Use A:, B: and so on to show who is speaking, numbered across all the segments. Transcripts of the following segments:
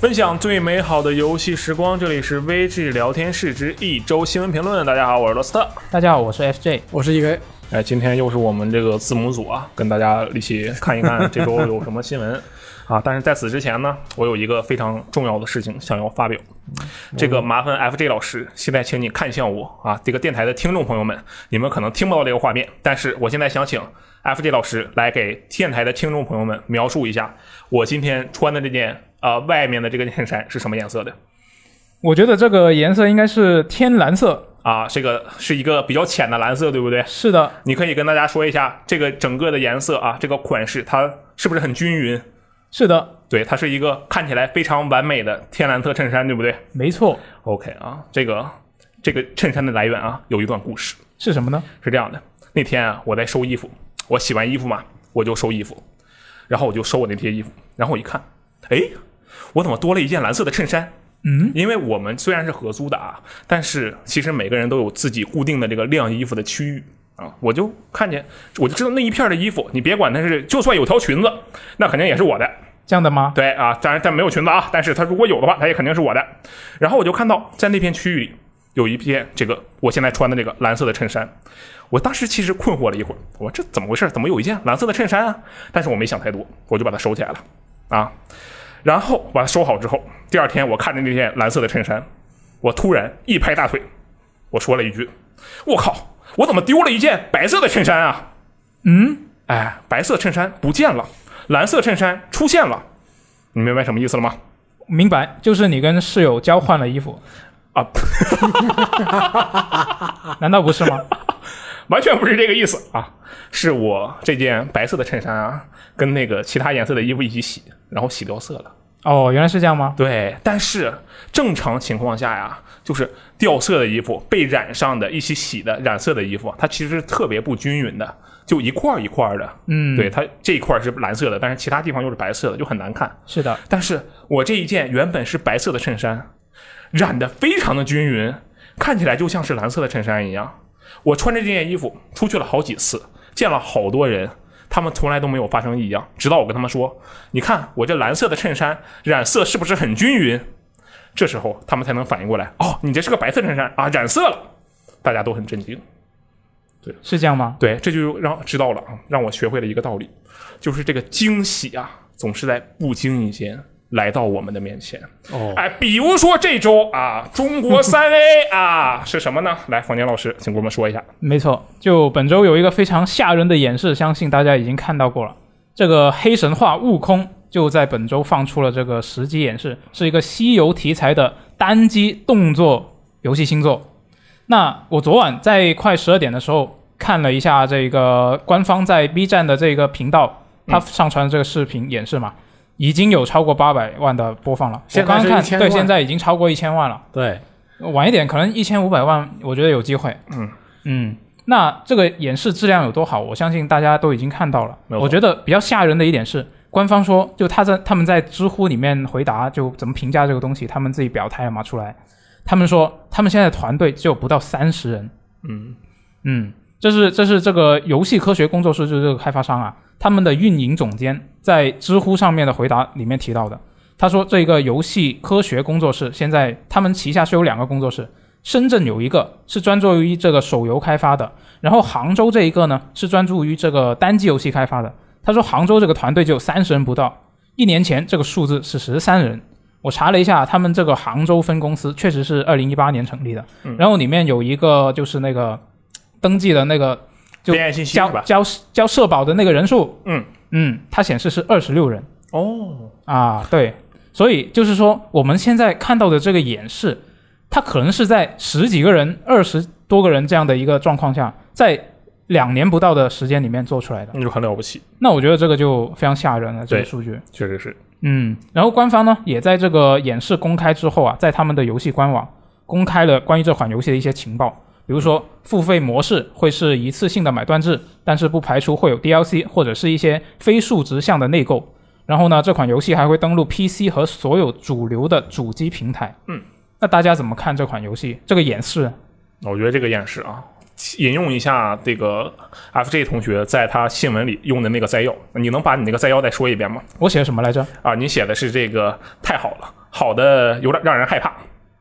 A: 分享最美好的游戏时光，这里是 VG 聊天室之一周新闻评论。大家好，我是罗斯特。
B: 大家好，我是 FJ。
C: 我是 EK，
A: 哎，今天又是我们这个字母组啊，跟大家一起看一看这周有什么新闻 啊。但是在此之前呢，我有一个非常重要的事情想要发表，这个麻烦 FJ 老师，现在请你看向我啊，这个电台的听众朋友们，你们可能听不到这个画面，但是我现在想请 FJ 老师来给电台的听众朋友们描述一下，我今天穿的这件呃外面的这个衬衫是什么颜色的。
B: 我觉得这个颜色应该是天蓝色。
A: 啊，这个是一个比较浅的蓝色，对不对？
B: 是的，
A: 你可以跟大家说一下这个整个的颜色啊，这个款式它是不是很均匀？
B: 是的，
A: 对，它是一个看起来非常完美的天蓝色衬衫，对不对
B: 没错。
A: ？OK 啊，这个这个衬衫的来源啊，有一段故事
B: 是什么呢？
A: 是这样的：那天啊，我在收衣服，我洗完衣服嘛，我就收衣服，然后我就收我那些衣服，然后我一看，哎，我怎么多了一件蓝色的衬衫？
B: 嗯，
A: 因为我们虽然是合租的啊，但是其实每个人都有自己固定的这个晾衣服的区域啊。我就看见，我就知道那一片儿的衣服，你别管它是，就算有条裙子，那肯定也是我的。
B: 这样的吗？
A: 对啊，当然但没有裙子啊，但是它如果有的话，它也肯定是我的。然后我就看到在那片区域里有一片这个我现在穿的这个蓝色的衬衫，我当时其实困惑了一会儿，我说这怎么回事？怎么有一件蓝色的衬衫啊？但是我没想太多，我就把它收起来了啊。然后把它收好之后，第二天我看着那件蓝色的衬衫，我突然一拍大腿，我说了一句：“我靠，我怎么丢了一件白色的衬衫啊？”
B: 嗯，
A: 哎，白色衬衫不见了，蓝色衬衫出现了。你明白什么意思了吗？
B: 明白，就是你跟室友交换了衣服
A: 啊，
B: 难道不是吗？
A: 完全不是这个意思啊！是我这件白色的衬衫啊，跟那个其他颜色的衣服一起洗，然后洗掉色了。
B: 哦，原来是这样吗？
A: 对，但是正常情况下呀，就是掉色的衣服、被染上的、一起洗的染色的衣服，它其实是特别不均匀的，就一块儿一块儿的。
B: 嗯，
A: 对，，它这一块儿是蓝色的，但是其他地方又是白色的，就很难看。
B: 是的，
A: 但是我这一件原本是白色的衬衫，染得非常的均匀，看起来就像是蓝色的衬衫一样。我穿着这件衣服出去了好几次，见了好多人，他们从来都没有发生异样，直到我跟他们说：“你看我这蓝色的衬衫染色是不是很均匀？”这时候他们才能反应过来，哦，你这是个白色衬衫啊，染色了。大家都很震惊，
B: 是这样吗？
A: 对，这就让知道了啊，让我学会了一个道理，就是这个惊喜啊，总是在不经意间来到我们的面前。
C: 哦，
A: 哎，比如说这周啊，中国三 A 啊是什么呢？来，冯杰老师，请给我们说一下。
B: 没错，就本周有一个非常吓人的演示，相信大家已经看到过了。这个黑神话悟空就在本周放出了这个实机演示，是一个西游题材的单机动作游戏新作。那我昨晚在快十二点的时候看了一下这个官方在 B 站的这个频道，他上传这个视频演示嘛，已经有超过八百万的播放了。我
C: 现在
B: 刚
C: 是
B: 看，
C: 1000
B: 对，
C: 万
B: 现在已经超过一千万了。
C: 对，
B: 晚一点可能一千五百万，我觉得有机会。
A: 嗯
B: 嗯，那这个演示质量有多好，我相信大家都已经看到了。
A: 没有错
B: 我觉得比较吓人的一点是，官方说，就他在他们在知乎里面回答就怎么评价这个东西，他们自己表态了嘛出来，他们说他们现在的团队只有不到三十人。
A: 嗯，
B: 嗯，这是这是这个游戏科学工作室，就是这个开发商啊，他们的运营总监在知乎上面的回答里面提到的。他说，这个游戏科学工作室现在他们旗下是有两个工作室，深圳有一个是专注于这个手游开发的，然后杭州这一个呢是专注于这个单机游戏开发的。他说，杭州这个团队只有三十人不到，一年前这个数字是十三人。我查了一下，他们这个杭州分公司确实是二零一八年成立的，
A: 嗯
B: 然后里面有一个就是那个登记的那个就
A: 恋爱信息是
B: 交
A: 吧？
B: 交交社保的那个人数，
A: 嗯
B: 嗯，它显示是二十六人
A: 哦，
B: 啊，对，所以就是说我们现在看到的这个演示，它可能是在十几个人、二十多个人这样的一个状况下，在两年不到的时间里面做出来的，
A: 那就很了不起，
B: 那我觉得这个就非常吓人了，这
A: 嗯
B: 个
A: 对
B: 数据。
A: 确实是。
B: 嗯，然后官方呢也在这个演示公开之后啊，在他们的游戏官网公开了关于这款游戏的一些情报，比如说付费模式会是一次性的买断制，但是不排除会有 DLC 或者是一些非数值项的内购。然后呢，这款游戏还会登陆 PC 和所有主流的主机平台。
A: 嗯，
B: 那大家怎么看这款游戏这个演示？
A: 我觉得这个演示啊，引用一下这个 FJ 同学在他新闻里用的那个摘要，你能把你那个摘要再说一遍吗？
B: 我写什么来着？
A: 啊，你写的是这个太好了，好的有点让人害怕。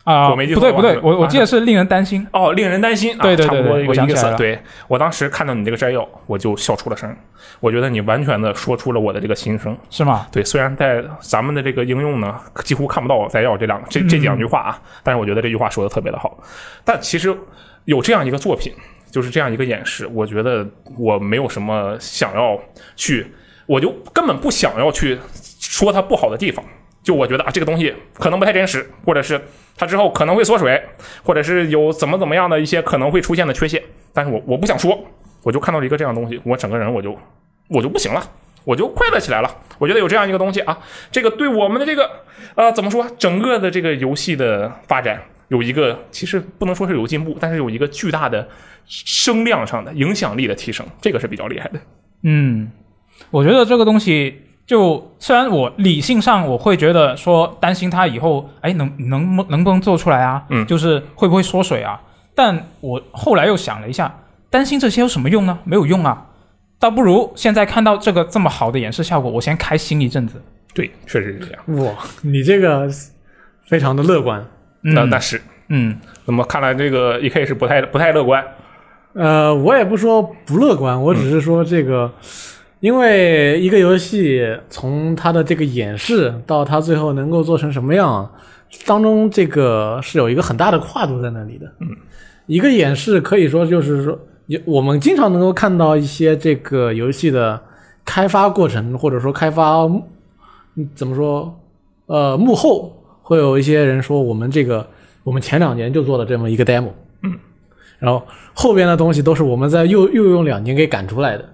B: 啊，
A: 我没记
B: 不
A: 错
B: 对
A: 吧
B: 不对，
A: 是吧
B: 我我记得是令人担心。
A: 哦，令人担心啊，
B: 对对对
A: 差不多
B: 对
A: 一
B: 我
A: 个
B: 想
A: 一个
B: 起来
A: 词。
B: 了
A: 对我当时看到你这个摘要，我就笑出了声。我觉得你完全的说出了我的这个心声。
B: 是吗？
A: 对，虽然在咱们的这个应用呢，几乎看不到摘要这两这这几两句话啊，但是我觉得这句话说的特别的好。但其实有这样一个作品，就是这样一个演示，我觉得我没有什么想要去，我就根本不想要去说它不好的地方。就我觉得啊，这个东西可能不太真实，或者是它之后可能会缩水，或者是有怎么怎么样的一些可能会出现的缺陷，但是我我不想说，我就看到了一个这样的东西，我整个人我就我就不行了。我就快乐起来了。我觉得有这样一个东西啊，这个对我们的这个呃怎么说，整个的这个游戏的发展有一个其实不能说是有进步，但是有一个巨大的声量上的影响力的提升，这个是比较厉害的。
B: 嗯，我觉得这个东西就虽然我理性上我会觉得说担心它以后哎能能不能不能做出来啊，
A: 嗯
B: 就是会不会缩水啊？但我后来又想了一下，担心这些有什么用呢？没有用啊，倒不如现在看到这个这么好的演示效果，我先开心一阵子。
A: 对，确实是这样。
C: 哇，你这个非常的乐观。
A: 那
B: 嗯
A: 但是，
B: 嗯，
A: 那么看来这个 E K 是不太不太乐观。
C: 呃，我也不说不乐观，我只是说这个，因为一个游戏从它的这个演示到它最后能够做成什么样，当中这个是有一个很大的跨度在那里的。嗯，一个演示可以说就是说，也我们经常能够看到一些这个游戏的开发过程，或者说开发嗯怎么说，呃，幕后会有一些人说我们这个我们前两年就做了这么一个 demo。然后后边的东西都是我们在又又用两年给赶出来的。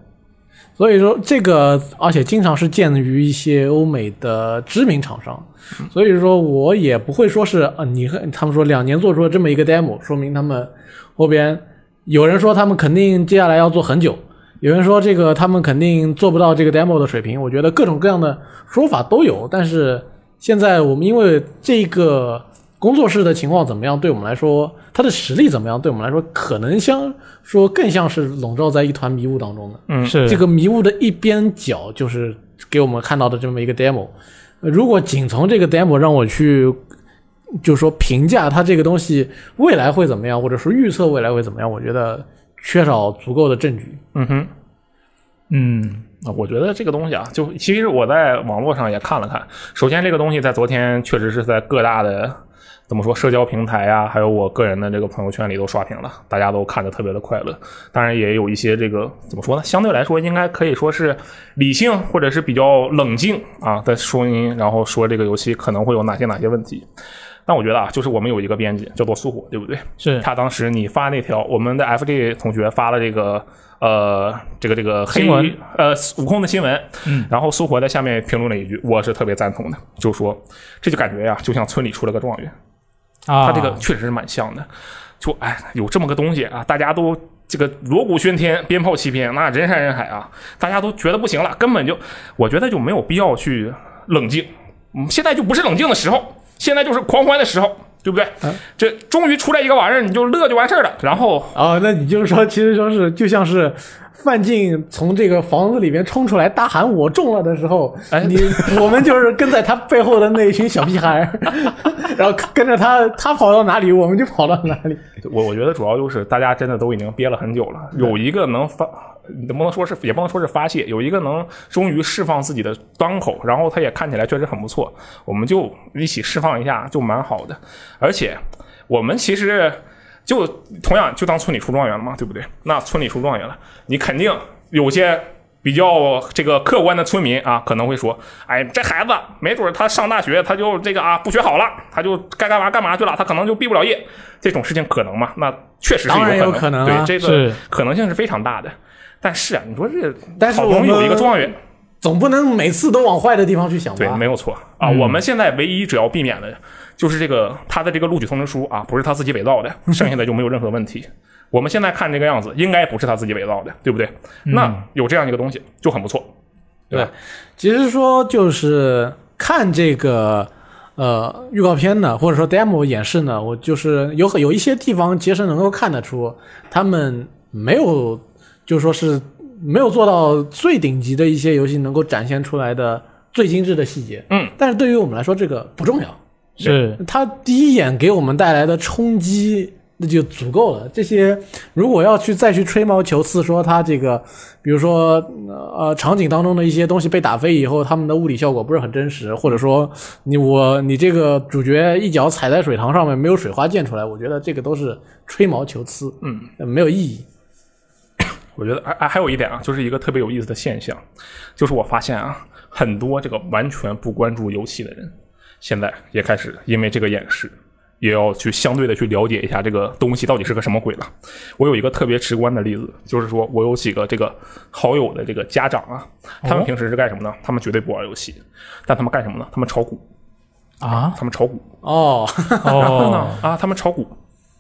C: 所以说这个，而且经常是见于一些欧美的知名厂商，所以说我也不会说是啊，你和他们说两年做出了这么一个 demo，说明他们后边有人说他们肯定接下来要做很久，有人说这个他们肯定做不到这个 demo 的水平，我觉得各种各样的说法都有，但是现在我们因为这个工作室的情况怎么样，对我们来说，它的实力怎么样，对我们来说，可能像说更像是笼罩在一团迷雾当中的。
A: 嗯
B: 是
C: 这个迷雾的一边角就是给我们看到的这么一个 demo。呃如果仅从这个 demo 让我去，就说评价它这个东西未来会怎么样，或者说预测未来会怎么样，我觉得缺少足够的证据。
A: 嗯哼。
B: 嗯
A: 啊，我觉得这个东西啊，就其实我在网络上也看了看。首先，这个东西在昨天确实是在各大的怎么说社交平台啊，还有我个人的这个朋友圈里都刷屏了，大家都看得特别的快乐。当然，也有一些这个怎么说呢，相对来说应该可以说是理性或者是比较冷静啊的声音，然后说这个游戏可能会有哪些哪些问题。但我觉得啊，就是我们有一个编辑叫做苏火，对不对？
B: 是
A: 他当时你发那条，我们的 FG 同学发了这个呃这个这个黑
B: 新闻
A: 呃悟空的新闻，
B: 嗯，
A: 然后苏活在下面评论了一句，我是特别赞同的，就说这就感觉呀、就像村里出了个状元，
B: 啊，
A: 他这个确实是蛮像的，就哎有这么个东西啊，大家都。这个锣鼓喧天，鞭炮齐天，那人山人海啊！大家都觉得不行了，根本就，我觉得就没有必要去冷静。嗯，现在就不是冷静的时候，现在就是狂欢的时候，对不对？这终于出来一个玩意儿，你就乐就完事儿了。然后
C: 哦，那你就是说，其实说是就像是范进从这个房子里面冲出来大喊“我中了”的时候，
A: 哎
C: 你我们就是跟在他背后的那一群小屁孩儿， 然后跟着他，他跑到哪里，我们就跑到哪里。
A: 我我觉得主要就是大家真的都已经憋了很久了，有一个能发，能不能说是也不能说是发泄，有一个能终于释放自己的当口，然后他也看起来确实很不错，我们就一起释放一下，就蛮好的。而且我们其实就同样就当村里出状元了嘛，对不对？那村里出状元了，你肯定有些。比较这个客观的村民啊，可能会说：“哎，这孩子没准儿他上大学他就这个啊不学好了，他就该干嘛干嘛去了，他可能就毕不了业。”这种事情可能吗？那确实是
C: 当然有
A: 有
C: 可能
A: 能，
C: 啊
A: 对这个
B: 是
A: 可能性是非常大的。但是啊，你说这
C: 但是
A: 好不容易
C: 我
A: 有
C: 们
A: 一个状元，
C: 总不能每次都往坏的地方去想
A: 对，
C: 吧？
A: 没有错啊。我们现在唯一只要避免的，就是这个他的这个录取通知书啊，不是他自己伪造的，剩下的就没有任何问题。我们现在看这个样子，应该不是他自己伪造的，对不对？那有这样一个东西就很不错。对吧
C: 其实说就是看这个呃预告片呢，或者说 demo 演示呢，我就是有很有一些地方其实能够看得出他们没有就说是没有做到最顶级的一些游戏能够展现出来的最精致的细节。
A: 嗯，
C: 但是对于我们来说这个不重要。
B: 是
C: 它第一眼给我们带来的冲击那就足够了。这些如果要去再去吹毛求疵，说它这个，比如说呃场景当中的一些东西被打飞以后，他们的物理效果不是很真实，或者说你我你这个主角一脚踩在水塘上面没有水花溅出来，我觉得这个都是吹毛求疵，
A: 嗯
C: 呃，没有意义。
A: 我觉得还还还有一点啊，就是一个特别有意思的现象，就是我发现啊，很多这个完全不关注游戏的人，现在也开始因为这个演示，也要去相对的去了解一下这个东西到底是个什么鬼了。我有一个特别直观的例子，就是说我有几个这个好友的这个家长啊，他们平时是干什么呢？他们绝对不玩游戏，但他们干什么呢？他们炒股，
B: 啊，
A: 他们炒股。
C: 哦，
B: 哦，
A: 啊啊，他们炒股，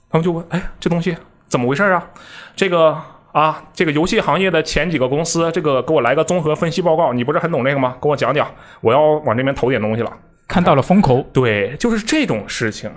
A: 他们就问，哎，这东西怎么回事啊？这个啊，这个游戏行业的前几个公司，这个给我来个综合分析报告，你不是很懂这个吗？给我讲讲，我要往这边投点东西了。
B: 看到了风口，
A: 对，就是这种事情。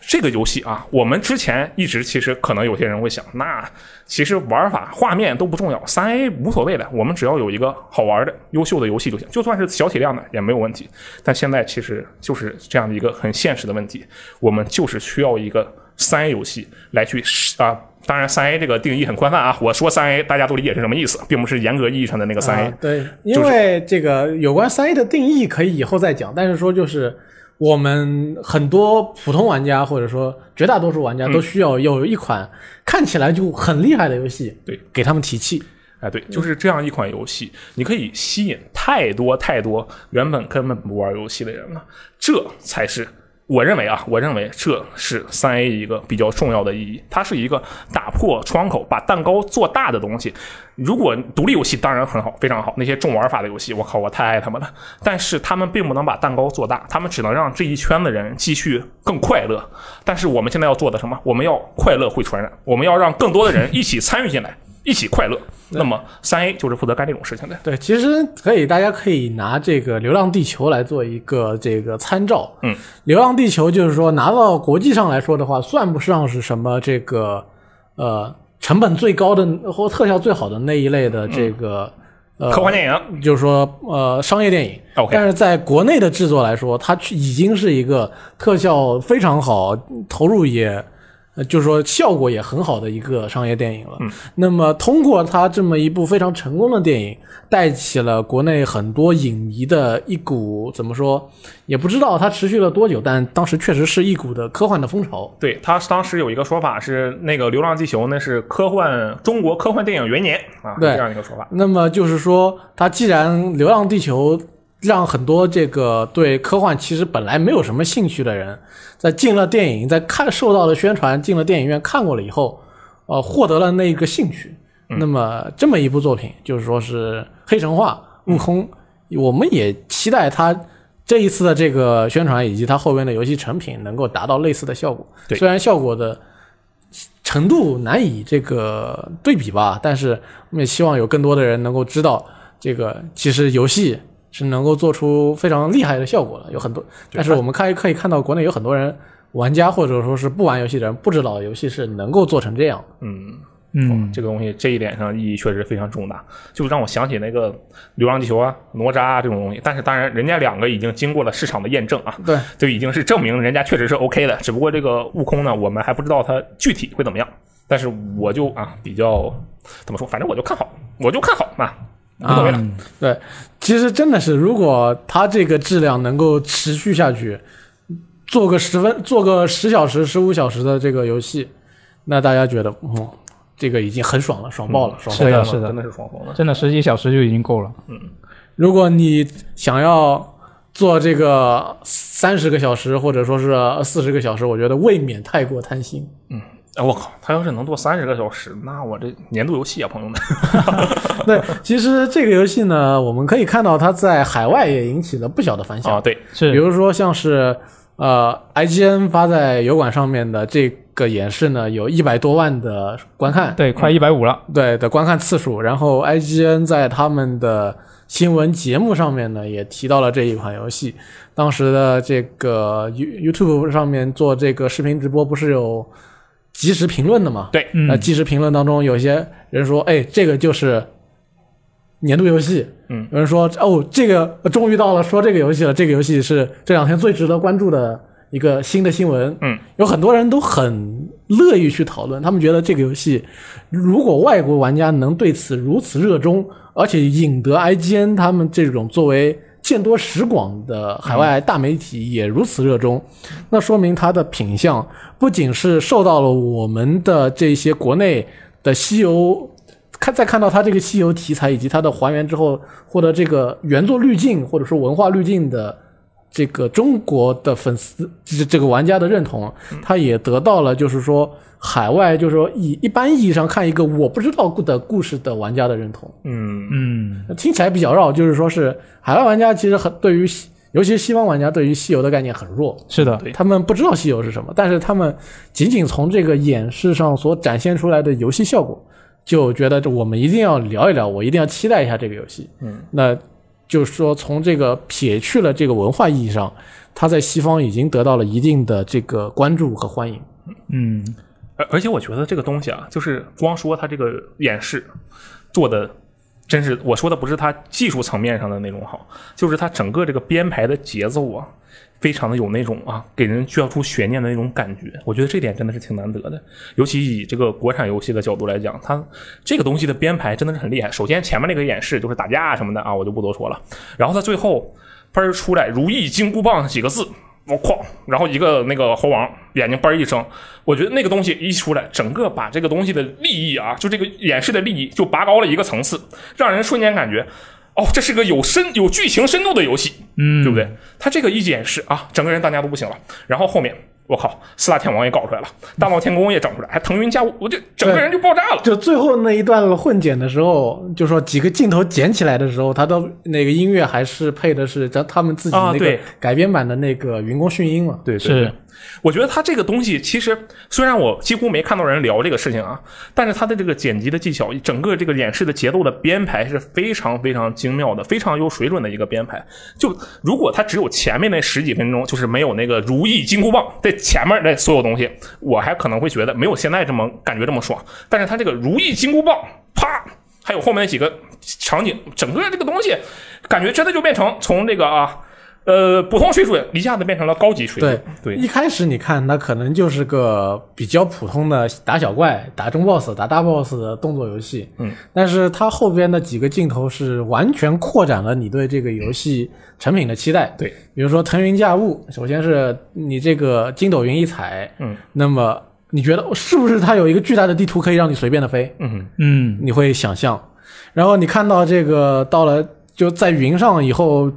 A: 这个游戏啊，我们之前一直其实可能有些人会想，那其实玩法、画面都不重要，三 A 无所谓的，我们只要有一个好玩的、优秀的游戏就行，就算是小体量的也没有问题。但现在其实就是这样的一个很现实的问题，我们就是需要一个三 A 游戏来去啊。当然，三 A 这个定义很宽泛啊，我说三 A，大家都理解是什么意思，并不是严格意义上的那个三 A、
C: 啊对，
A: 就
C: 因
A: 是
C: 为这个有关三 A 的定义可以以后再讲，但是说就是我们很多普通玩家或者说绝大多数玩
A: 嗯
C: 家都需要有一款看起来就很厉害的游戏，
A: 对，
C: 给他们提气。
A: 哎，对，就是这样一款游戏，你可以吸引太多太多原本根本不玩游戏的人了，这才是我认为啊，我认为这是三 A 一个比较重要的意义，它是一个打破窗口、把蛋糕做大的东西。如果独立游戏当然很好，非常好，那些重玩法的游戏，我靠，我太爱他们了。但是他们并不能把蛋糕做大，他们只能让这一圈的人继续更快乐。但是我们现在要做的什么？我们要快乐会传染，我们要让更多的人一起参与进来，一起快乐。那么三 A 就是负责干这种事情的。
C: 对，其实可以，大家可以拿这个《流浪地球》来做一个这个参照。
A: 嗯，
C: 《流浪地球》就是说拿到国际上来说的话，算不上是什么这个呃成本最高的或特效最好的那一类的
A: 嗯
C: 这个、呃
A: 科幻电影，
C: 就是说呃商业电影
A: OK
C: 但是在国内的制作来说，它去已经是一个特效非常好，投入也。呃就是说，效果也很好的一个商业电影了。那么，通过它这么一部非常成功的电影，带起了国内很多影迷的一股怎么说，也不知道它持续了多久，但当时确实是一股的科幻的风潮。
A: 对他当时有一个说法是，那个《流浪地球》那是科幻中国科幻电影元年啊，是
C: 对
A: 这样一个说法。
C: 那么就是说，它既然《流浪地球》让很多这个对科幻其实本来没有什么兴趣的人，在进了电影，在看受到了宣传，进了电影院看过了以后，呃，获得了那个兴趣。那么这么一部作品，就是说是黑神话、悟空，我们也期待它。这一次的这个宣传以及它后边的游戏成品能够达到类似的效果，
A: 对
C: 虽然效果的程度难以这个对比吧，但是我们也希望有更多的人能够知道，这个其实游戏是能够做出非常厉害的效果的，有很多。但是我们看可以看到，国内有很多人玩家或者说是不玩游戏的人不知道游戏是能够做成这样的。
A: 嗯，
B: 嗯，
A: 这个东西这一点上意义确实非常重大，就让我想起那个《流浪地球》啊、哪吒啊这种东西。但是当然，人家两个已经经过了市场的验证啊，
C: 对，
A: 就已经是证明人家确实是 OK 的。只不过这个悟空呢，我们还不知道它具体会怎么样。但是我就啊比较怎么说，反正我就看好，我就看好啊，无所谓
B: 嗯
A: 了。
C: 对，其实真的是，如果它这个质量能够持续下去，做个十分，做个十小时、十五小时的这个游戏，那大家觉得，嗯，这个已经很爽了，爽爆了，爽
B: 是
C: 爆
B: 的
C: 了。
B: 是的
A: 真的是双红的。
B: 真的十几小时就已经够了。
C: 如果你想要做这个三十个小时，或者说是四十个小时，我觉得未免太过贪心。
A: 哎，我靠，他要是能做三十个小时，那我这年度游戏啊，朋友们。
C: 对，其实这个游戏呢，我们可以看到它在海外也引起了不小的反响，
A: 啊，对，
B: 是，
C: 比如说像是呃 IGN 发在油管上面的这个演示呢，有一百多万的观看，
B: 对，快一百五了。
C: 对的观看次数，然后 IGN 在他们的新闻节目上面呢也提到了这一款游戏。当时的这个 You YouTube 上面做这个视频直播，不是有即时评论的嘛？
A: 对，
B: 嗯
C: 那即时评论当中，有些人说：“哎，这个就是年度游戏。”
A: 嗯，
C: 有人说：“哦，这个呃终于到了说这个游戏了，这个游戏是这两天最值得关注的一个新的新闻，
A: 嗯，
C: 有很多人都很乐于去讨论，他们觉得这个游戏如果外国玩家能对此如此热衷，而且引得 IGN 他们这种作为见多识广的海外大媒体也如此热衷，那说明它的品相不仅是受到了我们的这些国内的西游。看，在看到它这个西游题材以及它的还原之后，获得这个原作滤镜或者说文化滤镜的这个中国的粉丝这这个玩家的认同，他也得到了就是说海外就是说以一般意义上看一个我不知道的故事的玩家的认同，
A: 嗯，
B: 嗯，
C: 听起来比较绕，就是说是海外玩家其实很对于西尤其是西方玩家对于西游的概念很弱，
B: 是的，
A: 对
C: 他们不知道西游是什么，但是他们仅仅从这个演示上所展现出来的游戏效果，就觉得这我们一定要聊一聊，我一定要期待一下这个游戏。
A: 嗯，
C: 那就是说从这个撇去了这个文化意义上，它在西方已经得到了一定的这个关注和欢迎。
B: 嗯，
A: 而而且我觉得这个东西啊，就是光说它这个演示做的，真是我说的不是它技术层面上的那种好，就是它整个这个编排的节奏啊，非常的有那种啊给人攫出悬念的那种感觉。我觉得这点真的是挺难得的，尤其以这个国产游戏的角度来讲，它这个东西的编排真的是很厉害。首先前面那个演示就是打架啊什么的啊，我就不多说了，然后它最后喷儿出来“如意金箍棒”几个字。我哐，然后一个那个猴王眼睛嘣儿一睁，我觉得那个东西一出来，整个把这个东西的利益啊，就这个演示的利益就拔高了一个层次，让人瞬间感觉，哦，这是个有深有剧情深度的游戏，
B: 嗯，
A: 对不对？他这个一演示啊，整个人大家都不行了。然后后面我靠，四大天王也搞出来了，大闹天宫也整出来，还腾云驾雾，我就整个人就爆炸了。
C: 就最后那一段混剪的时候，就说几个镜头剪起来的时候，他的那个音乐还是配的是他他们自己
A: 啊
C: 那个
A: 对
C: 改编版的那个云宫迅音嘛。
A: 对
B: 是，
A: 我觉得他这个东西，其实虽然我几乎没看到人聊这个事情啊，但是他的这个剪辑的技巧，整个这个演示的节奏的编排是非常非常精妙的，非常有水准的一个编排。就如果他只有前面那十几分钟，就是没有那个如意金箍棒在前面那所有东西，我还可能会觉得没有现在这么感觉这么爽。但是他这个如意金箍棒，啪，还有后面几个场景，整个这个东西感觉真的就变成从这个啊。呃，普通水准一下子变成了高级水准
C: 对，
A: 对，
C: 一开始你看它可能就是个比较普通的打小怪、打中 boss、打大 boss 的动作游戏，
A: 嗯，
C: 但是它后边的几个镜头是完全扩展了你对这个游戏成品的期待，
A: 对，
C: 比如说腾云驾雾，首先是你这个筋斗云一踩，
A: 嗯，
C: 那么你觉得哦是不是它有一个巨大的地图可以让你随便的飞？
A: 嗯
B: 嗯，
C: 你会想象。然后你看到这个到了就在云上以后，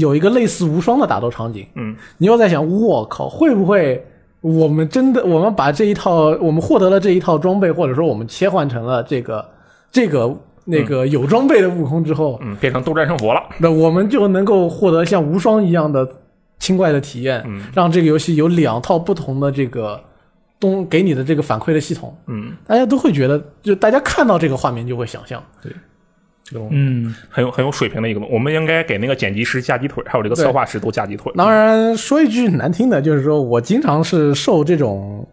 C: 有一个类似无双的打斗场景，
A: 嗯，
C: 你又在想，我靠，会不会我们真的我们把这一套我们获得了这一套装备，或者说我们切换成了这个这个那个有装备的悟空之后，
A: 嗯，变成斗战胜佛了。
C: 那我们就能够获得像无双一样的轻快的体验，
A: 嗯
C: 让这个游戏有两套不同的这个东给你的这个反馈的系统，
A: 嗯，
C: 大家都会觉得，就大家看到这个画面就会想象。
A: 这种
B: 嗯，
A: 很有很有水平的一个，我们应该给那个剪辑师加鸡腿，还有这个
C: 对
A: 策划师都加鸡腿。
C: 当然，说一句难听的，就是说我经常是受这种，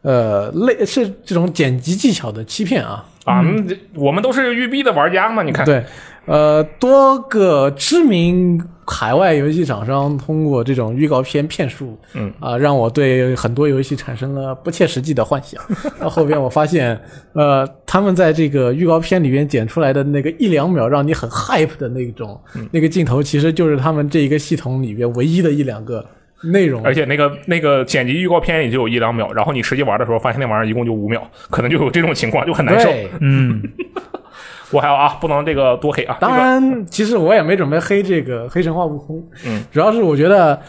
C: 呃，类是这种剪辑技巧的欺骗啊。
A: 啊，嗯这我们都是育碧的玩家嘛，你 看，
C: 对，呃，多个知名海外游戏厂商通过这种预告片骗术，
A: 嗯
C: 啊、让我对很多游戏产生了不切实际的 幻想。到后边我发现，呃，他们在这个预告片里面剪出来的那个一两秒让你很 hype 的那种、
A: 嗯
C: 那个镜头，其实就是他们这一个系统里边唯一的一两个内容。
A: 而且那个那个剪辑预告片也就有一两秒，然后你实际玩的时候发现那玩意儿一共就五秒，可能就有这种情况，就很难受。
C: 对，
B: 嗯，
A: 我还有啊，不能这个多黑啊。
C: 当然，其实我也没准备黑这个黑神话悟空，
A: 嗯，
C: 主要是我觉得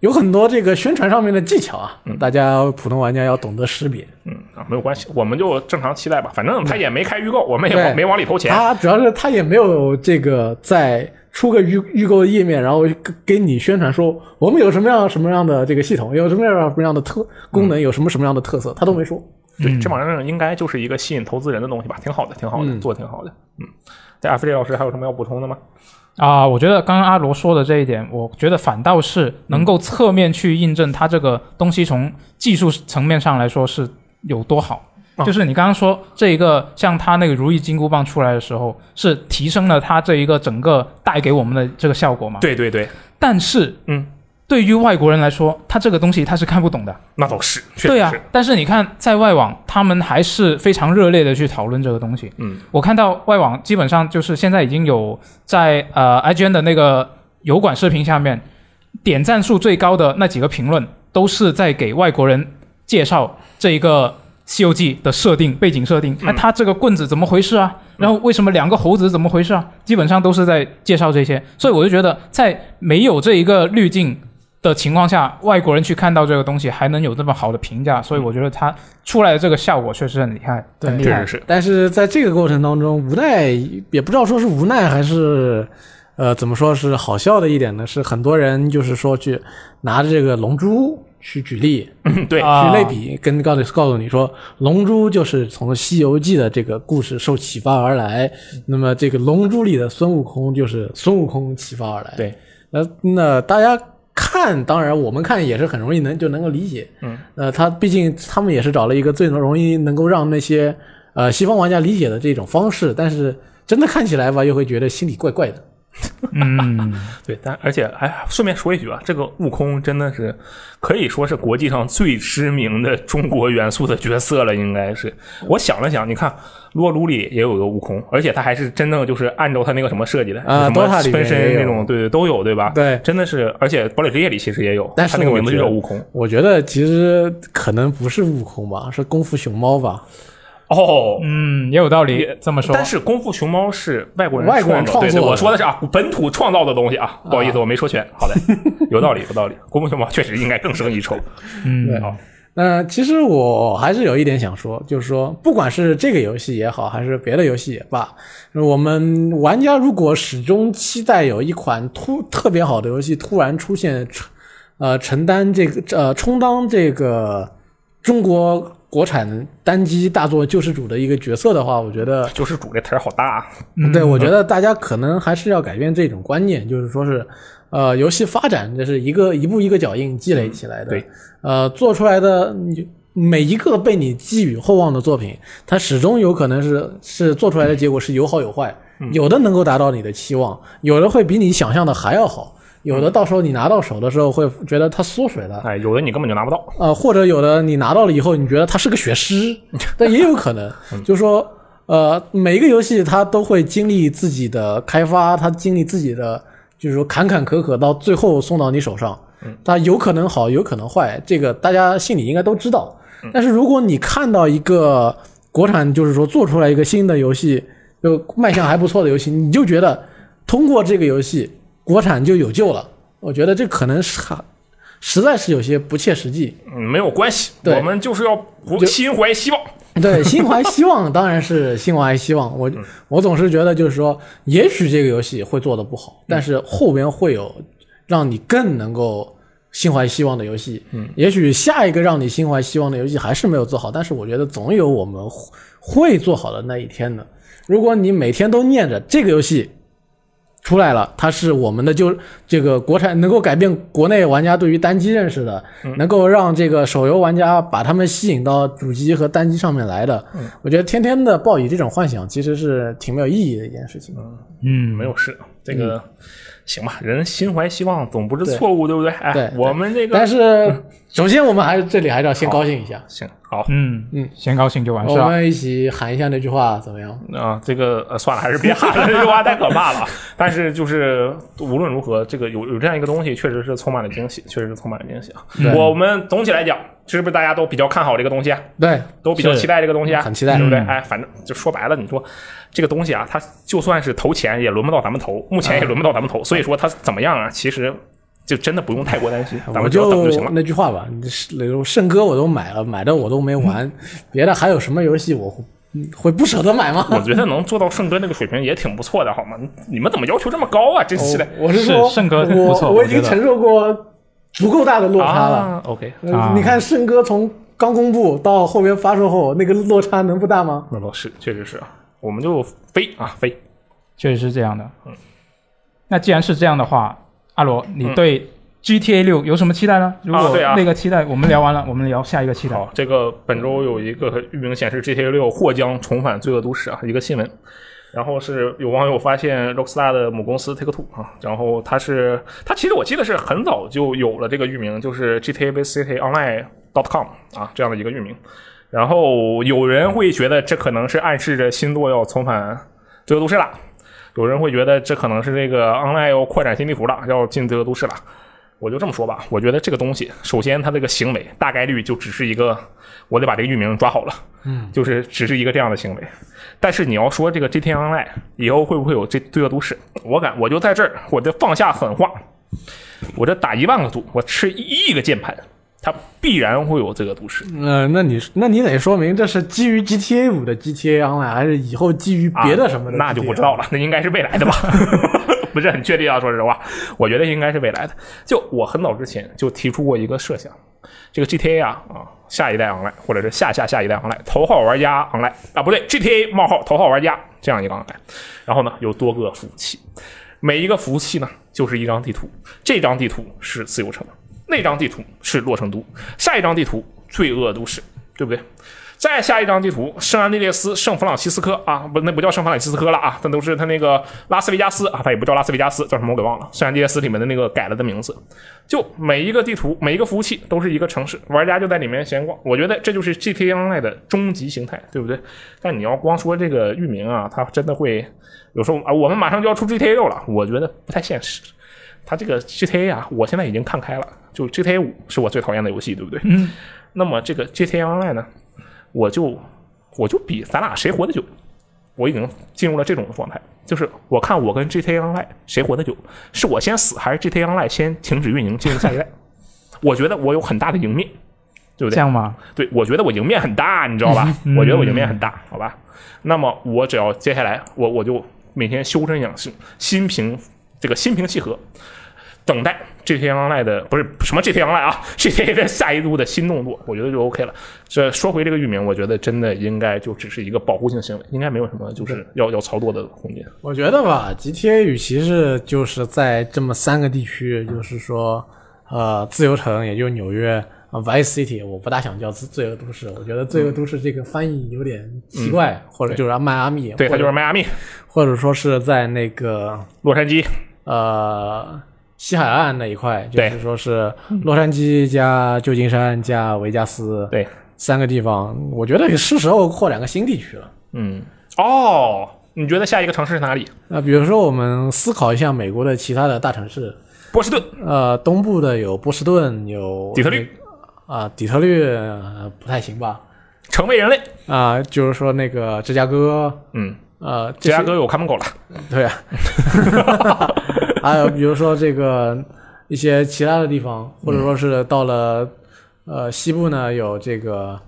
C: 有很多这个宣传上面的技巧啊，大家普通玩家要懂得识别。
A: 这个，嗯啊，没有关系，我们就正常期待吧。反正他也没开预购，我们也
C: 对啊
A: 往没往里投钱。
C: 他主要是他也没有这个在出个预预购页面，然后给给你宣传说我们有什么样什么样的这个系统，有什么样什么样的特功能，有什么什么样的特色，他都没说。
A: 对，这玩意儿应该就是一个吸引投资人的东西吧，挺好的，挺好的，做的挺好的。嗯，对，阿飞老师还有什么要补充的吗？
B: 啊，我觉得刚刚阿罗说的这一点，我觉得反倒是能够侧面去印证它这个东西从技术层面上来说是有多好。
A: 啊
B: 就是你刚刚说这一个，像它那个如意金箍棒出来的时候，是提升了它这一个整个带给我们的这个效果嘛？。
A: 对对对，
B: 但是，
A: 嗯，
B: 对于外国人来说，他这个东西他是看不懂的。
A: 那倒是，确实是
B: 对啊，但是你看，在外网，他们还是非常热烈的去讨论这个东西。
A: 嗯，
B: 我看到外网基本上就是现在已经有在呃 IGN 的那个油管视频下面，点赞数最高的那几个评论都是在给外国人介绍这一个《西游记》的设定、背景设定。
A: 嗯
B: 哎，他这个棍子怎么回事啊？然后为什么两个猴子怎么回事啊？基本上都是在介绍这些，所以我就觉得在没有这一个滤镜。的情况下，外国人去看到这个东西还能有这么好的评价，所以我觉得它出来的这个效果确实很厉害，
C: 对
B: 很厉
A: 确
B: 害
A: 实。是。
C: 但是在这个过程当中，无奈也不知道说是无奈还是，呃，怎么说是好笑的一点呢？是很多人就是说去拿着这个《龙珠》去举例，
A: 嗯对，
B: 啊
C: 去类比，跟告诉告诉你说，《龙珠》就是从《西游记》的这个故事受启发而来，那么这个《龙珠》里的孙悟空就是孙悟空启发而来。
A: 对，
C: 那那大家看，当然我们看也是很容易能就能够理解。
A: 嗯，
C: 呃，他毕竟他们也是找了一个最能容易能够让那些呃西方玩家理解的这种方式，但是真的看起来吧，又会觉得心里怪怪的。
B: 嗯，
A: 对，但而且哎，顺便说一句啊，这个悟空真的是可以说是国际上最知名的中国元素的角色了，应该是。我想了想，你看《撸啊撸》里也有个悟空，而且他还是真正就是按照他那个什么设计的
C: 啊
A: 什么
C: Dota 里面
A: 分身
C: 也有
A: 那种，对对都有，对吧？
C: 对
A: 真的是，而且《堡垒之夜》里其实也有，
C: 但是
A: 他那个
C: 我
A: 名字
C: 觉
A: 就
C: 得
A: 叫悟空。
C: 我觉得其实可能不是悟空吧，是功夫熊猫吧。
A: 哦，
B: 嗯，也有道理
A: 也。
B: 这么说，
A: 但是《功夫熊猫》是外国人
C: 外国人
A: 创
C: 创
A: 对对，
C: 作的
A: 我说的是啊，本土创造的东西啊，不好意思，我没说全。 好的，有道理，有道理，《功夫熊猫》确实应该更胜一筹。
B: 嗯，
A: 好，
C: 那其实我还是有一点想说，就是说，不管是这个游戏也好，还是别的游戏也罢，我们玩家如果始终期待有一款突特别好的游戏突然出现，承呃，承担这个呃，充当这个中国国产单机大作救世主的一个角色的话，我觉得
A: 救世主这词儿好大啊。
C: 对，我觉得大家可能还是要改变这种观念，就是说是，呃，游戏发展这是一个一步一个脚印积累起来的。
A: 对，
C: 呃，做出来的你每一个被你寄予厚望的作品，它始终有可能是是做出来的结果是有好有坏，有的能够达到你的期望，有的会比你想象的还要好，有的到时候你拿到手的时候会觉得它缩水了，
A: 哎，有的你根本就拿不到。
C: 呃，或者有的你拿到了以后，你觉得它是个学师，但也有可能，就是说，呃，每一个游戏它都会经历自己的开发，它经历自己的，就是说坎坎坷坷，到最后送到你手上，它有可能好，有可能坏，这个大家心里应该都知道。但是如果你看到一个国产，就是说做出来一个新的游戏，就卖相还不错的游戏，你就觉得通过这个游戏，国产就有救了。我觉得这可能是还实在是有些不切实际。
A: 嗯，没有关系，
C: 对
A: 我们就是要不
C: 就嗯
A: 心怀希望。
C: 对，心怀希望当然是心怀希望。我我总是觉得就是说，也许这个游戏会做的不好，但是后边会有让你更能够心怀希望的游戏。嗯，也许下一个让你心怀希望的游戏还是没有做好，但是我觉得总有我们会会做好的那一天的。如果你每天都念着这个游戏出来了，它是我们的就这个国产能够改变国内玩家对于单机认识的，
B: 嗯
C: 能够让这个手游玩家把他们吸引到主机和单机上面来的。
B: 嗯
C: 我觉得天天的抱以这种幻想，其实是挺没有意义的一件事情。
B: 嗯，
A: 没有事，这个、
C: 嗯
A: 行吧，人心怀希望总不是错误，对不对？哎，
C: 对对
A: 我们这个
C: 但是， 首先我们还是这里还是要先高兴一下，
A: 行好。
B: 嗯
C: 嗯，
B: 先高兴就完事
C: 我
A: 哦
B: 了。
C: 们一起喊一下那句话怎么样？
A: 啊、这个呃，算了，还是别喊了，这句话太可怕了。但是就是无论如何，这个有有这样一个东西，确实是充满了惊喜，确实是充满了惊喜啊。我们总体来讲，是不是大家都比较看好这个东西啊？
C: 对，
A: 都比较
B: 是
A: 期待这个东西啊，
C: 很期待
A: 对不对？
B: 嗯
A: 哎，反正就说白了，你说这个东西啊，它就算是投钱也轮不到咱们投，目
C: 嗯
A: 前也轮不到咱们投，所以说它怎么样啊，其实就真的不用太过担心，咱
C: 我
A: 们只要等就行了。
C: 那句话吧，你是例如圣歌我都买了，买的我都没玩， 别的还有什么游戏我会会不舍得买吗？
A: 我觉得能做到圣哥那个水平也挺不错的，好吗？你你们怎么要求这么高啊？真是的
C: 我是说，
B: 是圣歌不错
C: 我
B: 我
C: 我已
B: 觉
C: 经
B: 得
C: 承受过足够大的落差了。
A: 啊！OK，
C: 呃
B: 啊
C: 你看圣歌从刚公布到后面发售后，那个落差能不大吗？
A: 那倒是，确实是啊，我们就飞啊飞。
B: 确实是这样的。
A: 嗯
B: 那既然是这样的话，阿罗，你对 GTA 六有什么期待呢？如果
A: 对嗯啊
B: 那个期待我们聊完了，我们聊下一个期待。
A: 好，这个本周有一个域名显示 GTA 六或将重返罪恶都市啊，一个新闻。然后是有网友发现 Rockstar 的母公司 Take Two 啊，然后它是它其实我记得是很早就有了这个域名，就是 GTA Vice City Online dot com 啊这样的一个域名。然后有人会觉得这可能是暗示着星座要重返《罪恶都市》了，有人会觉得这可能是这个 Online 要扩展新地图了，要进《罪恶都市》了。我就这么说吧，我觉得这个东西，首先它这个行为大概率就只是一个，我得把这个域名抓好了，嗯，就是只是一个这样的行为。但是你要说这个 GTA Online 以后会不会有这罪恶都市，我敢，我就在这儿，我就放下狠话，我这打一万个组，我吃一亿个键盘，它必然会有罪恶都市。
C: 呃，那你那你得说明这是基于 GTA 五的 GTA Online，还是以后基于 别的什么的、
A: 啊那就不知道。了，那应该是未来的吧， 不是很确定啊。说实话，我觉得应该是未来的。就我很早之前就提出过一个设想，这个 GTA 啊啊，下一代 online 或者是下下下一代 online 头号玩家 online 啊，不对，GTA 冒号头号玩家这样一个 online，然后呢有多个服务器，每一个服务器呢就是一张地图，这张地图是自由城，那张地图是洛城都，下一张地图罪恶都市，对不对？再下一张地图，圣安地列斯、圣弗朗西斯科啊，不，那不叫圣弗朗西斯科了啊，那都是他那个拉斯维加斯啊，他也不叫拉斯维加斯，叫什么我给忘了。圣安地列斯里面的那个改了的名字，就每一个地图、每一个服务器都是一个城市，玩家就在里面闲逛。我觉得这就是 GTA Online 的终极形态，对不对？但你要光说这个域名啊，它真的会有时候啊，我们马上就要出 GTA 六了，我觉得不太现实。它这个 GTA 啊，我现在已经看开了，就 GTA 五是我最讨厌的游戏，对不对？嗯。那么这个 GTA Online 呢，我就我就比咱俩谁活得久，我已经进入了这种状态，就是我看我跟 GTA Online 谁活得久，是我先死还是 GTA Online 先停止运营进入下一代？ 我觉得我有很大的赢面，对不
B: 这
A: 对？
B: 样吗？
A: 对，我觉得我赢面很大，你知道吧？
C: 嗯
A: 我觉得我赢面很大，好吧？那么我只要接下来，我我就每天修身养性，心平这个心平气和，等待 GTA Online 的不是什么 GTA Online 啊，GTA 的下一步的新动作，我觉得就 OK 了。这说回这个域名，我觉得真的应该就只是一个保护性行为，应该没有什么就是要要操作的空间。
C: 我觉得吧，GTA 与其是就是在这么三个地区，就是说，呃，自由城，也就纽约。啊，Vice City，我不大想叫自自由都市，我觉得自由都市这个翻译有点奇怪，或者就是迈阿密，
A: 嗯对，
C: 或
A: 它
C: 者
A: 就是迈阿密、
C: 或者说是在那个
A: 洛杉矶，
C: 呃西海岸那一块，就
A: 对
C: 是说是洛杉矶加旧金山加维加斯，
A: 对，
C: 三个地方，我觉得是时候扩展个新地区了。
A: 嗯，哦，你觉得下一个城市是哪里？
C: 那比如说，我们思考一下美国的其他的大城市，
A: 波士顿、
C: 呃，东部的有波士顿，有
A: 底特律，
C: 啊、底特律、呃不太行吧？
A: 成为人类，
C: 啊、就是说那个芝加哥，
A: 嗯，
C: 呃，这
A: 芝
C: 些
A: 加哥有看门狗了。
C: 对啊，还有比如说这个一些其他的地方，或者说是到了、呃西部呢，有这个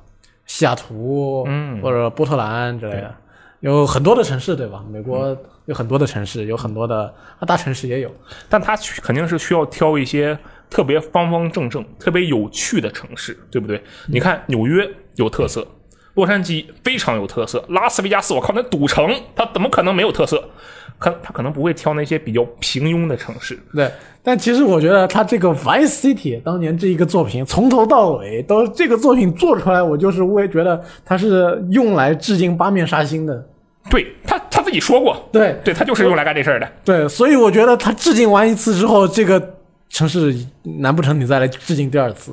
C: 西雅图，
A: 嗯
C: 或者波特兰之类的，有很多的城市，对吧？美国有很多的城市，有很多的啊大城市也有，
A: 但他去肯定是需要挑一些特别方方正正、特别有趣的城市，对不对？你看纽约有特色，洛杉矶非常有特色，拉斯维加斯，我靠，那赌城，它怎么可能没有特色？可他可能不会挑那些比较平庸的城市，
C: 对，但其实我觉得他这个《Vice City》当年这一个作品，从头到尾都这个作品做出来，我就是我也觉得他是用来致敬八面杀星的。
A: 对他他自己说过，
C: 对
A: 对他就是用来干这事儿的。
C: 对，所以我觉得他致敬完一次之后，这个城市难不成你再来致敬第二次？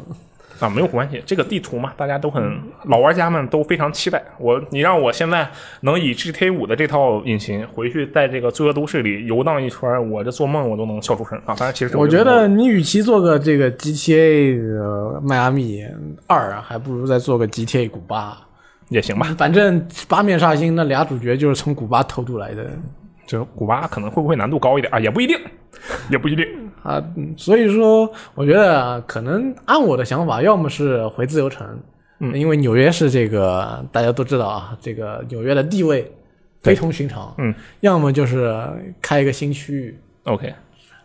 A: 啊，没有关系，这个地图嘛，大家都很老玩家们都非常期待。我你让我现在能以 GTA 五的这套引擎回去，在这个罪恶都市里游荡一圈儿，我这做梦我都能笑出声啊！当然，其实
C: 我觉
A: 没有
C: 得你与其做个这个 GTA 呃迈阿密二，啊还不如再做个 GTA 古巴。
A: 也行吧。
C: 反正八面杀星那俩主角就是从古巴偷渡来的
A: 这古巴可能会不会难度高一点啊？也不一定，也不一定。
C: 啊，嗯所以说我觉得啊可能按我的想法，要么是回自由城，嗯，因为纽约是这个大家都知道啊，这个纽约的地位非同寻常，
A: 嗯，
C: 要么就是开一个新区域，
A: OK，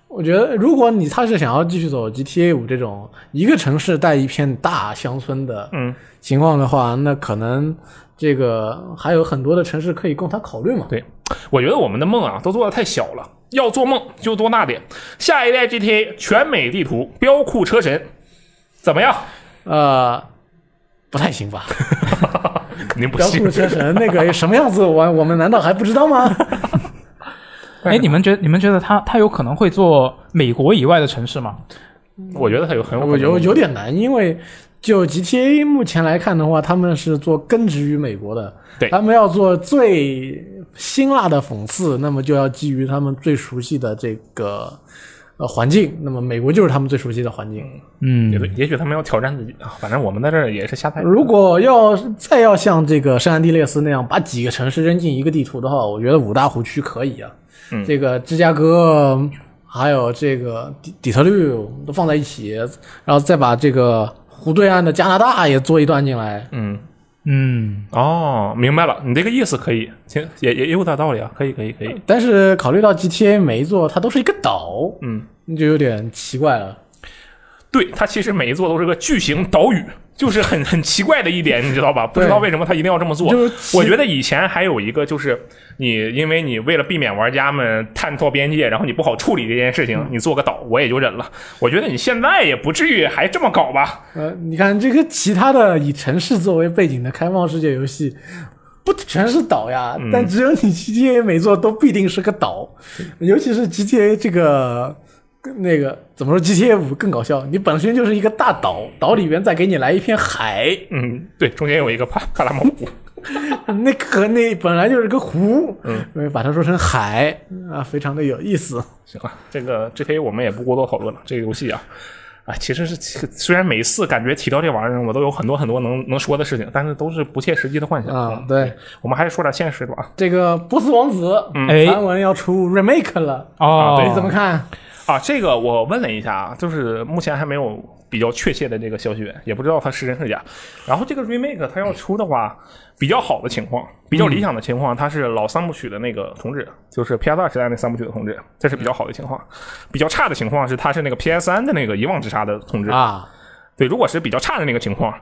C: 我觉得，如果你他是想要继续走 GTA 五这种一个城市带一片大乡村的
A: 嗯，
C: 情况的话，那可能这个还有很多的城市可以供他考虑嘛。
A: 对，我觉得我们的梦啊都做的太小了，要做梦就多纳点。下一代 GTA 全美地图标酷 车神，怎么样？
C: 呃，不太行吧？
A: 肯 定不
C: 标
A: 信
C: 库。车神那个什么样子，我我们难道还不知道吗？
B: 哎，你们觉你们觉得他他有可能会做美国以外的城市吗？
A: 我觉得他有很有
C: 我
A: 可
C: 有
A: 能
C: 有点难，因为就 GTA 目前来看的话，他们是做根植于美国的，
A: 对
C: 他们要做最辛辣的讽刺，那么就要基于他们最熟悉的这个呃环境，那么美国就是他们最熟悉的环境。
B: 嗯
A: 也对，也许他们要挑战自己啊。反正我们在这儿也是瞎猜。
C: 如果要再要像这个圣安地列斯那样把几个城市扔进一个地图的话，我觉得五大湖区可以啊，
A: 嗯
C: 这个芝加哥。还有这个底底特律都放在一起，然后再把这个湖对岸的加拿大也做一段进来，
A: 嗯，
B: 嗯，
A: 哦，明白了，你这个意思可以，其实也也也有点道理啊，可以，可以，可以。
C: 但是考虑到 GTA 每一座它都是一个岛，
A: 嗯，
C: 那就有点奇怪了。
A: 对，它其实每一座都是个巨型岛屿，就是很很奇怪的一点，你知道吧？不知道为什么他一定要这么做。
C: 就是其
A: 我觉得以前还有一个，就是你因为你为了避免玩家们探索边界，然后你不好处理这件事
C: 嗯
A: 情，你做个岛，我也就忍了。我觉得你现在也不至于还这么搞吧？
C: 呃，你看这个其他的以城市作为背景的开放世界游戏，不全是岛呀，但只有你 GTA 每座都必定是个岛，尤其是 GTA 这个。那个怎么说？GTA 五更搞笑，你本身就是一个大岛，岛里边再给你来一片海，
A: 嗯，对，中间有一个帕帕拉蒙湖，
C: 那可那本来就是个湖，嗯，把它说成海啊，非常的有意思。
A: 行了，这个 GTA 我们也不过多讨论了。这个游戏啊，啊，其实是虽然每次感觉提到这玩意儿，我都有很多很多能能说的事情，但是都是不切实际的幻想
C: 啊对，
A: 我们还是说点现实的吧。
C: 这个波斯王子，
B: 哎
C: 传闻要出 remake 了，
B: 哦，
A: 嗯对
C: 你怎么看？
A: 啊，这个我问了一下啊，就是目前还没有比较确切的这个消息源，也不知道它是真是假。然后这个 remake 它要出的话，比较好的情况，比较理想的情况，它是老三部曲的那个重置，就是 PS 二时代那三部曲的重置，这是比较好的情况。比较差的情况是它是那个 PS 三的那个遗忘之沙的重置。
C: 啊，
A: 对，如果是比较差的那个情况，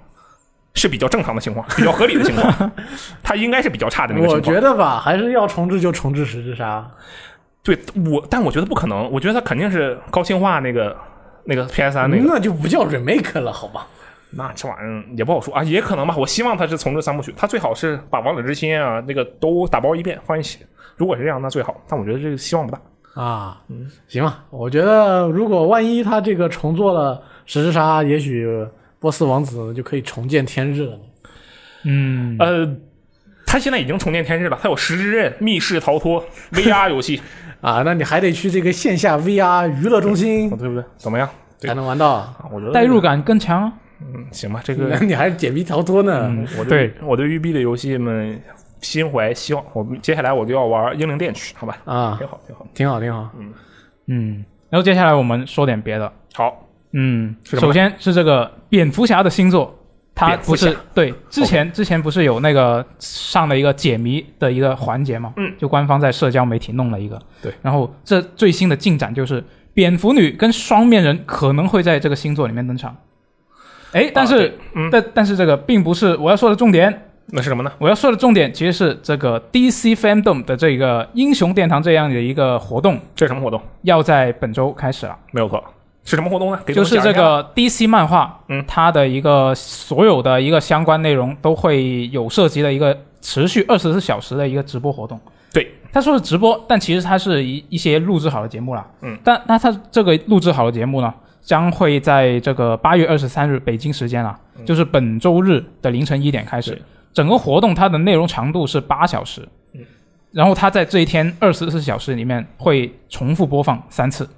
A: 是比较正常的情况，比较合理的情 况，它应该是比较差的那个情
C: 我
A: 况。
C: 觉得吧，还是要重置就重置十之杀。
A: 对我，但我觉得不可能，我觉得它肯定是高清化那个那个 PS 三那个。
B: 嗯
C: 那就不叫 remake 了，好吧？
A: 那这玩意儿也不好说啊，也可能吧。我希望它是重置三部曲，它最好是把《王者之心啊》那个都打包一遍放一起。如果是这样，那最好。但我觉得这个希望不大。
C: 啊，
A: 嗯
C: 行吧，我觉得如果万一他这个重做了十之杀，也许波斯王子就可以重见天日了。
B: 嗯，
A: 呃，它现在已经重见天日了，它有《十之刃》《密室逃脱》VR 游 戏，
C: 啊，那你还得去这个线下 VR 娱乐中心
A: 对不对？怎么样？对
C: 才能玩到，
A: 啊，我觉得
B: 代入感更强啊。
A: 嗯行吧，这
C: 那
A: 个
C: 你还是解谜逃脱呢。
A: 嗯，我
B: 对
A: 我对育碧的游戏们心怀希望。我们接下来我就要玩《英灵殿区》，好吧？
C: 啊，
A: 挺好，挺好。
C: 挺好，挺好。
B: 嗯，然后接下来我们说点别的。
A: 好，
B: 嗯，
A: 是什么
B: 首先是这个蝙蝠侠的星座，它
A: 蝙蝠
B: 不
A: 侠
B: 是对之前之前不是有那个上了一个解谜的一个环节嘛？
A: 嗯，
B: 就官方在社交媒体弄了一个。
A: 对，
B: 然后这最新的进展就是蝙蝠女跟双面人可能会在这个星座里面登场。哎，但
A: 啊
B: 是、
A: 对嗯
B: 但但是这个并不是我要说的重点，
A: 那是什么呢？
B: 我要说的重点其实是这个 DC Fandom 的这个英雄殿堂这样的一个活动
A: 这是什么活动？
B: 要在本周开始了。
A: 没有错，是什么活动呢？给
B: 就是这
A: 我
B: 个 DC 漫画，
A: 嗯
B: 它的一个所有的一个相关内容都会有涉及的一个持续二十四小时的一个直播活动。
A: 对，
B: 他说是直播，但其实它是一一些录制好的节目啦。
A: 嗯，
B: 但那它这个录制好的节目呢，将会在这个八月二十三日北京时间啊，就是本周日的凌晨一点开始
A: 嗯对。
B: 整个活动它的内容长度是八小时，
A: 嗯，
B: 然后它在这一天二十四小时里面会重复播放三次。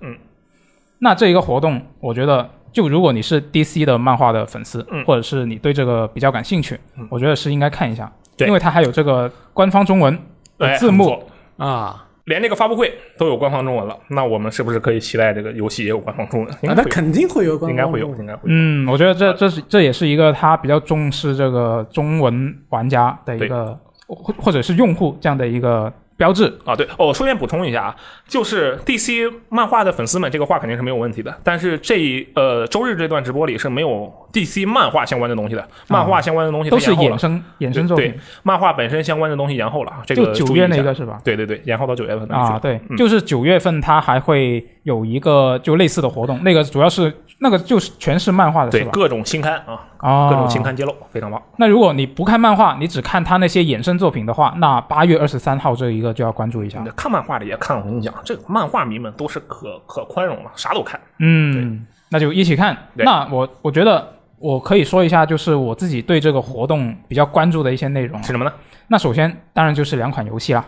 B: 那这一个活动，我觉得就如果你是 DC 的漫画的粉丝，
A: 嗯
B: 或者是你对这个比较感兴趣，
A: 嗯
B: 我觉得是应该看一下，
A: 对
B: 因为它还有这个官方中文
A: 讲一下
B: 的字
A: 哎很不
B: 幕
A: 错。
C: 啊，
A: 连这个发布会都有官方中文了，那我们是不是可以期待这个游戏也有官方中文？应该
C: 啊那
A: 会
C: 肯定会有
A: 有，
C: 官
A: 应该
C: 方
A: 会有
C: 中，文
A: 应该会有。
B: 嗯，我觉得
A: 呃
B: 这这是这也是一个他比较重视这个中文玩家的一个或或者是用户这样的一个标志。
A: 啊，对哦，顺便补充一下啊，就是 DC 漫画的粉丝们，这个话肯定是没有问题的。但是这一呃周日这段直播里是没有 DC 漫画相关的东西的，漫画相关的东西
B: 都是
A: 延后
B: 衍
A: 了，
B: 生衍生作
A: 对
B: 品
A: 对，，漫画本身相关的东西延后了啊，这
B: 就
A: 个
B: 九
A: 注意
B: 月
A: 一
B: 那
A: 下
B: 个，是吧？
A: 对对对，延后到九月份的
B: 啊，对，
A: 嗯
B: 就是九月份它还会有一个就类似的活动，那个主要是那个就是全是漫画的，
A: 对
B: 是吧？
A: 各种新刊啊，
B: 啊，
A: 各种新刊揭露，非常棒。
B: 那如果你不看漫画，你只看他那些衍生作品的话，那八月二十三号这一个就要关注一下
A: 你。看漫画的也看，我跟你讲，这个漫画迷们都是可可宽容了，啥都看。
B: 嗯，那就一起看。
A: 对
B: 那我我觉得我可以说一下，就是我自己对这个活动比较关注的一些内容。
A: 是什么呢？
B: 那首先当然就是两款游戏啦。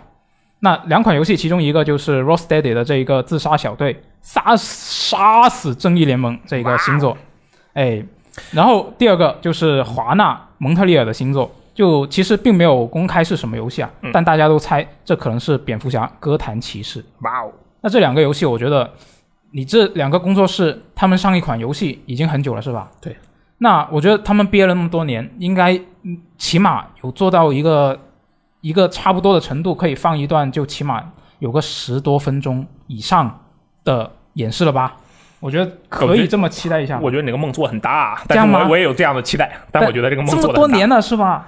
B: 那两款游戏，其中一个就是 Rocksteady 的这一个自杀小队杀杀死正义联盟这个星座，哎，然后第二个就是华纳蒙特利尔的星座，就其实并没有公开是什么游戏啊，但大家都猜这可能是蝙蝠侠哥谭骑士。
A: 哇哦，
B: 那这两个游戏，我觉得你这两个工作室，他们上一款游戏已经很久了，是吧？
C: 对。
B: 那我觉得他们憋了那么多年，应该嗯起码有做到一个一个差不多的程度，可以放一段就起码有个十多分钟以上的演示了吧？我觉得可以这么期待一下。
A: 我觉得你这个梦做很大，但
B: 啊这样
A: 是
B: 吗
A: 我我也有这样的期待，但我觉得这个梦
B: 这
A: 做的
B: 么多年了是吧？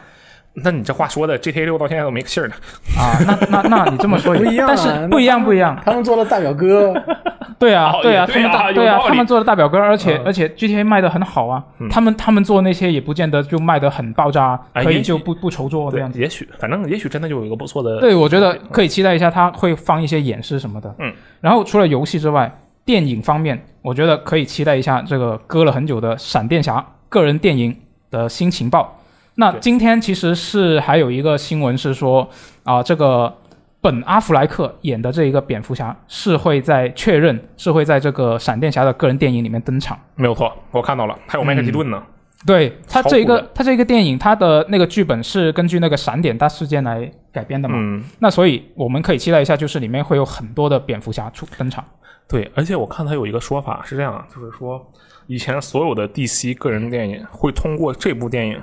A: 那你这话说的，GTA 六到现在都没个信儿呢。
B: 啊，那那那你这么 说也
C: 不一样啊
B: 但是不一样不一样。
C: 他们做了大表哥，
B: 对啊
A: 哦，
B: 对
A: 也
B: 啊，他
A: 对
B: 们
A: 啊
B: 大
A: 有
B: 对啊
A: 道，理
B: 他们做的大表哥，而且
C: 嗯
B: 而且 GTA 卖的很好啊
A: 嗯，
B: 他们他们做那些也不见得就卖的很爆炸，
A: 哎
B: 可
A: 也
B: 以
A: 许
B: 就不不愁做这
A: 对
B: 样，子。
A: 也许反正也许真的就有一个不错的。
B: 对，我觉得可以期待一下，他会放一些演示什么的。
A: 嗯，
B: 然后除了游戏之外，电影方面，我觉得可以期待一下这个搁了很久的《闪电侠》个人电影的新情报。那
A: 对
B: 今天其实是还有一个新闻是说啊、这个本阿弗莱克演的这一个蝙蝠侠是会在确认是会在这个闪电侠的个人电影里面登场。
A: 没有错，我看到了，
B: 嗯
A: 还有麦克基顿呢。
B: 对他
A: 超
B: 这一
A: 酷
B: 个
A: 的
B: 他这个电影，他的那个剧本是根据那个闪点大事件来改编的嘛？
A: 嗯，
B: 那所以我们可以期待一下，就是里面会有很多的蝙蝠侠出登场。
A: 对，而且我看他有一个说法是这样啊，就是说以前所有的 DC 个人电影会通过这部电影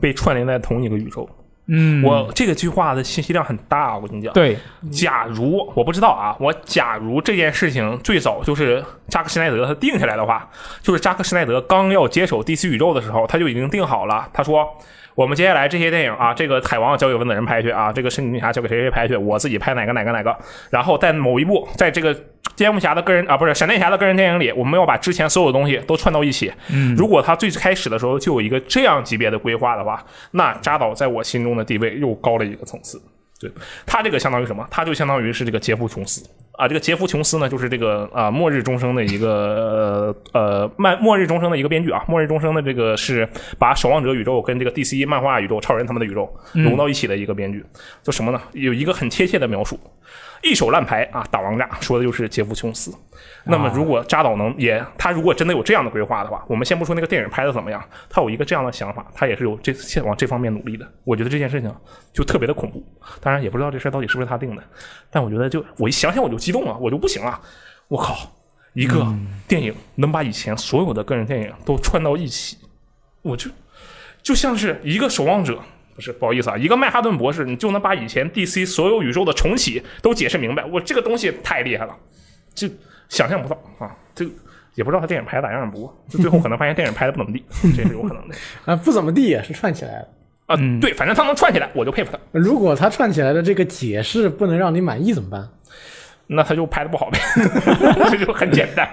A: 被串联在同一个宇宙。
B: 嗯，
A: 我这个句话的信息量很大，我跟你讲。
B: 对
A: 假如我不知道啊，我假如这件事情最早就是扎克施耐德他定下来的话，就是扎克施耐德刚要接手 DC 宇宙的时候，他就已经定好了。他说，我们接下来这些电影啊，这个海王交给温子仁拍去啊，这个神女侠交给谁谁拍去，我自己拍哪个哪个哪个。然后在某一部，在这个蝙蝠侠的个人啊，不是闪电侠的个人电影里，我们要把之前所有东西都串到一起。嗯，如果他最开始的时候就有一个这样级别的规划的话，那扎导在我心中的地位又高了一个层次。对他这个相当于什么？他就相当于是这个杰夫·琼斯啊。这个杰夫·琼斯呢，就是这个啊、末日钟声的一个呃呃漫末日钟声的一个编剧啊。末日钟声的这个是把守望者宇宙跟这个 DC 漫画宇宙、超人他们的宇宙融到一起的一个编剧。就什么呢？有一个很贴切的描述，一手烂牌啊，打王炸，说的就是杰夫·琼斯。那么，如果扎导能也，他如果真的有这样的规划的话，我们先不说那个电影拍的怎么样，他有一个这样的想法，他也是有这先往这方面努力的。我觉得这件事情就特别的恐怖，当然也不知道这事儿到底是不是他定的，但我觉得就我一想想我就激动了，我就不行了，我靠，一个电影能把以前所有的个人电影都串到一起，我就就像是一个守望者。不是，不好意思啊，一个曼哈顿博士，你就能把以前 DC 所有宇宙的重启都解释明白，我这个东西太厉害了。就想象不到啊，这个也不知道他电影拍的咋样，不过就最后可能发现电影拍的不怎么地，这是有可能的
C: 啊，不怎么地也是串起来了。
A: 啊。对，反正他能串起来，我就佩服他。
C: 如果他串起来的这个解释不能让你满意怎么办？
A: 那他就拍的不好呗， 这就很简单，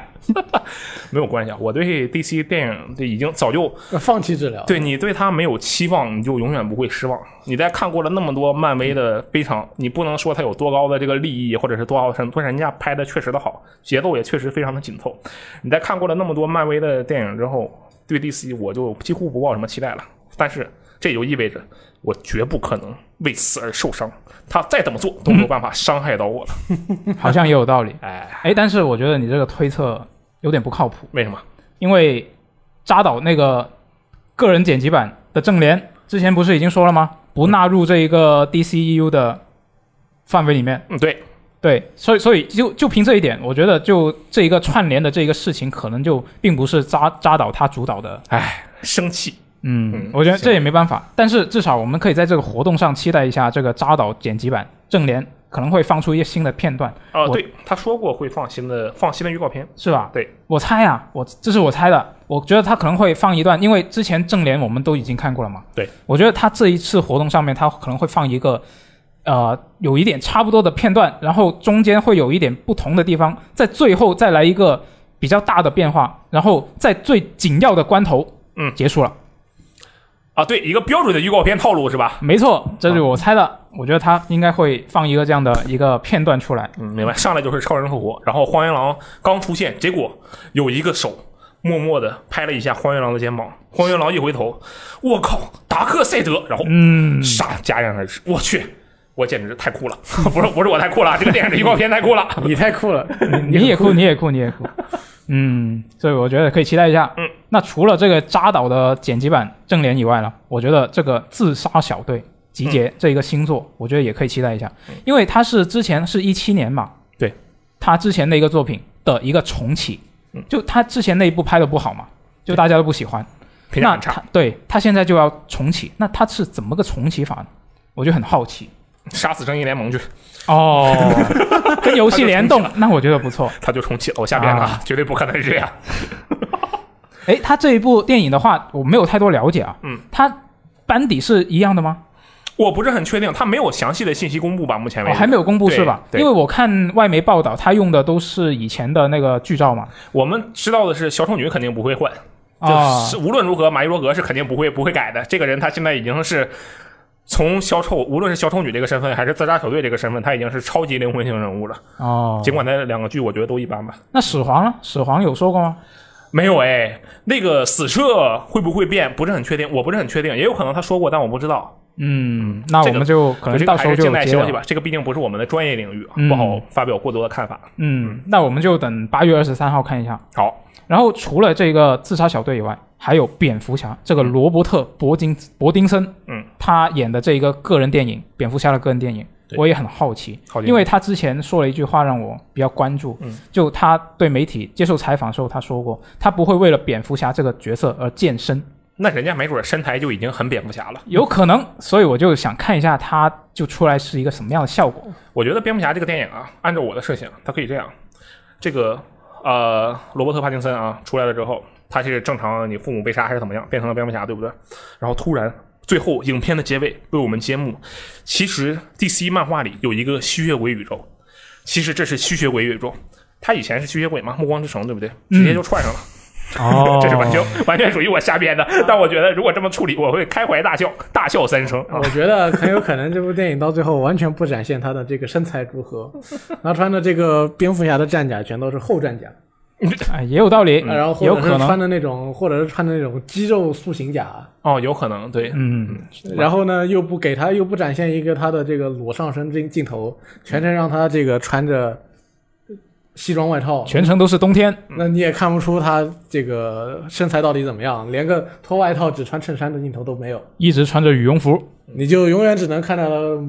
A: 没有关系啊。我对 DC 电影的已经早就
C: 呃放弃治疗，
A: 对你对他没有期望，你就永远不会失望。你在看过了那么多漫威的非常，你不能说它有多高的这个利益，或者是多好什么，但是人家拍的确实的好，节奏也确实非常的紧凑。你在看过了那么多漫威的电影之后，对 DC 我就几乎不抱什么期待了。但是这也就意味着我绝不可能为此而受伤，他再怎么做都没有办法伤害到我了。
B: 好像也 有道理。
A: 哎，
B: 哎，但是我觉得你这个推测有点不靠谱，
A: 为什么？
B: 因为扎导那个个人剪辑版的正联之前不是已经说了吗？不纳入这一个 DCEU 的范围里面。
A: 嗯，对，
B: 对，所以所以就就凭这一点，我觉得就这一个串联的这一个事情，可能就并不是扎扎导他主导的。
A: 哎，生气。
B: 嗯
A: 嗯，
B: 我觉得
A: 行
B: 这也没办法，但是至少我们可以在这个活动上期待一下这个扎导剪辑版正联可能会放出一些新的片段，
A: 啊、
B: 我
A: 对，他说过会放新的放新的预告片，
B: 是吧？
A: 对，
B: 我猜啊，我这是我猜的，我觉得他可能会放一段，因为之前正联我们都已经看过了嘛。
A: 对，
B: 我觉得他这一次活动上面，他可能会放一个，呃，有一点差不多的片段，然后中间会有一点不同的地方，在最后再来一个比较大的变化，然后在最紧要的关头，
A: 嗯
B: 结束了。
A: 啊，对，一个标准的预告片套路是吧？
B: 没错，这是我猜的。我觉得他应该会放一个这样的一个片段出来。
A: 嗯，明白。上来就是超人复活，然后荒原狼刚出现，结果有一个手默默的拍了一下荒原狼的肩膀，荒原狼一回头，我靠，达克赛德，然后
B: 嗯，
A: 杀戛然而止。我去，我简直太酷了！ 不是不是我太酷了，这个电 影的预告片太酷了。
C: 你太酷了，
B: 你也哭，你也哭，你也哭。嗯，所以我觉得可以期待一下。
A: 嗯，
B: 那除了这个扎导的剪辑版正联以外呢，我觉得这个自杀小队集结这一个新作，我觉得也可以期待一下，因为它是之前是一七年嘛，
A: 对，
B: 他之前的一个作品的一个重启
A: 嗯，
B: 就他之前那一部拍的不好嘛，就大家都不喜欢，
A: 评价
B: 那
A: 很差，
B: 他对他现在就要重启，那他是怎么个重启法呢？我就很好奇
A: 杀死正义联盟去，
B: 哦， 跟游戏联 动，那我觉得不错。
A: 他就重启了。我下边了，
B: 啊
A: 绝对不可能是这样。
B: 哎，他这一部电影的话，我没有太多了解啊。
A: 嗯，
B: 他班底是一样的吗？
A: 我不是很确定，他没有详细的信息公布吧？目前为
B: 哦，
A: 止、
B: 还没有公布
A: 对
B: 是吧？
A: 对
B: 因为我看外媒报道，他用的都是以前的那个剧照嘛。
A: 我们知道的是，小丑女肯定不会换，
B: 啊
A: 就是无论如何，马伊罗格是肯定不会不会改的。这个人他现在已经是从小丑，无论是小丑女这个身份，还是自杀小队这个身份，他已经是超级灵魂型人物了。
B: 哦，
A: 尽管那两个剧我觉得都一般吧。
B: 那始皇呢？始皇有说过吗？
A: 没有哎，那个死射会不会变，不是很确定，我不是很确定，也有可能他说过，但我不知道。
B: 嗯，那我
A: 这个
B: 们就可能
A: 这
B: 到
A: 个
B: 时
A: 还
B: 候
A: 是
B: 就
A: 静
B: 有
A: 待
B: 结
A: 消
B: 了
A: 息。吧，这个毕竟不是我们的专业领域啊，
B: 嗯
A: 不好发表过多的看法。
B: 嗯，那我们就等八月二十三号看一下。
A: 好，
B: 然后除了这个自杀小队以外，还有蝙蝠侠这个罗伯特·伯金伯丁森，
A: 嗯，
B: 他演的这一个个人电影《蝙蝠侠》的个人电影，
A: 对
B: 我也很好奇，
A: 好电影
B: 因为他之前说了一句话让我比较关注，
A: 嗯，
B: 就他对媒体接受采访的时候，他说过，他不会为了蝙蝠侠这个角色而健身，
A: 那人家没准身材就已经很蝙蝠侠了。
B: 有可能，所以我就想看一下他就出来是一个什么样的效果。
A: 我觉得蝙蝠侠这个电影啊，按照我的设想，它可以这样：这个呃，罗伯特·帕丁森啊出来了之后，他是正常你父母被杀还是怎么样，变成了蝙蝠侠，对不对？然后突然最后影片的结尾为我们揭幕，其实 DC 漫画里有一个吸血鬼宇宙，其实这是吸血鬼宇宙，他以前是吸血鬼嘛，暮光之城对不对？直接就串上了。
B: 哦
A: 这是完全完全属于我瞎编的，但我觉得如果这么处理，我会开怀大笑，大笑三声。
C: 我觉得很有可能这部电影到最后完全不展现他的这个身材如何，他穿的这个蝙蝠侠的战甲全都是厚战甲，
B: 哎，也有道理，
C: 嗯然后或
B: 有
C: 者是
B: 可
C: 穿
B: 能，
C: 的那种，或者是穿的那种肌肉塑形甲，
A: 哦，有可能对，
B: 嗯，
C: 然后呢又不给他又不展现一个他的这个裸上身镜镜头，全程让他这个穿着西装外套，
B: 全程都是冬天，
C: 那你也看不出他这个身材到底怎么样，连个脱外套只穿衬衫的镜头都没有，
B: 一直穿着羽绒服。
C: 你就永远只能看到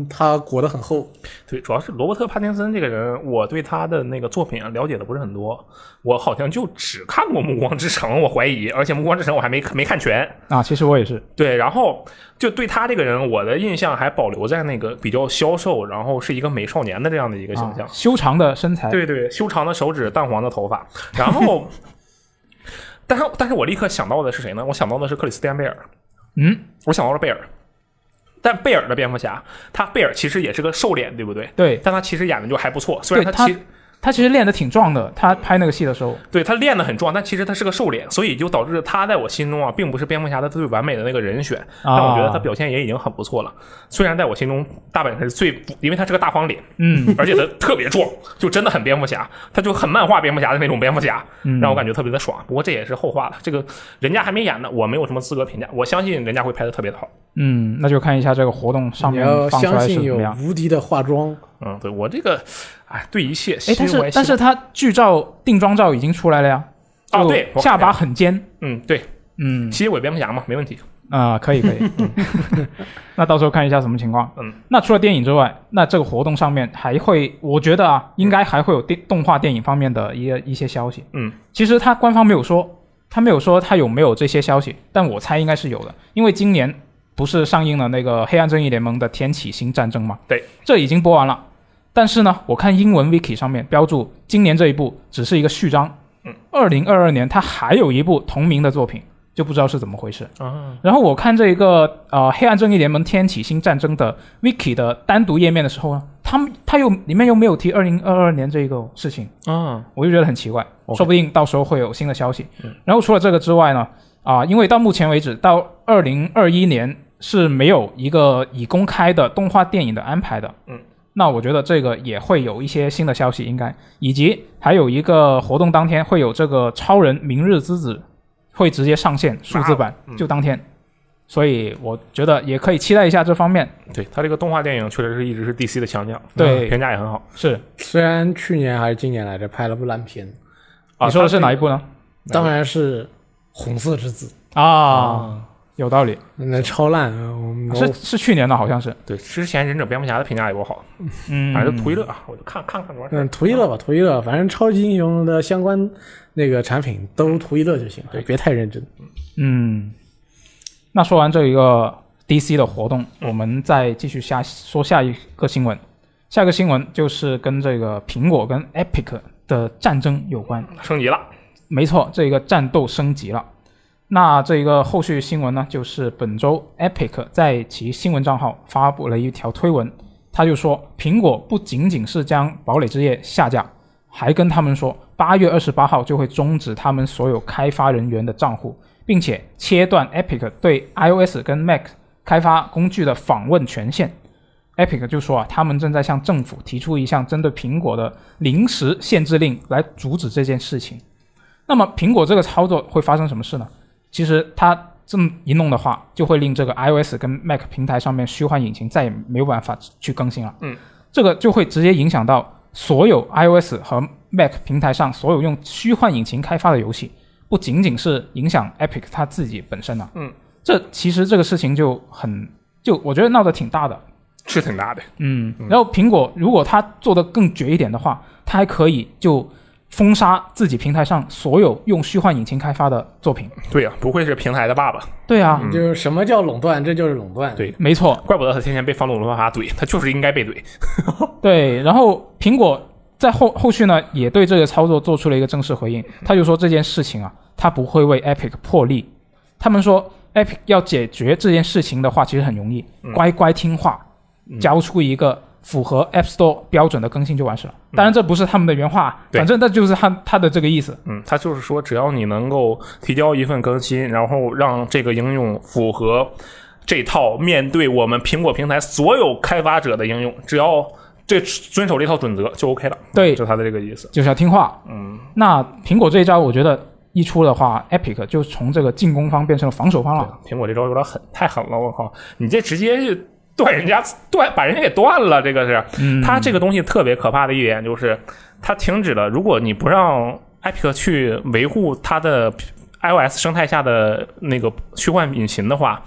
C: 他裹得很厚。
A: 对，主要是罗伯特·帕丁森这个人，我对他的那个作品啊了解的不是很多，我好像就只看过《暮光之城》，我怀疑，而且《暮光之城》我还没没看全。
B: 啊，其实我也是，
A: 对，然后就对他这个人，我的印象还保留在那个比较消瘦，然后是一个美少年的这样的一个形象。
B: 啊、修长的身材，
A: 对对，修长的手指，淡黄的头发，然后，但是但是我立刻想到的是谁呢？我想到的是克里斯蒂安·贝尔。
B: 嗯，
A: 我想到了贝尔，但贝尔的蝙蝠侠，他贝尔其实也是个瘦脸，对不对？
B: 对
A: 但他其实演的就还不错，虽然
B: 对
A: 他其
B: 他他其实练得挺壮的，他拍那个戏的时候，
A: 对他练得很壮，但其实他是个瘦脸，所以就导致他在我心中啊，并不是蝙蝠侠的最完美的那个人选。但我
B: 啊
A: 觉得他表现也已经很不错了。虽然在我心中，大本是最不，因为他是个大方脸，
B: 嗯，
A: 而且他特别壮，就真的很蝙蝠侠，他就很漫画蝙蝠侠的那种蝙蝠侠，
B: 嗯
A: 让我感觉特别的爽。不过这也是后话了，这个人家还没演呢，我没有什么资格评价。我相信人家会拍的特别的好。
B: 嗯，那就看一下这个活动上
C: 你
B: 面
C: 要
B: 放出
C: 相
B: 来是
C: 信
B: 怎
C: 有
B: 么样。
C: 无敌的化妆，
A: 嗯，对我这个，哎，对一切心
B: 哎，
A: 怀
B: 但是
A: 希望
B: 但是他剧照定妆照已经出来了呀，
A: 哦
B: 就
A: 对我
B: 下
A: 看见
B: 巴
A: 了
B: 很尖，
A: 嗯，对，
B: 嗯
A: 吸血鬼蝙蝠侠嘛，没问题。
B: 啊、可以可以， 那到时候看一下什么情况。
A: 嗯，
B: 那除了电影之外，那这个活动上面还会，我觉得啊，应该还会有电动画电影方面的一个一些消息。
A: 嗯，
B: 其实他官方没有说，他没有说他有没有这些消息，但我猜应该是有的，因为今年不是上映了那个《黑暗正义联盟》的《天启星战争》嘛？
A: 对，
B: 这已经播完了。但是呢，我看英文 wiki 上面标注，今年这一部只是一个序章。
A: 嗯，
B: 二零二二年它还有一部同名的作品，就不知道是怎么回事。
A: 啊，
B: 然后我看这一个呃《黑暗正义联盟：天启星战争》的 Wiki 的单独页面的时候呢，他们他又里面又没有提二零二二年这一个事情，
A: 啊，
B: 我就觉得很奇怪
A: OK
B: 说不定到时候会有新的消息。然后除了这个之外呢，啊，因为到目前为止，到二零二一年是没有一个已公开的动画电影的安排的。
A: 嗯，
B: 那我觉得这个也会有一些新的消息，应该以及还有一个活动当天会有这个《超人明日之子》会直接上线数字版，
A: 嗯
B: 就当天。所以我觉得也可以期待一下这方面，
A: 对他这个动画电影确实是一直是 DC 的强项，嗯
B: 对
A: 评价也很好。
B: 是
C: 虽然去年还是今年来着拍了部烂片，
B: 嗯
A: 啊
B: 你说的是
A: 他
B: 哪一部呢？
C: 当然是《红色之子》，
B: 啊，有道理，
C: 那超烂，呃我们
B: 是是去年的，好像是，
A: 对，之前忍者蝙蝠侠的评价也不好，
B: 嗯，
A: 反正就图一乐，我就看看看就完事儿
C: 嗯，图一乐吧，图一乐，反正超级英雄的相关那个产品都图一乐就行了，别太认真。
B: 嗯，那说完这一个 DC 的活动，我们再继续下说下一个新闻。下一个新闻就是跟这个苹果跟 Epic 的战争有关。
A: 升级了，
B: 没错，这个战斗升级了。那这个后续新闻呢，就是本周 Epic 在其新闻账号发布了一条推文，他就说苹果不仅仅是将《堡垒之夜》下架，还跟他们说八月二十八号就会终止他们所有开发人员的账户，并且切断 Epic 对 iOS 跟 Mac 开发工具的访问权限。Epic 就说啊，他们正在向政府提出一项针对苹果的临时限制令来阻止这件事情。那么苹果这个操作会发生什么事呢？其实它这么一弄的话，就会令这个 iOS 跟 Mac 平台上面虚幻引擎再也没有办法去更新了。
A: 嗯，
B: 这个就会直接影响到所有 iOS 和 Mac 平台上所有用虚幻引擎开发的游戏，不仅仅是影响 Epic 它自己本身了。
A: 嗯，
B: 这其实这个事情就很就我觉得闹得挺大的。
A: 是挺大的。
B: 嗯，然后苹果如果它做得更绝一点的话，它还可以就封杀自己平台上所有用虚幻引擎开发的作品。
A: 对呀、不愧是平台的爸爸，
B: 对啊，
A: 嗯
C: 就是什么叫垄断，这就是垄断。
A: 对
B: 没错，
A: 怪不得他天天被方总罗法怼，他就是应该被怼。
B: 对。然后苹果在后后续呢，也对这个操作做出了一个正式回应，他就说这件事情啊，他不会为 Epic 破例。他们说 Epic 要解决这件事情的话，其实很容易，乖乖听话，交出一个符合 App Store 标准的更新就完事了。当然，这不是他们的原话啊，
A: 对
B: 反正那就是他他的这个意思。
A: 嗯，他就是说，只要你能够提交一份更新，然后让这个应用符合这套面对我们苹果平台所有开发者的应用，只要这遵守这套准则就 OK 了。
B: 对
A: 就他的这个意思。
B: 就是要听话。
A: 嗯，
B: 那苹果这一招，我觉得一出的话，Epic 就从这个进攻方变成了防守方了。
A: 苹果这招有点狠，太狠了！我靠，你这直接就断人家断，把人家给断了，这个是。
B: 嗯
A: 它这个东西特别可怕的一点就是，它停止了。如果你不让 Epic 去维护它的 iOS 生态下的那个虚幻引擎的话，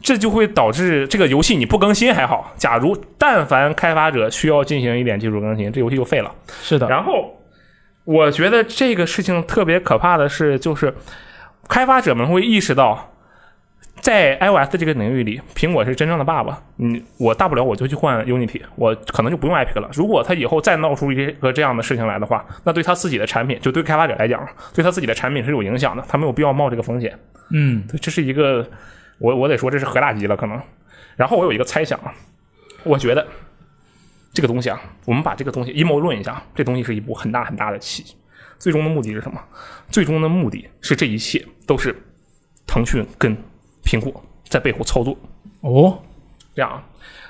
A: 这就会导致这个游戏你不更新还好。假如但凡开发者需要进行一点技术更新，这游戏就废了。
B: 是的，
A: 然后我觉得这个事情特别可怕的是，就是开发者们会意识到。在 iOS 这个领域里，苹果是真正的爸爸。你我大不了我就去换 Unity，我可能就不用 Epic 了。如果他以后再闹出一个这样的事情来的话，那对他自己的产品，就对开发者来讲，对他自己的产品是有影响的。他没有必要冒这个风险。
B: 嗯
A: 对，这是一个，我我得说这是核打击了，可能。然后我有一个猜想，啊，我觉得这个东西啊，我们把这个东西阴谋论一下，这东西是一部很大很大的棋，最终的目的是什么？最终的目的是这一切都是腾讯跟苹果在背后操作。
B: 哦，
A: 这样啊，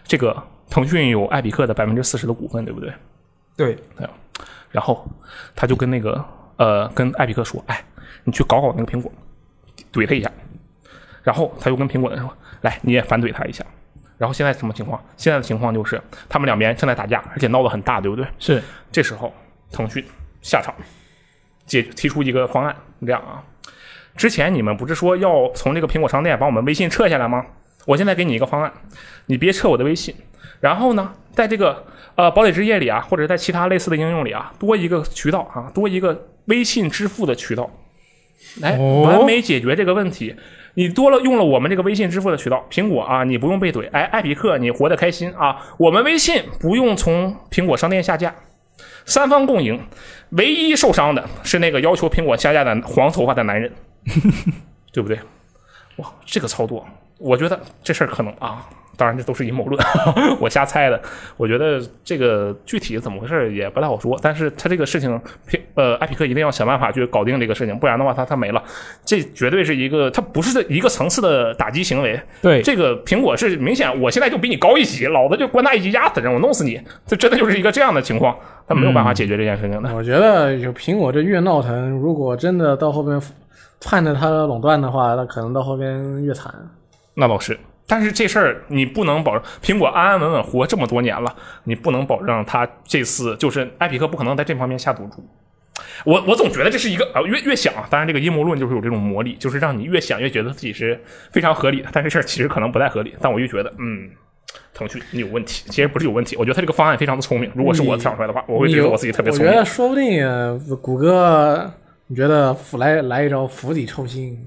A: 这个腾讯有艾比克的百分之四十的股份，对不对？
B: 对，
A: 然后他就跟那个呃跟艾比克说：“哎，你去搞搞那个苹果，怼他一下。”然后他又跟苹果人说：“来，你也反怼他一下。”然后现在什么情况？现在的情况就是他们两边正在打架，而且闹得很大，对不对？
B: 是
A: 这时候腾讯下场解提出一个方案，这样啊，之前你们不是说要从这个苹果商店把我们微信撤下来吗？我现在给你一个方案，你别撤我的微信。然后呢，在这个呃堡垒之夜里啊，或者在其他类似的应用里啊，多一个渠道啊，多一个微信支付的渠道，来
B: 哦
A: 完美解决这个问题。你多了用了我们这个微信支付的渠道，苹果啊，你不用被怼，哎，艾比克你活得开心啊，我们微信不用从苹果商店下架，三方共赢，唯一受伤的是那个要求苹果下架的黄头发的男人，对不对？哇，这个操作，我觉得这事儿可能啊，当然这都是阴谋论，我瞎猜的。我觉得这个具体怎么回事也不太好说，但是他这个事情，苹呃，艾匹克一定要想办法去搞定这个事情，不然的话他他没了。这绝对是一个，它不是一个层次的打击行为。
B: 对，
A: 这个苹果是明显，我现在就比你高一级，老子就官大一级压死人，我弄死你。这真的就是一个这样的情况，他没有办法解决这件事情的。
C: 我觉得有苹果这越闹腾，如果真的到后边盼着它垄断的话，那可能到后边越惨。
A: 那倒是，但是这事儿你不能保证，苹果安安稳稳活这么多年了，你不能保证他这次就是艾匹克不可能在这方面下赌注。我我总觉得这是一个啊，越越想，当然这个阴谋论就是有这种魔力，就是让你越想越觉得自己是非常合理的，但这事儿其实可能不太合理。但我越觉得，嗯，腾讯你有问题，其实不是有问题，我觉得他这个方案非常的聪明。如果是我想出来的话，我会觉
C: 你
A: 得
C: 有
A: 我自己特别
C: 我
A: 聪
C: 觉
A: 明。
C: 得说不定呃谷歌，你觉得府来来一招釜底抽薪，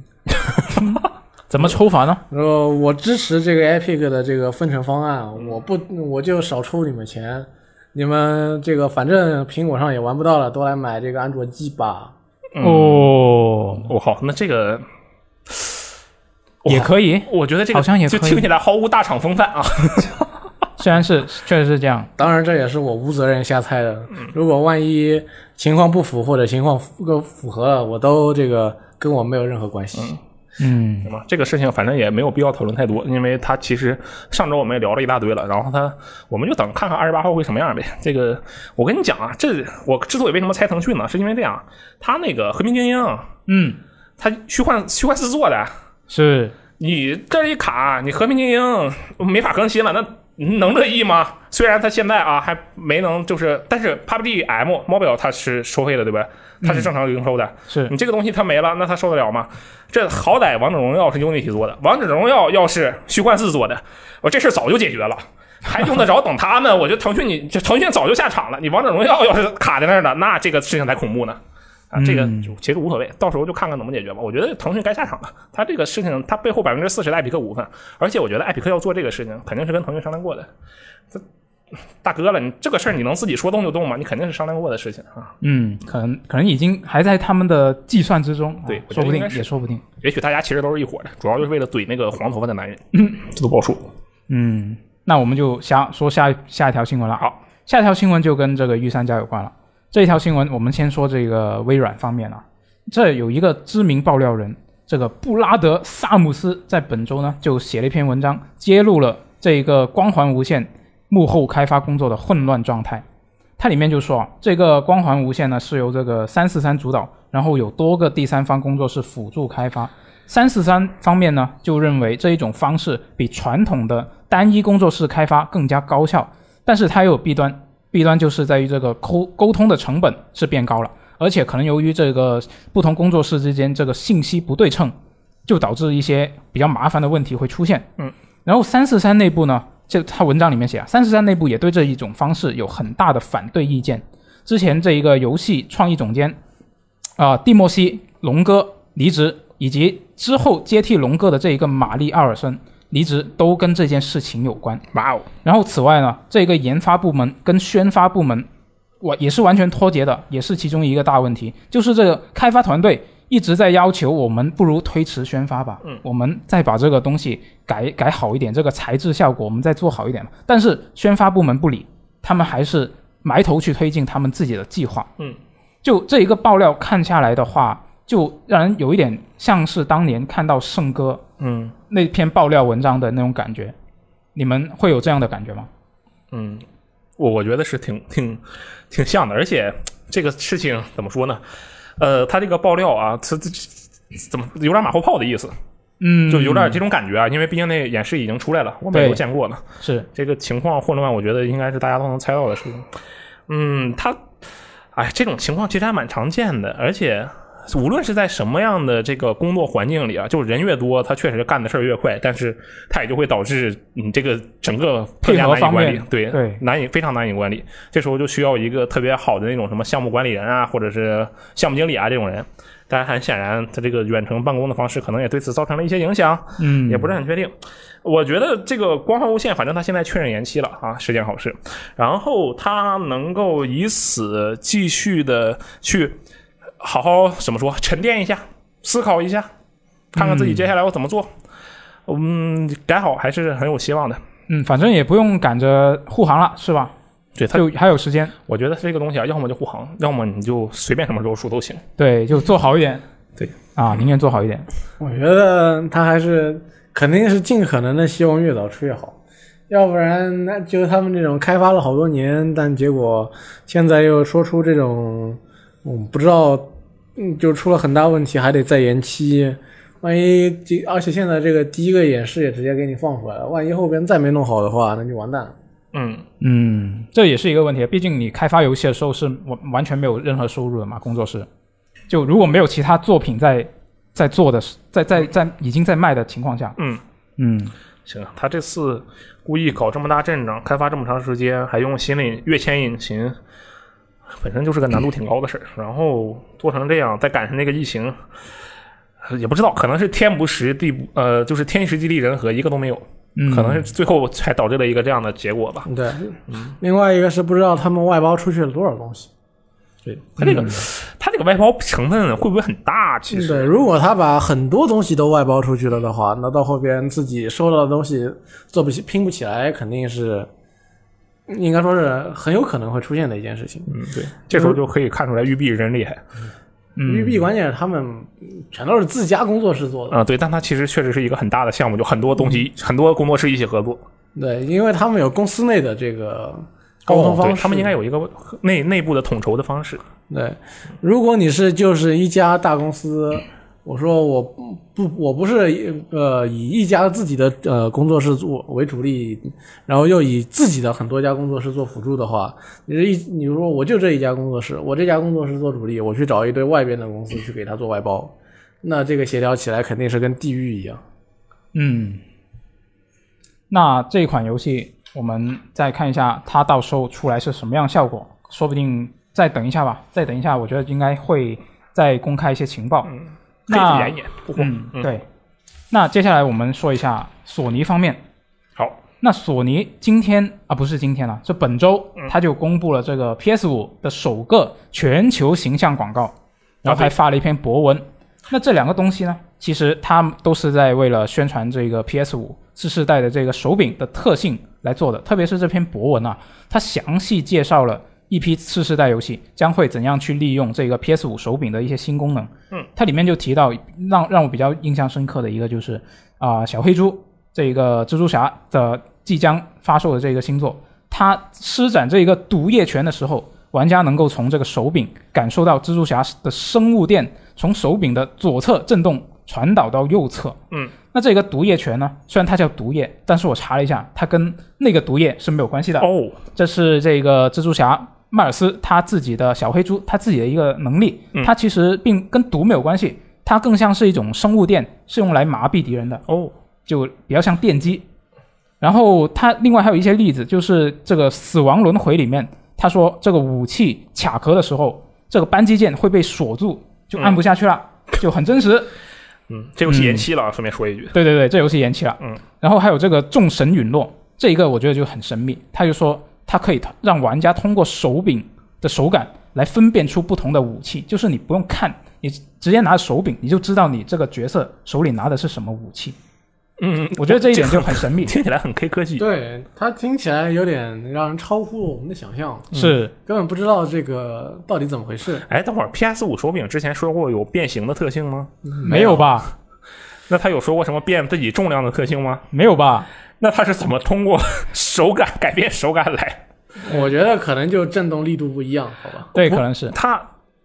B: 怎么抽法呢？
C: 然后我支持这个 Epic 的这个分成方案，
A: 嗯
C: 我不我就少抽你们钱，你们这个反正苹果上也玩不到了，都来买这个安卓机吧。
A: 嗯
B: 哦，
A: 我靠，那这个
B: 也可以，
A: 我觉得这个
B: 好像也
A: 就
B: 可以
A: 听起来毫无大厂风范啊。
B: 虽然是确实是这样，
C: 当然，这也是我无责任瞎猜的。
A: 嗯
C: 如果万一情况不符或者情况符个符合了，我都这个跟我没有任何关系。
B: 嗯，
A: 行吧，这个事情反正也没有必要讨论太多，因为它其实上周我们也聊了一大堆了，然后它我们就等看看二十八号会什么样呗。这个我跟你讲啊，这我之所以为什么猜腾讯呢，是因为这样，它那个和平精英啊，
B: 嗯，
A: 它虚幻虚幻四做的，
B: 是
A: 你这一卡，你和平精英没法更新了，那能乐意吗？虽然它现在啊还没能就是，但是 PUBG M Mobile 它是收费的，对吧？它是正常营收的，
B: 是，
A: 你这个东西它没了，那它受得了吗？这好歹王者荣耀是 Unity 做的，王者荣耀要是虚幻四做的，我这事儿早就解决了，还用得着等他们？我觉得腾讯你这腾讯早就下场了，你王者荣耀要是卡在那儿了，那这个事情才恐怖呢。啊，这个就其实无所谓，到时候就看看怎么解决吧。我觉得腾讯该下场了，他这个事情，他背后百分之四十的艾比克股份，而且我觉得艾比克要做这个事情，肯定是跟腾讯商量过的。这大哥了，你这个事儿你能自己说动就动吗？你肯定是商量过的事情啊。
B: 嗯，可能可能已经还在他们的计算之中，
A: 对
B: 啊
A: 我觉得
B: 说不定
A: 应该是
B: 也说不定，
A: 也许大家其实都是一伙的，主要就是为了怼那个黄头发的男人，这都不好说。
B: 嗯，那我们就下说下下一条新闻了。
A: 好，
B: 下一条新闻就跟这个御三家有关了。这一条新闻我们先说这个微软方面啊，这有一个知名爆料人，这个布拉德·萨姆斯在本周呢就写了一篇文章，揭露了这一个《光环无限》幕后开发工作的混乱状态。它里面就说啊，这个《光环无限呢》是由这个三四三主导，然后有多个第三方工作室辅助开发。三四三方面呢，就认为这一种方式比传统的单一工作室开发更加高效，但是它也有弊端，弊端就是在于这个沟沟通的成本是变高了，而且可能由于这个不同工作室之间这个信息不对称，就导致一些比较麻烦的问题会出现。
A: 嗯，
B: 然后三四三内部呢，这他文章里面写啊，三四三内部也对这一种方式有很大的反对意见。之前这一个游戏创意总监啊、蒂莫西·龙哥离职，以及之后接替龙哥的这一个玛丽·阿尔森离职，都跟这件事情有关。
A: 哇哦，
B: 然后此外呢，这个研发部门跟宣发部门，我也是完全脱节的，也是其中一个大问题，就是这个开发团队一直在要求我们不如推迟宣发吧，
A: 嗯
B: 我们再把这个东西改改好一点，这个材质效果我们再做好一点嘛。但是宣发部门不理，他们还是埋头去推进他们自己的计划。
A: 嗯，
B: 就这一个爆料看下来的话，就让人有一点像是当年看到圣歌
A: 嗯
B: 那篇爆料文章的那种感觉。你们会有这样的感觉吗？
A: 嗯，我我觉得是挺挺挺像的，而且这个事情怎么说呢？呃，他这个爆料啊，他这怎么有点马后炮的意思，
B: 嗯，
A: 就有点这种感觉啊，因为毕竟那演示已经出来了，我们
B: 对
A: 也都见过了。
B: 是，
A: 这个情况混乱，我觉得应该是大家都能猜到的事情。嗯，他，哎，这种情况其实还蛮常见的，而且无论是在什么样的这个工作环境里啊，就是人越多，他确实干的事儿越快，但是他也就会导致你这个整个更加
B: 配合
A: 难以
B: 方
A: 管理
B: 面，
A: 对
B: 对
A: 难以非常难以管理。这时候就需要一个特别好的那种什么项目管理人啊，或者是项目经理啊这种人。当然，很显然，他这个远程办公的方式可能也对此造成了一些影响。
B: 嗯，
A: 也不是很确定。我觉得这个光环无限，反正它现在确认延期了啊，是件好事。然后它能够以此继续的去好好怎么说沉淀一下，思考嗯一下，看看自己接下来要怎么做。嗯，改好还是很有希望的。
B: 嗯，反正也不用赶着护航了，是吧？
A: 对它，
B: 就还有时间，
A: 我觉得这个东西啊，要么就护航，要么你就随便什么时候出都行。
B: 对，就做好一点。
A: 对
B: 啊，宁愿做好一点。
C: 我觉得他还是肯定是尽可能的，希望越早出越好，要不然那就他们这种开发了好多年，但结果现在又说出这种，嗯，不知道，嗯，就出了很大问题，还得再延期。万一这，而且现在这个第一个演示也直接给你放出来了，万一后边再没弄好的话，那就完蛋了。
A: 嗯，
B: 嗯，这也是一个问题，毕竟你开发游戏的时候是完完全没有任何收入的嘛，工作室。就如果没有其他作品在在做的，在在在已经在卖的情况下，
A: 嗯
B: 嗯，
A: 行，他这次故意搞这么大阵仗，开发这么长时间，还用新引跃迁引擎，本身就是个难度挺高的事儿。然后做成这样，再赶上这个疫情，呃也不知道，可能是天不时地不呃，就是天时地利人和，一个都没有，
B: 嗯
A: 可能是最后才导致了一个这样的结果吧。
C: 对，嗯另外一个是不知道他们外包出去了多少东西。
A: 对，他这个、他这个外包成分会不会很大？其实
C: 对，如果他把很多东西都外包出去了的话，那到后边自己收到的东西做不起、拼不起来，肯定是应该说是很有可能会出现的一件事情。
A: 嗯，对，这时候就可以看出来育碧真厉害嗯
C: 育碧关键是他们全都是自家工作室做的，
A: 啊、对，但它其实确实是一个很大的项目，就很多东西、很多工作室一起合作。
C: 对，因为他们有公司内的这个沟
A: 哦
C: 通，方
A: 对，
C: 式，
A: 他们应该有一个内内部的统筹的方式。
C: 对，如果你是就是一家大公司，我说我不我不是呃以一家自己的呃工作室做为主力，然后又以自己的很多家工作室做辅助的话，你这一你说我就这一家工作室，我这家工作室做主力，我去找一堆外边的公司去给他做外包，那这个协调起来肯定是跟地狱一样。
B: 嗯，那这款游戏我们再看一下它到时候出来是什么样效果，说不定再等一下吧，再等一下，我觉得应该会再公开一些情报。
A: 嗯，可以
B: 那
A: 去演一演，不火。
B: 嗯，对。那接下来我们说一下索尼方面。
A: 好，
B: 那索尼今天啊，不是今天了，是本周
A: 嗯，
B: 它就公布了这个 PS 5的首个全球形象广告，然后
A: 对
B: 还发了一篇博文。那这两个东西呢，其实它都是在为了宣传这个 PS 5次世代的这个手柄的特性来做的，特别是这篇博文啊，它详细介绍了一批次世代游戏将会怎样去利用这个 PS 5手柄的一些新功能。
A: 嗯，
B: 它里面就提到让让我比较印象深刻的一个就是啊、小黑猪这个蜘蛛侠的即将发售的这个新作，它施展这一个毒液拳的时候，玩家能够从这个手柄感受到蜘蛛侠的生物电从手柄的左侧震动传导到右侧。
A: 嗯，
B: 那这个毒液拳呢，虽然它叫毒液，但是我查了一下，它跟那个毒液是没有关系的。
A: 哦，
B: 这是这个蜘蛛侠迈尔斯他自己的小黑猪他自己的一个能力
A: 嗯，
B: 它其实并跟毒没有关系，它更像是一种生物电，是用来麻痹敌人的。
A: 哦，
B: 就比较像电击。然后他另外还有一些例子，就是这个《死亡轮回》里面，他说这个武器卡壳的时候，这个扳机键会被锁住，就按不下去了，就很真实。
A: 嗯，这游戏延期了啊，顺便说一句，
B: 对对对，这游戏延期了。
A: 嗯，
B: 然后还有这个众神陨落，这一个我觉得就很神秘。他就说它可以让玩家通过手柄的手感来分辨出不同的武器，就是你不用看，你直接拿手柄，你就知道你这个角色手里拿的是什么武器。
A: 嗯，嗯
B: 我觉得这一点
A: 这
B: 就很神 秘。
A: 听起来很 K 科技。
C: 对，它听起来有点让人超乎我们的想象，
B: 是，
C: 根本不知道这个到底怎么回事。
A: 哎，等会儿 PS 五手柄之前说过有变形的特性吗？
B: 没有吧？
A: 那他有说过什么变自己重量的特性吗？
B: 没有吧？
A: 那他是怎么通过手感改变手感来？
C: 我觉得可能就震动力度不一样，好吧？
B: 对，
A: 我
B: 可能是。
A: 他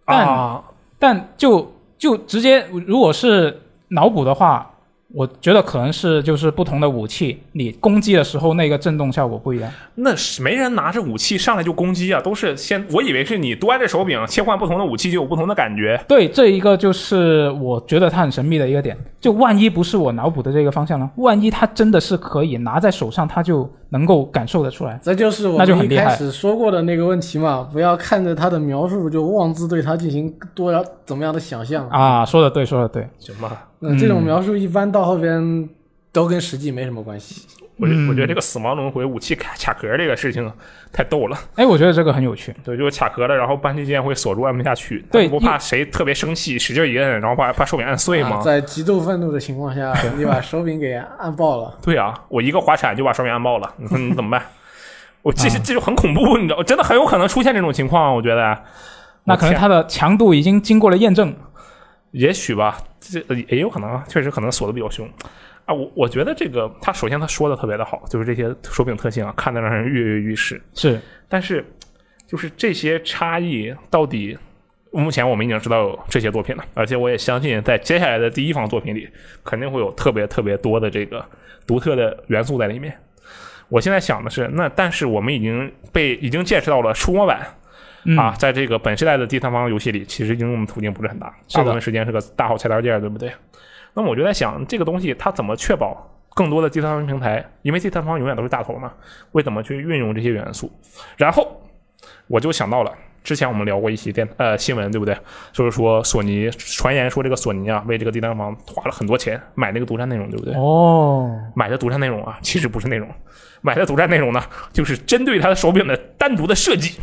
B: 但
A: 啊，
B: 但就就直接，如果是脑补的话，我觉得可能是就是不同的武器，你攻击的时候那个震动效果不一样。
A: 那是没人拿着武器上来就攻击啊，都是先我以为是你端着手柄切换不同的武器就有不同的感觉。
B: 对，这一个就是我觉得它很神秘的一个点。就万一不是我脑补的这个方向呢？万一它真的是可以拿在手上，它就能够感受得出来。
C: 这就是我
B: 那就
C: 们
B: 很
C: 一
B: 厉害
C: 开始说过的那个问题嘛，不要看着它的描述就妄自对它进行多少怎么样的想象。
B: 啊，说的对，说的对。
A: 行吧，
C: 嗯，这种描述一般到后边都跟实际没什么关系。
A: 我觉我觉得
B: 嗯
A: 这个死亡轮回武器卡卡壳这个事情太逗了，
B: 哎，我觉得这个很有趣。
A: 对，就卡壳了，然后扳机键会锁住按不下去，
B: 对
A: 他们不
B: 因
A: 怕谁特别生气使劲一摁，然后怕怕手柄按碎吗？
C: 啊在极度愤怒的情况下，你把手柄给按爆了，
A: 对啊，我一个滑铲就把手柄按爆了，你说你怎么办？我这
B: 啊
A: 这就很恐怖，你知道，真的很有可能出现这种情况，我觉得。啊
B: 那可能
A: 我天
B: 它的强度已经经过了验证，
A: 也许吧，这呃也有可能，啊，确实可能锁的比较凶啊。我我觉得这个他首先他说的特别的好，就是这些手柄特性啊，看得让人跃跃欲试。
B: 是
A: 但是就是这些差异到底，目前我们已经知道有这些作品了，而且我也相信在接下来的第一方作品里，肯定会有特别特别多的这个独特的元素在里面。我现在想的是，那但是我们已经被已经见识到了触摸板
B: 嗯
A: 啊，在这个本世代的第三方游戏里，其实应用的途径不是很大，
B: 是
A: 大
B: 的
A: 部分时间是个大号菜单件，对不对？那么我就在想，这个东西它怎么确保更多的第三方平台，因为第三方永远都是大头嘛，会怎么去运用这些元素？然后我就想到了。之前我们聊过一期电呃新闻，对不对？就是说索尼传言说这个索尼啊为这个第三方花了很多钱买那个独占内容，对不对？
B: 哦，
A: 买的独占内容啊， 其实不是内容，买的独占内容呢，就是针对它的手柄的单独的设计，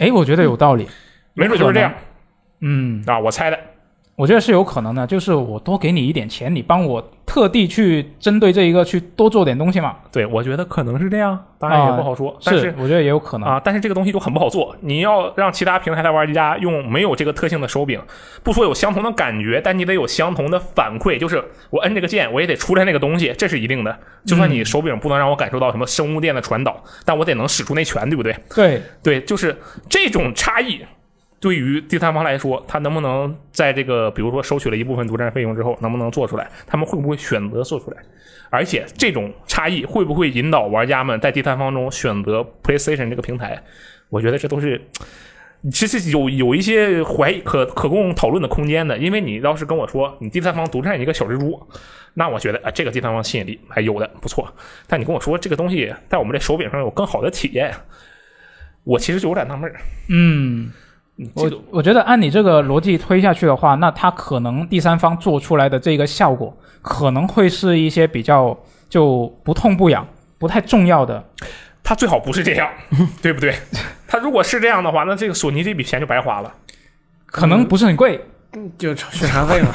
B: 哎，我觉得有道理。
A: 没准就是这样
B: 嗯，
A: 啊，我猜的。
B: 我觉得是有可能的，就是我多给你一点钱，你帮我特地去针对这一个去多做点东西嘛。
A: 对，我觉得可能是这样，当然也不好说，但
B: 是，嗯我觉得也有可能。
A: 啊，但是这个东西就很不好做。你要让其他平台的玩家用没有这个特性的手柄，不说有相同的感觉，但你得有相同的反馈，就是我摁这个键，我也得出来那个东西，这是一定的。就算你手柄不能让我感受到什么生物电的传导，但我得能使出那拳，对不对？
B: 对，
A: 对，就是这种差异。对于第三方来说，他能不能在这个，比如说收取了一部分独占费用之后，能不能做出来？他们会不会选择做出来？而且这种差异会不会引导玩家们在第三方中选择 PlayStation 这个平台？我觉得这都是，其实有有一些怀疑可可供讨论的空间的。因为你要是跟我说你第三方独占一个小蜘蛛，那我觉得啊，这个第三方吸引力还有的不错。但你跟我说这个东西在我们这手柄上有更好的体验，我其实就有点纳闷儿。
B: 嗯，
A: 嗯这
B: 我
A: 种
B: 我觉得按你这个逻辑推下去的话，那它可能第三方做出来的这个效果，可能会是一些比较就不痛不痒、不太重要的。
A: 他最好不是这样，对不对？他如果是这样的话，那这个索尼这笔钱就白花了。
B: 可
A: 嗯
B: 能不是很贵，
C: 就宣传费嘛。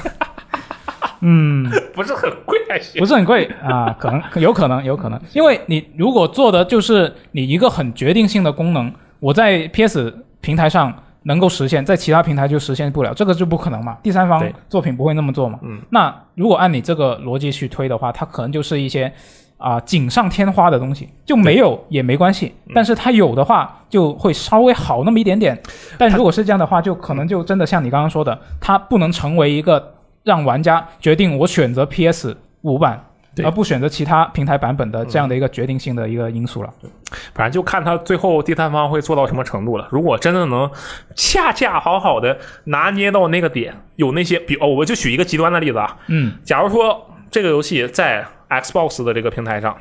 B: 嗯，
A: 不是很贵还行
B: 不。是很贵啊，可能有可能有可能，因为你如果做的就是你一个很决定性的功能，我在 PS 平台上能够实现，在其他平台就实现不了，这个就不可能嘛。第三方
A: 对
B: 作品不会那么做嘛。
A: 嗯，
B: 那如果按你这个逻辑去推的话，它可能就是一些啊、锦上添花的东西，就没有也没关系，
A: 嗯
B: 但是它有的话就会稍微好那么一点点。但如果是这样的话，就可能就真的像你刚刚说的，它不能成为一个让玩家决定我选择 PS 五版。
A: 对
B: 而不选择其他平台版本的这样的一个决定性的一个因素了。
A: 反正就看他最后第三方会做到什么程度了。如果真的能恰恰好好的拿捏到那个点，有那些，比哦，我就举一个极端的例子啊，
B: 嗯，
A: 假如说这个游戏在 Xbox 的这个平台上，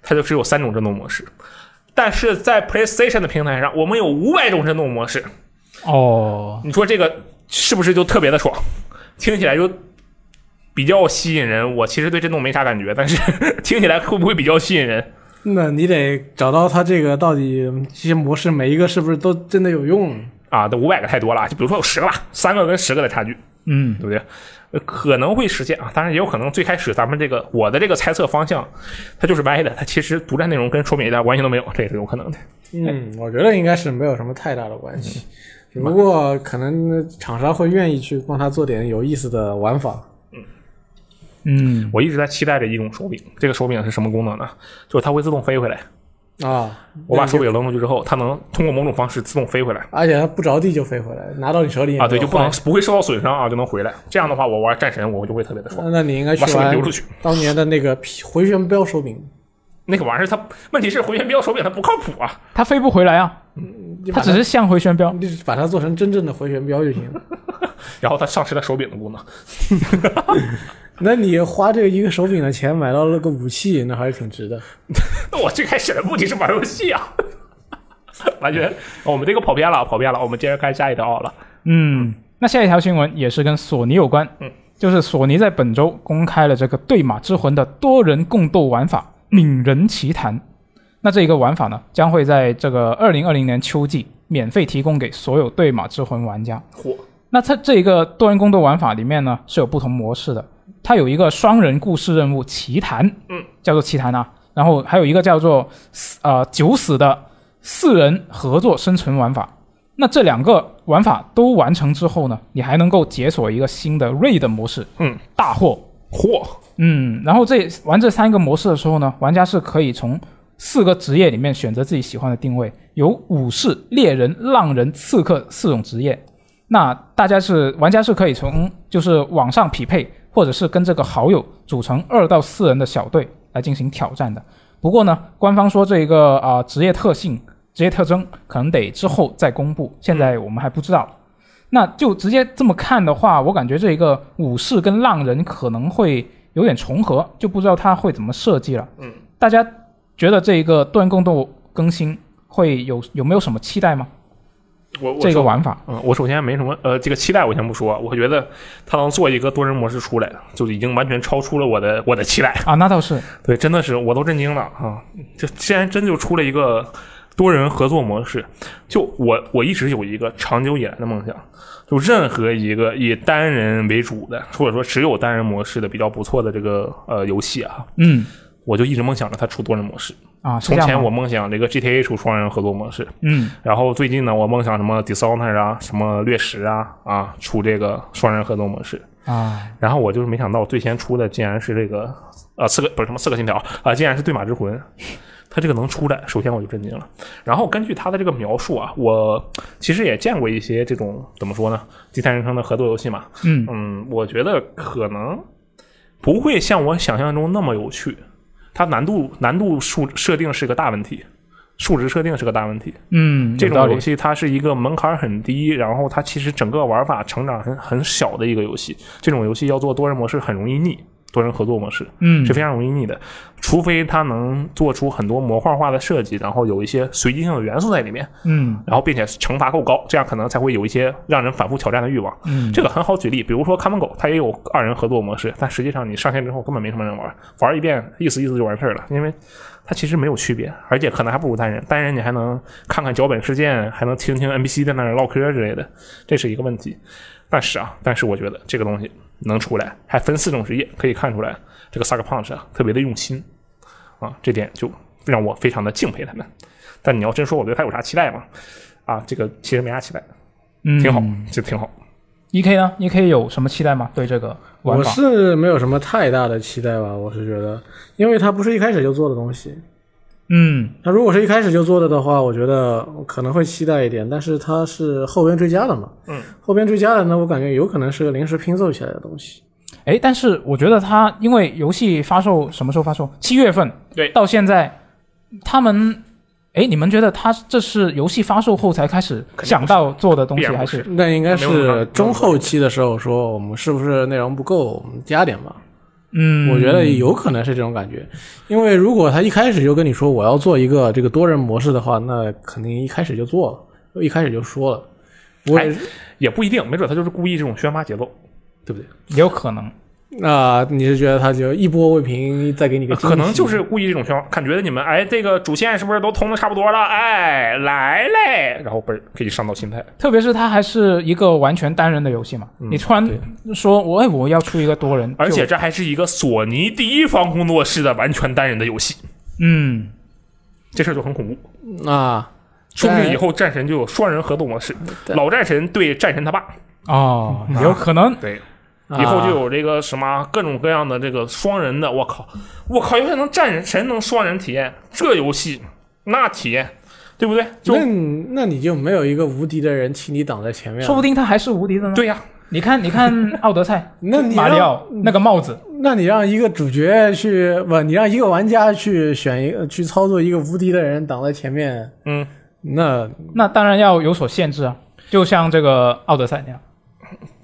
A: 它就只有三种震动模式，但是在 PlayStation 的平台上，我们有五百种震动模式。
B: 哦，
A: 你说这个是不是就特别的爽？听起来就比较吸引人。我其实对震动没啥感觉，但是 听起来会不会比较吸引人？
C: 那你得找到它这个到底这些模式每一个是不是都真的有用？
A: 啊，这五百个太多了，就比如说有十个吧，三个跟十个的差距，
B: 嗯
A: 对不对？呃可能会实现啊，当然也有可能最开始咱们这个我的这个猜测方向，它就是歪的，它其实独占内容跟手柄一点关系都没有，这也是有可能的。
B: 哎
C: 嗯，我觉得应该是没有什么太大的关
B: 嗯
C: 系，只不过可能厂商会愿意去帮他做点有意思的玩法。
B: 嗯，
A: 我一直在期待着一种手柄，这个手柄是什么功能呢？就是它会自动飞回来，
C: 啊，
A: 我把手柄扔出去之后，它能通过某种方式自动飞回来。
C: 而且它不着地就飞回来，拿到你手里也
A: 啊，对，就不能
C: 坏。
A: 不会受到损伤啊，就能回来。这样的话，我玩战神我就会特别的爽。
C: 那那你应该去
A: 把手柄
C: 玩
A: 丢出去
C: 当年的那个皮回旋镖手柄，
A: 那个玩意儿它问题是回旋镖手柄它不靠谱啊，
B: 它飞不回来啊，
C: 你把
B: 它
C: 它
B: 只是向回旋镖。
C: 你只把它做成真正的回旋镖就行。了。
A: 然后它丧失了手柄的功能。
C: 那你花这一个手柄的钱买到了个武器，那还是挺值的。
A: 那我最开始的目的是玩游戏啊， 完全哦我们这个跑偏了，跑偏了，我们接着看下一条好了。
B: 嗯，那下一条新闻也是跟索尼有关，
A: 嗯，
B: 就是索尼在本周公开了这个《对马之魂》的多人共斗玩法。闽人奇谭》。那这一个玩法呢，将会在这个二零二零年秋季免费提供给所有对马之魂玩家。
A: 火
B: 那它这一个多人宫斗玩法里面呢，是有不同模式的。它有一个双人故事任务《奇谭》，
A: 嗯，
B: 叫做《奇谭》啊。然后还有一个叫做呃九死的四人合作生存玩法。那这两个玩法都完成之后呢，你还能够解锁一个新的 raid 模式，
A: 嗯，
B: 大获
A: 火，
B: 嗯，然后这玩这三个模式的时候呢，玩家是可以从四个职业里面选择自己喜欢的定位，有武士、猎人、浪人、刺客四种职业。那大家是玩家是可以从就是网上匹配，或者是跟这个好友组成二到四人的小队来进行挑战的。不过呢，官方说这一个啊、呃职业特性、职业特征可能得之后再公布，现在我们还不知道。那就直接这么看的话，我感觉这一个武士跟浪人可能会有点重合，就不知道他会怎么设计了。
A: 嗯，
B: 大家觉得这一个多人共斗更新会有有没有什么期待吗？
A: 我我
B: 这个
A: 首
B: 玩法，
A: 嗯，我首先没什么呃，这个期待我先不说，我觉得他能做一个多人模式出来，就已经完全超出了我的我的期待。
B: 啊，那倒是，
A: 对，真的是我都震惊了啊！这竟然真就出了一个多人合作模式。就我我一直有一个长久以来的梦想，就任何一个以单人为主的，或者说只有单人模式的比较不错的这个呃游戏啊，
B: 嗯，
A: 我就一直梦想着它出多人模式。
B: 啊，是
A: 从
B: 这样
A: 前
B: 吗
A: 我梦想这个 GTA 出双人合作模式，
B: 嗯
A: 然后最近呢，我梦想什么 Dishonor 啊，什么掠食啊啊，出这个双人合作模式。
B: 啊，
A: 然后我就是没想到最先出的竟然是这个呃刺客不是什么刺客信条啊、竟然是对马之魂。它这个能出来，首先我就震惊了。然后根据它的这个描述啊，我其实也见过一些这种怎么说呢，第三人称的合作游戏嘛。
B: 嗯
A: 嗯，我觉得可能不会像我想象中那么有趣。它难度难度数设定是个大问题，数值设定是个大问题。
B: 嗯，
A: 这
B: 有
A: 种
B: 道理
A: 游戏它是一个门槛很低，然后它其实整个玩法成长很很小的一个游戏。这种游戏要做多人模式很容易腻，多人合作模式
B: 嗯
A: 是非常容易腻的，除非它能做出很多模块化的设计，然后有一些随机性的元素在里面，
B: 嗯
A: 然后并且惩罚够高，这样可能才会有一些让人反复挑战的欲望。
B: 嗯，
A: 这个很好举例，比如说看门狗，它也有二人合作模式，但实际上你上线之后根本没什么人玩，玩一遍意思意思就完事儿了，因为它其实没有区别，而且可能还不如单人。单人你还能看看脚本事件，还能听听 NPC 在那儿唠嗑之类的，这是一个问题。但是啊，但是我觉得这个东西能出来，还分四种职业，可以看出来这个 Sucker Punch 啊特别的用心啊，这点就让我非常的敬佩他们。但你要真说我对他有啥期待吗？啊，这个其实没啥期待，挺好，
C: 嗯
A: 就挺好。
B: 嗯 E K 呢？E K 有什么期待吗？对这个玩
C: 我
B: 法？
C: 是没有什么太大的期待吧，我是觉得，因为它不是一开始就做的东西。
B: 嗯
C: 它如果是一开始就做的的话，我觉得我可能会期待一点，但是它是后边追加的嘛，
A: 嗯，
C: 后边追加的呢，我感觉有可能是个临时拼凑起来的东西。
B: 哎，但是我觉得它因为游戏发售什么时候发售？七月份，
A: 对
B: 到现在他们，哎，你们觉得它这是游戏发售后才开始
A: 不是
B: 想到做的东西，
A: 必然
B: 还
A: 不
B: 是
A: 是
C: 那应该
A: 没有那么
C: 是中后期的时候说我们是不是内容不够，我们加点吧。
B: 嗯，
C: 我觉得有可能是这种感觉，因为如果他一开始就跟你说我要做一个这个多人模式的话，那肯定一开始就做了，一开始就说了。我
A: 哎
C: 也
A: 也不一定，没准他就是故意这种宣发节奏，对不对？
B: 也有可能，
C: 那、啊你是觉得他就一波未平，再给你个惊喜
A: 可能就是故意这种宣发，感觉你们哎，这个主线是不是都通的差不多了？哎，来嘞，然后嘣儿给你上到心态，
B: 特别是它还是一个完全单人的游戏嘛，你突然说我哎我要出一个多人，
A: 嗯而且
B: 就
A: 这还是一个索尼第一方工作室的完全单人的游戏，
B: 嗯
A: 这事儿就很恐怖。
C: 啊，
A: 说不定
C: 对
A: 以后战神就有双人合作模式，
C: 对
A: 老战神对战神他爸，
B: 哦
A: 嗯
B: 有可能，
A: 对，
C: 啊
A: 以后就有这个什么啊各种各样的这个双人的，我靠，我靠，要是能战神能双人体验，这游戏那体验，对不对？就
C: 那你那你就没有一个无敌的人替你挡在前面了，
B: 说不定它还是无敌的呢。，
A: 对呀、嗯
B: 你看你 看奥德赛
C: 那你
B: 马里
C: 让
B: 奥那个帽子，
C: 那你让一个主角去不，你让一个玩家去选一个去操作一个无敌的人挡在前面，
A: 嗯，
C: 那
B: 那当然要有所限制啊，就像这个奥德赛那样，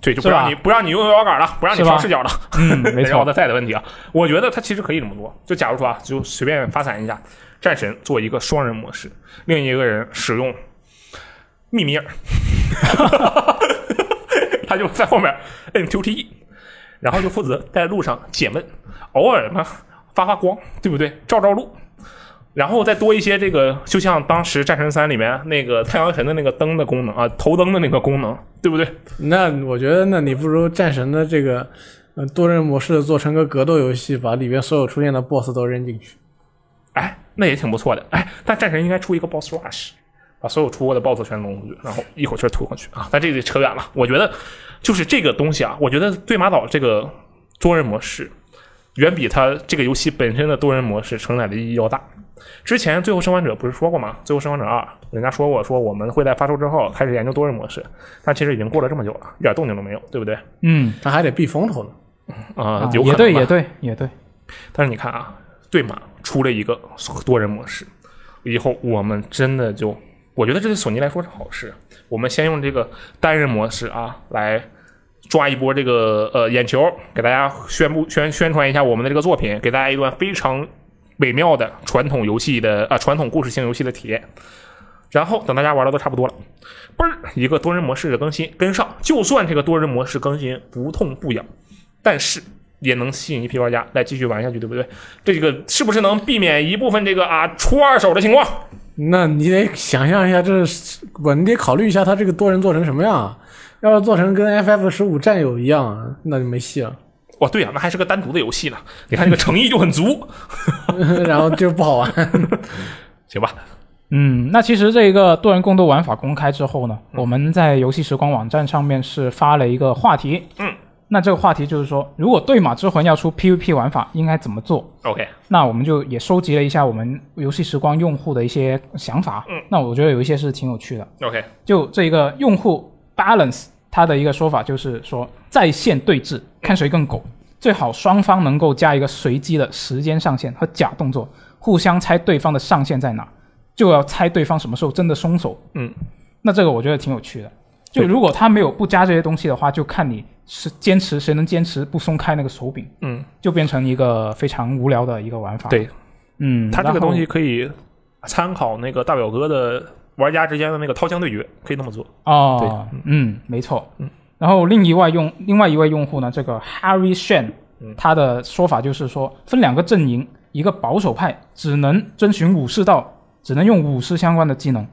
A: 对，就不
B: 是吧
A: 让你不让你用摇杆了，不让你
B: 是吧
A: 双视角了，
B: 嗯，没
A: 然后
B: 错
A: 他，赛的问题啊，我觉得他其实可以这么做。就假如说啊，就随便发散一下，战神做一个双人模式，另一个人使用密米尔， 他就 E，在后面摁 QTE，然后就负责在路上解闷，偶尔呢发发光，对不对？照照路，然后再多一些这个，就像当时《战神三》里面那个太阳神的那个灯的功能啊，头灯的那个功能，对不对？
C: 那我觉得，那你不如战神的这个呃多人模式做成个格斗游戏，把里边所有出现的 BOSS 都扔进去。
A: 哎，那也挺不错的。哎，但战神应该出一个 boss rush，把所有出过的 boss 全弄出去，然后一口气儿推过去啊。但这个扯远了，我觉得就是这个东西啊，我觉得对马岛这个多人模式，远比它这个游戏本身的多人模式承载的意义要大。之前《最后生还者》不是说过吗？《最后生还者二》，人家说过说我们会在发售之后开始研究多人模式，但其实已经过了这么久了，一点动静都没有，对不对？
B: 嗯，
C: 他还得避风头呢。
A: 啊、
B: 啊
A: 有可
B: 也
A: 能
B: 对，
A: 吧
B: 也对，也对。
A: 但是你看啊，对马出了一个多人模式，以后我们真的就，我觉得这对索尼来说是好事。我们先用这个单人模式啊，来抓一波这个呃眼球，给大家宣布宣宣传一下我们的这个作品，给大家一段非常美妙的传统游戏的啊、传统故事性游戏的体验。然后等大家玩的都差不多了，嘣儿一个多人模式的更新跟上，就算这个多人模式更新不痛不痒，但是也能吸引一批玩家来继续玩下去，对不对？这个是不是能避免一部分这个啊出二手的情况？
C: 那你得想象一下，这是不？你得考虑一下，他这个多人做成什么样啊？要是做成跟 FF 十五战友一样，啊那就没戏了。
A: 哦，对呀、那还是个单独的游戏呢。你看这个诚意就很足，
C: 然后就不好玩。
A: 行吧？
B: 嗯，那其实这个多人共斗玩法公开之后呢，
A: 嗯
B: 我们在游戏时光网站上面是发了一个话题。
A: 嗯，
B: 那这个话题就是说，如果对马之魂要出 PVP 玩法，应该怎么做？
A: OK，
B: 那我们就也收集了一下我们游戏时光用户的一些想法。
A: 嗯，
B: 那我觉得有一些是挺有趣的。
A: OK，
B: 就这个用户 balance 他的一个说法就是说，在线对峙看谁更狗，最好双方能够加一个随机的时间上限和假动作，互相猜对方的上限在哪，就要猜对方什么时候真的松手。
A: 嗯，
B: 那这个我觉得挺有趣的。就
A: 对
B: 如果他没有不加这些东西的话，就看你是坚持谁能坚持不松开那个手柄，
A: 嗯，
B: 就变成一个非常无聊的一个玩法。，
A: 对，
B: 嗯，
A: 它这个
B: 然后
A: 东西可以参考那个大表哥的玩家之间的那个掏枪对决，可以那么做。
B: 哦，嗯，没错。然后另一外用另外一位用户呢，这个 Harry Shen，他
A: 嗯
B: 的说法就是说，分两个阵营，一个保守派只能遵循武士道，只能用武士相关的技能，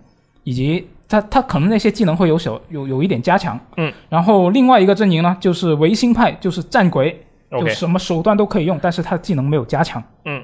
B: 以及他他可能那些技能会有小有有一点加强。
A: 嗯，
B: 然后另外一个阵营呢，就是维新派，就是战鬼，有
A: OK，
B: 什么手段都可以用，但是他的技能没有加强，
A: 嗯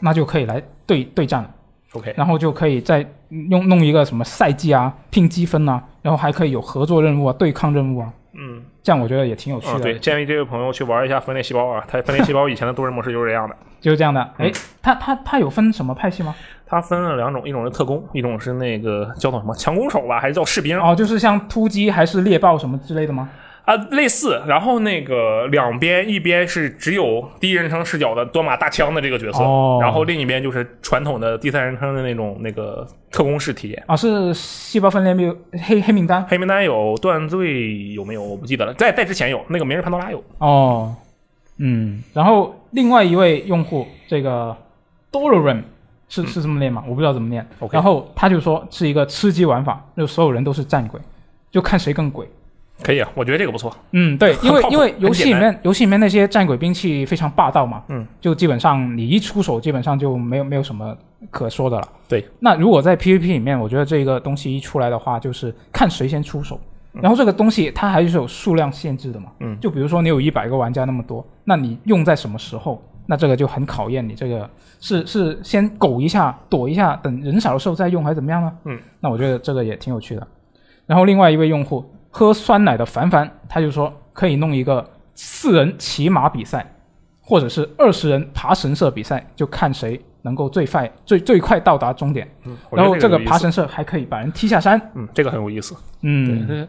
B: 那就可以来对对战了。
A: ，OK，
B: 然后就可以再用弄一个什么赛季啊、拼积分啊，然后还可以有合作任务啊、对抗任务啊，
A: 嗯，
B: 这样我觉得也挺有趣
A: 啊，
B: 的，
A: 对，建议这位朋友去玩一下分裂细胞啊，它分裂细胞以前的多人模式就是这样的。
B: 就是这样的。哎
A: 嗯，
B: 他他他有分什么派系吗？
A: 它分了两种，一种是特工，一种是那个叫做什么强攻手吧，还是叫士兵？
B: 哦，就是像突击还是猎豹什么之类的吗？
A: 啊，类似。然后那个两边一边是只有第一人称视角的多马大枪的这个角色，
B: 哦
A: 然后另一边就是传统的第三人称的那种那个特工式体验。
B: 啊，是细胞分裂没有黑黑名单
A: 黑名单有断罪有没有？我不记得了，在在之前有那个《明日潘多拉》有，
B: 哦，嗯。然后另外一位用户这个 Doloran 是是这么念吗？我不知道怎么念。
A: 嗯 OK
B: 然后他就说是一个吃鸡玩法，就所有人都是战鬼，就看谁更鬼。
A: 可以啊，我觉得这个不错。
B: 嗯，对，因为
A: 很靠谱
B: 因为游戏里
A: 很
B: 面游戏里面那些战鬼兵器非常霸道嘛，
A: 嗯，
B: 就基本上你一出手，基本上就没有没有什么可说的了。
A: 对，
B: 那如果在 PVP 里面，我觉得这个东西一出来的话，就是看谁先出手。然后这个东西它还是有数量限制的嘛，
A: 嗯
B: 就比如说你有一百个玩家那么多，那你用在什么时候，那这个就很考验你这个是是先苟一下躲一下，等人少的时候再用，还是怎么样呢？
A: 嗯，
B: 那我觉得这个也挺有趣的。然后另外一位用户喝酸奶的凡凡，他就说可以弄一个四人骑马比赛，或者是二十人爬神社比赛，就看谁能够最快最最快到达终点。
A: 我觉
B: 然
A: 得
B: 后这
A: 这
B: 个
A: 有意
B: 爬
A: 思，
B: 神社还可以把人踢下山。
A: 嗯，这个很有意思。
B: 嗯，
A: 对，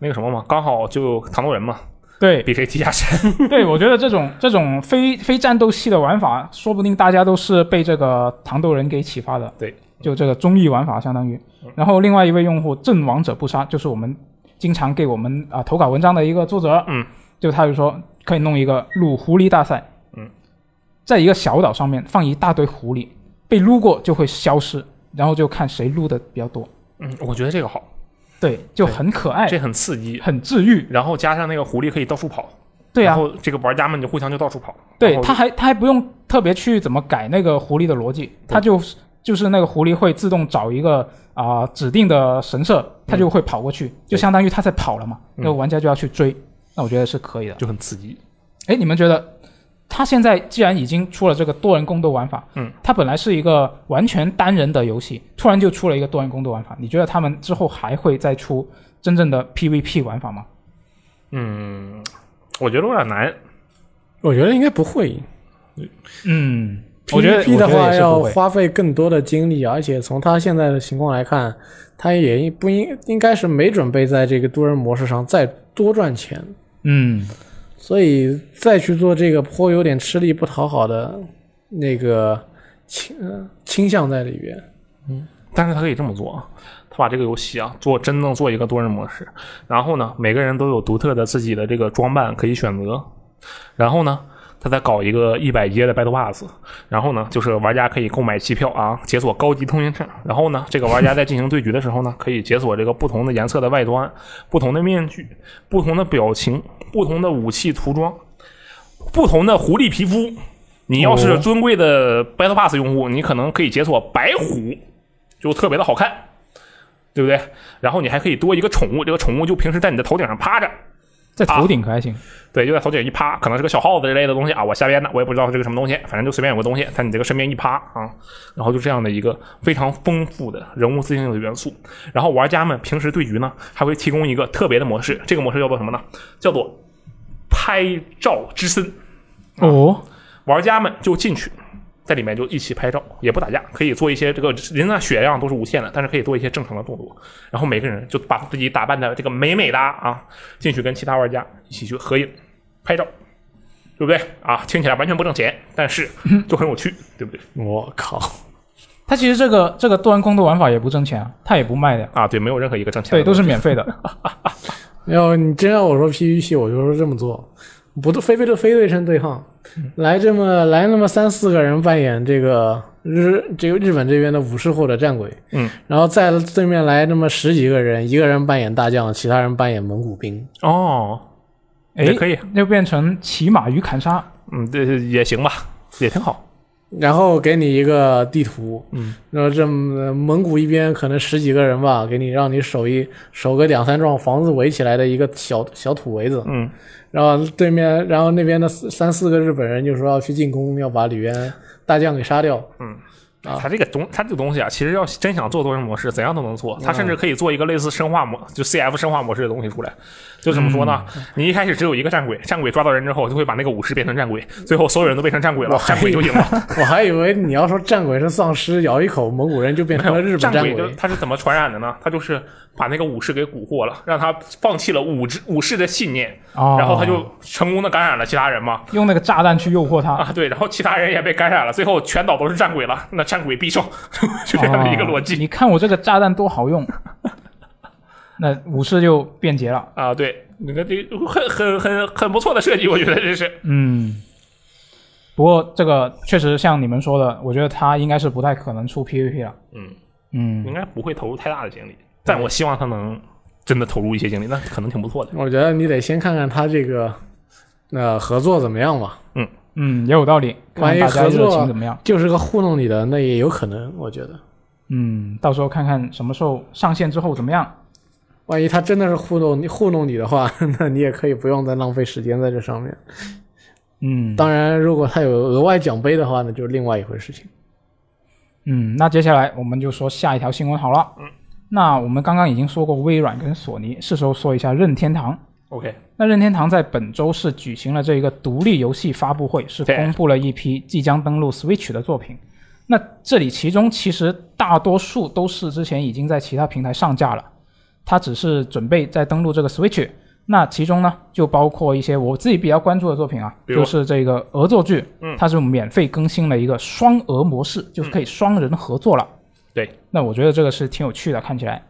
A: 那个什么嘛，刚好就糖豆人嘛，
B: 对
A: 比谁踢下山。
B: 对，我觉得这种这种非非战斗系的玩法，说不定大家都是被这个糖豆人给启发的。
A: 对，嗯
B: 就这个综艺玩法相当于。然后另外一位用户“阵王者不杀”，就是我们经常给我们啊、投稿文章的一个作者，
A: 嗯，
B: 就他就说可以弄一个撸狐狸大赛，
A: 嗯，
B: 在一个小岛上面放一大堆狐狸，被撸过就会消失，然后就看谁撸的比较多。
A: 嗯，我觉得这个好，
B: 对，就很可爱，
A: 这很刺激，
B: 很治愈。
A: 然后加上那个狐狸可以到处跑，
B: 对
A: 然
B: 啊，
A: 后这个玩家们就互相就到处跑，
B: 对，
A: 然后
B: 他还他还不用特别去怎么改那个狐狸的逻辑，他就就是那个狐狸会自动找一个啊、指定的神社，他就会跑过去，就相当于他在跑了嘛，
A: 嗯
B: 那个玩家就要去追，那我觉得是可以的。
A: 就很刺激。
B: 哎，你们觉得他现在既然已经出了这个多人宫斗玩法，
A: 嗯，
B: 他本来是一个完全单人的游戏，突然就出了一个多人宫斗玩法，你觉得他们之后还会再出真正的 PVP 玩法吗？
A: 嗯，我觉得有点难。
C: 我觉得应该不会。
B: 嗯，我觉得
C: PVP 的
B: 我觉
C: 话
B: 得也是
C: 要
B: 不会
C: 花费更多的精力，而且从他现在的情况来看，他也应不应应该是没准备在这个多人模式上再多赚钱，
B: 嗯，
C: 所以再去做这个颇有点吃力不讨好的那个倾呃倾向在里边。
A: 但是他可以这么做啊，他把这个游戏啊做真正做一个多人模式，然后呢，每个人都有独特的自己的这个装扮可以选择，然后呢，他再搞一个一百阶的 Battle Pass，然后呢，就是玩家可以购买机票啊，解锁高级通行证，然后呢，这个玩家在进行对局的时候呢，可以解锁这个不同的颜色的外观、不同的面具、不同的表情、不同的武器涂装、不同的狐狸皮肤。你要是
C: 哦
A: 尊贵的 Battle Pass 用户，你可能可以解锁白虎，就特别的好看，对不对？然后你还可以多一个宠物，这个宠物就平时在你的头顶上趴着，
B: 在头顶可还行。
A: 对，就在头顶一趴，可能是个小耗子之类的东西啊，我瞎编的，我也不知道是个什么东西，反正就随便有个东西在你这个身边一趴啊，然后就这样的一个非常丰富的人物自定义的元素。然后玩家们平时对局呢，还会提供一个特别的模式，这个模式叫做什么呢？叫做拍照之森。
B: 哦，
A: 玩家们就进去，在里面就一起拍照，也不打架，可以做一些这个人的血量都是无限的，但是可以做一些正常的动作。然后每个人就把自己打扮的这个美美哒啊，进去跟其他玩家一起去合影、拍照，对不对啊？听起来完全不挣钱，但是就很有趣，对啊不对
C: 我靠，
B: 它其实这个这个多人宫的玩法也不挣钱啊，它也不卖的，
A: 啊？对，没有任何一个挣钱
B: 对，
A: 的东
B: 都
A: 西。
B: 是免费 的。
C: 要你真要我说 PVP，我就说这么做，不对，非非对非对称对抗，来这么来那么三四个人扮演这个日这个日本这边的武士或者战鬼，
A: 嗯，
C: 然后再对面来那么十几个人，一个人扮演大将，其他人扮演蒙古兵，
A: 哦，
B: 哎，
A: 也可以，
B: 就变成骑马与砍杀。
A: 嗯，对，也行吧，也挺好。
C: 然后给你一个地图，
A: 嗯，
C: 然后这么蒙古一边可能十几个人吧，给你让你守一守个两三幢房子围起来的一个小小土围子，
A: 嗯，
C: 然后对面，然后那边的四三四个日本人就说要去进攻，要把里边大将给 杀掉。啊
A: 它这个东，它这个东西啊，其实要真想做多人模式，怎样都能做。它
C: 嗯
A: 甚至可以做一个类似生化模，就 CF 生化模式的东西出来。就怎么说呢？
C: 嗯
A: 你一开始只有一个战鬼，战鬼抓到人之后，就会把那个武士变成战鬼，最后所有人都变成战鬼了，战鬼就赢了。
C: 我还以为你要说战鬼是丧尸，咬一口蒙古人就 变成了日本
A: 战
C: 战
A: 就他是怎么传染的呢？他就是把那个武士给蛊惑了，让他放弃了武之武士的信念，
B: 哦，
A: 然后他就成功的感染了其他人嘛。
B: 用那个炸弹去诱惑他。
A: 啊，对，然后其他人也被感染了，最后全岛都是战鬼了，那战鬼必胜， 就 这样的一个逻
B: 哦
A: 辑
B: 你看我这个炸弹多 好用，那武士就便捷了。
A: 啊。对，那个这个很很很很不错的设计，我觉得这是。
B: 嗯，不过这个确实像你们说的，我觉得他应该是不太可能出 PVP 了。
A: 嗯
B: 嗯，
A: 应该不会投入太大的精力，但我希望他能真的投入一些精力，那可能挺不错的。
C: 我觉得你得先看看他这个呃合作怎么样吧，
B: 嗯，也有道理，看
C: 万一
B: 大家
C: 合
B: 热
C: 作
B: 情怎么样。
C: 就是个糊弄你的，那也有可能。我觉得，
B: 嗯，到时候看看什么时候上线之后怎么样。
C: 万一他真的是糊弄你糊弄你的话， 那你也可以不用再浪费时间在这上面。
B: 嗯，
C: 当然，如果他有额外奖杯的话，那就是另外一回事情。
B: 嗯，那接下来我们就说下一条新闻好了。嗯，那我们刚刚已经说过微软跟索尼，是时候说一下任天堂。
A: OK，
B: 那任天堂在本周是举行了这一个独立游戏发布会，是
A: 对
B: 公布了一批即将登陆 Switch 的作品。那这里其中其实大多数都是之前已经在其他平台上架了，它只是准备在登陆这个 Switch。那其中呢，就包括一些我自己比较关注的作品啊，
A: 比如
B: 就是这个俄作剧，
A: 嗯
B: 它是免费更新了一个双俄模式，就是可以双人合作了。
A: 对，
B: 那我觉得这个是挺有趣的，看起来。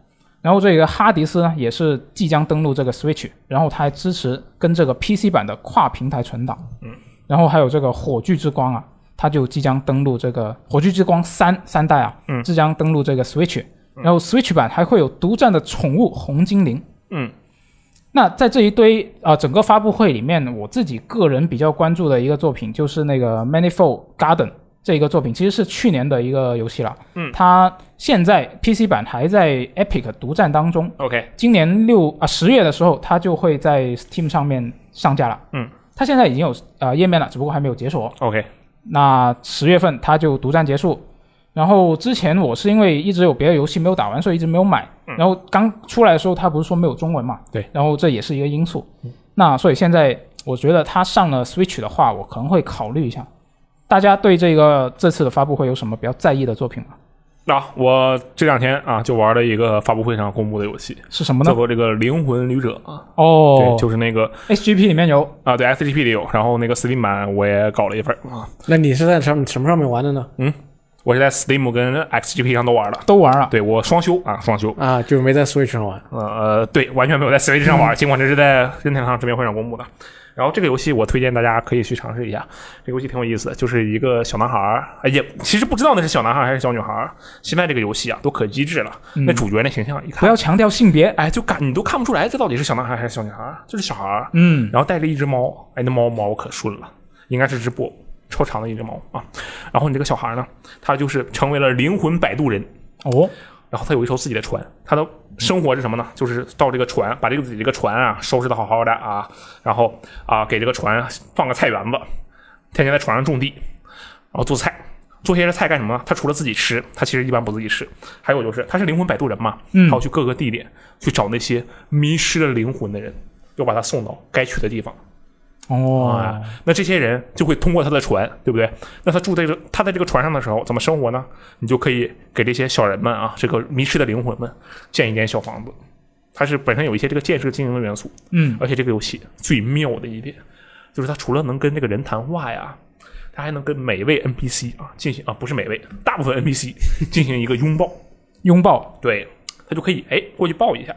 B: 然后这个哈迪斯呢，也是即将登陆这个 Switch，然后它还支持跟这个 PC 版的跨平台存档。
A: 嗯。
B: 然后还有这个火炬之光啊，它就即将登陆这个火炬之光三三代啊，
A: 嗯
B: 即将登陆这个 Switch。然后 Switch 版还会有独占的宠物红精灵。
A: 嗯，
B: 那在这一堆啊、呃整个发布会里面，我自己个人比较关注的一个作品就是那个《Manifold Garden》这一个作品，其实是去年的一个游戏了。
A: 嗯
B: 它现在 PC 版还在 Epic 独占当中。
A: OK，
B: 今年六啊十月的时候，它就会在 Steam 上面上架了。
A: 嗯，
B: 它现在已经有呃页面了，只不过还没有解锁。
A: OK，
B: 那十月份它就独占结束。然后之前我是因为一直有别的游戏没有打完，所以一直没有买。
A: 嗯
B: 然后刚出来的时候，它不是说没有中文嘛？
C: 对。
B: 然后这也是一个因素。
A: 嗯
B: 那所以现在我觉得它上了 Switch 的话，我可能会考虑一下。大家对这个这次的发布会有什么比较在意的作品吗？
A: 那、我这两天啊就玩了一个发布会上公布的游戏，
B: 是什么
A: 叫
B: 呢？
A: 做这个《灵魂旅者》啊，
B: 哦
A: 对，就是那个
B: SGP 里面有
A: 啊，对 SGP 里有，然后那个 Steam 版我也搞了一份啊，
C: 那你是在什么什么上面玩的呢？
A: 我是在 Steam 跟 XGP 上都玩了，
B: 都玩了。
A: 对我双休啊，双休。
C: 啊，就没在 Switch 上玩。
A: 呃呃，对，完全没有在 Switch 上玩，尽管这是在任天堂直面会上公布的。然后这个游戏我推荐大家可以去尝试一下，这个游戏挺有意思的，就是一个小男孩儿，哎也其实不知道那是小男孩还是小女孩儿。现在这个游戏啊都可机智了，那主角那形象一
B: 不
A: 看，
B: 要强调性别。
A: 哎就感你都看不出来这到底是小男孩还是小女孩儿，就是小孩儿。
B: 嗯，
A: 然后带着一只猫，哎，那猫毛可顺了，应该是只布偶，超长的一只猫啊。然后你这个小孩呢，他就是成为了灵魂摆渡人，
B: 哦，
A: 然后他有一艘自己的船，他的生活是什么呢？就是到这个船，把这个自己这个船啊收拾的好好的啊，然后啊给这个船放个菜园子，天天在船上种地，然后做菜。做些这菜干什么呢？他除了自己吃，他其实一般不自己吃。还有就是，他是灵魂摆渡人嘛，
B: 嗯
A: 他要去各个地点去找那些迷失了灵魂的人，要把他送到该去的地方。
B: 哦
A: 啊，，那这些人就会通过他的船，对不对？那他住在这，他在这个船上的时候怎么生活呢？你就可以给这些小人们啊，这个迷失的灵魂们建一间小房子。它是本身有一些这个建设经营的元素，
B: 嗯，
A: 而且这个游戏最妙的一点就是它除了能跟这个人谈话呀，它还能跟每位 NPC 啊进行啊不是每位，大部分 NPC 进行一个拥抱。
B: 拥抱。
A: 对他就可以哎过去抱一下。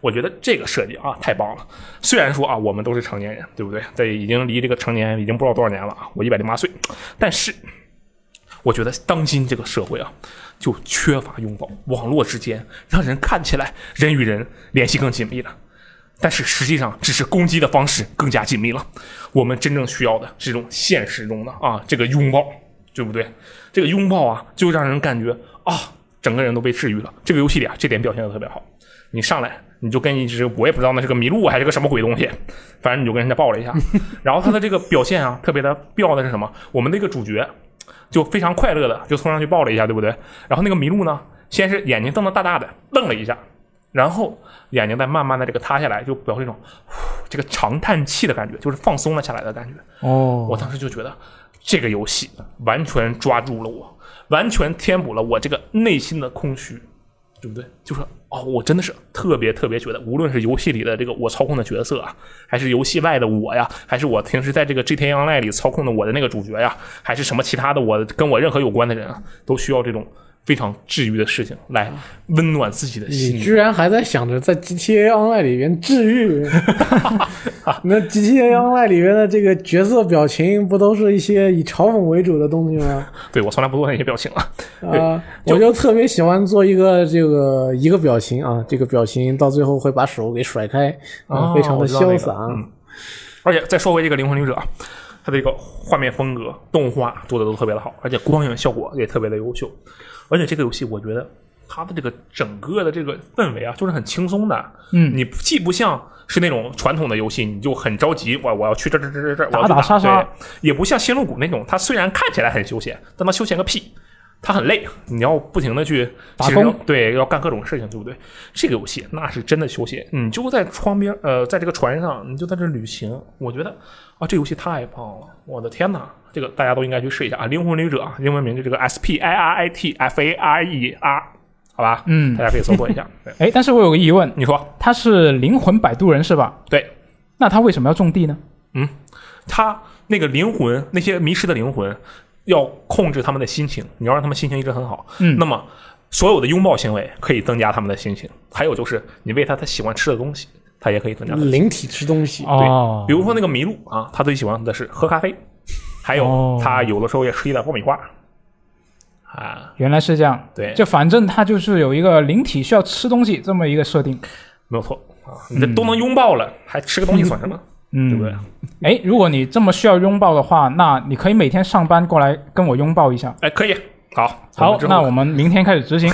A: 我觉得这个设计啊太棒了。虽然说啊我们都是成年人，对不对？在已经离这个成年已经不知道多少年了啊，我一百零八岁，但是我觉得当今这个社会啊，就缺乏拥抱，网络之间让人看起来人与人联系更紧密了。但是实际上，只是攻击的方式更加紧密了。我们真正需要的是这种现实中的啊，这个拥抱，对不对？这个拥抱啊，就让人感觉啊，整个人都被治愈了。这个游戏里啊，这点表现的特别好。你上来你就跟一只我也不知道那是个麋鹿还是个什么鬼东西，反正你就跟人家抱了一下。 然后他的这个表现啊，特别的妙的是什么？我们那个主角就非常快乐的就冲上去抱了一下，对不对？然后那个麋鹿呢，先是眼睛瞪得大大的，瞪了一下，然后眼睛再慢慢的这个塌下来，就表示一种呼这个长叹气的感觉，就是放松了下来的感觉。
B: 哦，
A: 我当时就觉得这个游戏完全抓住了我，完全填补了我这个内心的空虚，对不对？就是哦，我真的是特别特别觉得，无论是游戏里的这个我操控的角色啊，还是游戏外的我呀，还是我平时在这个 GTA Online 里操控的我的那个主角呀，还是什么其他的我跟我任何有关的人啊，都需要这种非常治愈的事情来温暖自己的
C: 你
A: 心。
C: 居然还在想着在 GTA Online 里边 治愈？ 那 GTA Online 里边的这个角色表情不都是一些以嘲讽为主的东西 吗？
A: 对我从来不做那些表情了。
C: 啊，我就特别喜欢做一个这个一个表情啊，这个表情到最后会把手给甩开啊，
A: 哦
C: 非常的
A: 我知道那
C: 潇
A: 个
C: 洒。啊
A: 嗯而且再说回这个《灵魂旅者》，它的这个画面风格、动画做的都特别的好，而且光影效果也特别的优秀。而且这个游戏，我觉得它的这个整个的这个氛围啊，就是很轻松的。
B: 嗯
A: 你既不像是那种传统的游戏，你就很着急，我我要去这这这这这，我要去
B: 打打杀杀
A: 对也不像《星露谷》那种，它虽然看起来很休闲，但它休闲个屁。它很累，你要不停的去
B: 打
A: 其实要
B: 工
A: 对，要干各种事情，对不对？这个游戏那是真的休闲，你就在窗边，呃，在这个船上，你就在这旅行。我觉得啊，这游戏太棒了，我的天哪！这个大家都应该去试一下啊，《灵魂旅者》啊，英文名就这个 S P I R I T F A R E R，好吧？
B: 嗯
A: 大，家可以搜索一下。对，
B: 哎，但是我有个疑问，
A: 你说
B: 他是灵魂摆渡人是吧？
A: 对？
B: 那他为什么要种地呢？
A: 他那个灵魂，那些迷失的灵魂，要控制他们的心情，你要让他们心情一直很好。
B: 嗯
A: 那么所有的拥抱行为可以增加他们的心情，还有就是你喂他他喜欢吃的东西，他也可以增加
B: 嗯
A: 他的心情。
C: 灵体吃东西，
B: 哦，
A: 比如说那个麋鹿啊，他最喜欢的是喝咖啡，还有
B: 哦
A: 他有的时候也吃一点爆米花。啊，
B: 原来是这样，
A: 对
B: 就反正他就是有一个灵体需要吃东西这么一个设定。
A: 没有错啊你这都能拥抱了，还吃个东西算什么？
B: 嗯，
A: 对不对？？
B: 哎，如果你这么需要拥抱的话，那你可以每天上班过来跟我拥抱一下。
A: 哎，可以，好，
B: 好
A: 们之，后
B: 那我们明天开始执 行。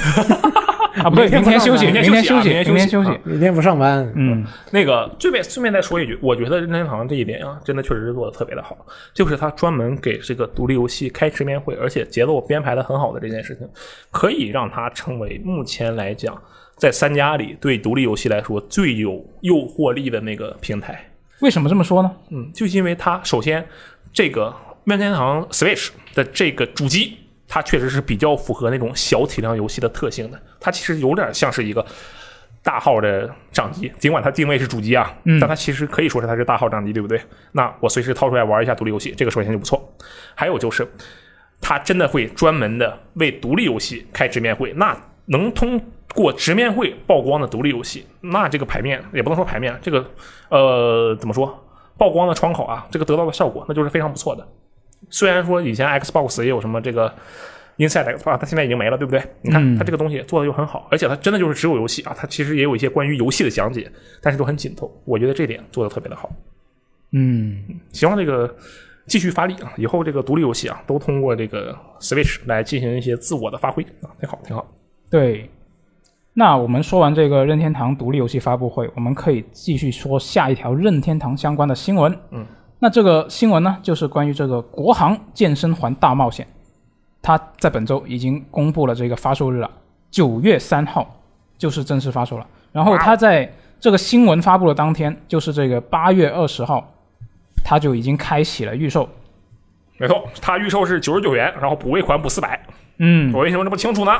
B: 啊，不对，
C: 明天
B: 明
C: 不
B: 天
C: 上
B: 休息，
A: 班
B: 明
A: 明天休
B: 休
A: 息
B: 息，
A: 啊
B: 明
A: 明天
B: 天
A: 休
B: 休
A: 息
B: 息。
C: 每天不上班，
B: 嗯，
A: 那个顺便顺便再说一句，我觉得任天堂这一点啊，真的确实是做的特别的好，就是他专门给这个独立游戏开直面会，而且节奏编排的很好的这件事情，可以让它成为目前来讲在三家里对独立游戏来说最有诱惑力的那个平台。
B: 为什么这么说呢？
A: 嗯，就因为它首先这个任天堂 Switch 的这个主机，它确实是比较符合那种小体量游戏的特性的。它其实有点像是一个大号的掌机，尽管它定位是主机啊，但它其实可以说是它是大号掌机，对不对？那我随时掏出来玩一下独立游戏，这个首先就不错。还有就是，它真的会专门的为独立游戏开直面会，那能通过直面会曝光的独立游戏，那这个牌面也不能说牌面，这个呃怎么说？曝光的窗口啊，这个得到的效果那就是非常不错的。虽然说以前 Xbox 也有什么这个 Inside Xbox，它现在已经没了，对不对？你
B: 嗯
A: 看它这个东西做的就很好，而且它真的就是只有游戏啊，它其实也有一些关于游戏的讲解，但是都很紧凑，我觉得这点做的特别的好。
B: 嗯，
A: 希望这个继续发力啊，以后这个独立游戏啊，都通过这个 Switch 来进行一些自我的发挥啊，挺好，挺好。
B: 对。那我们说完这个任天堂独立游戏发布会，我们可以继续说下一条任天堂相关的新闻。
A: 嗯，
B: 那这个新闻呢，就是关于这个国行健身环大冒险，它在本周已经公布了这个发售日了，九月三号就是正式发售了。然后它在这个新闻发布的当天，就是这个八月二十号，它就已经开启了预售。
A: 没错，它预售是九十九元，然后补尾款补四百。
B: 嗯，
A: 我为什么这么清楚呢？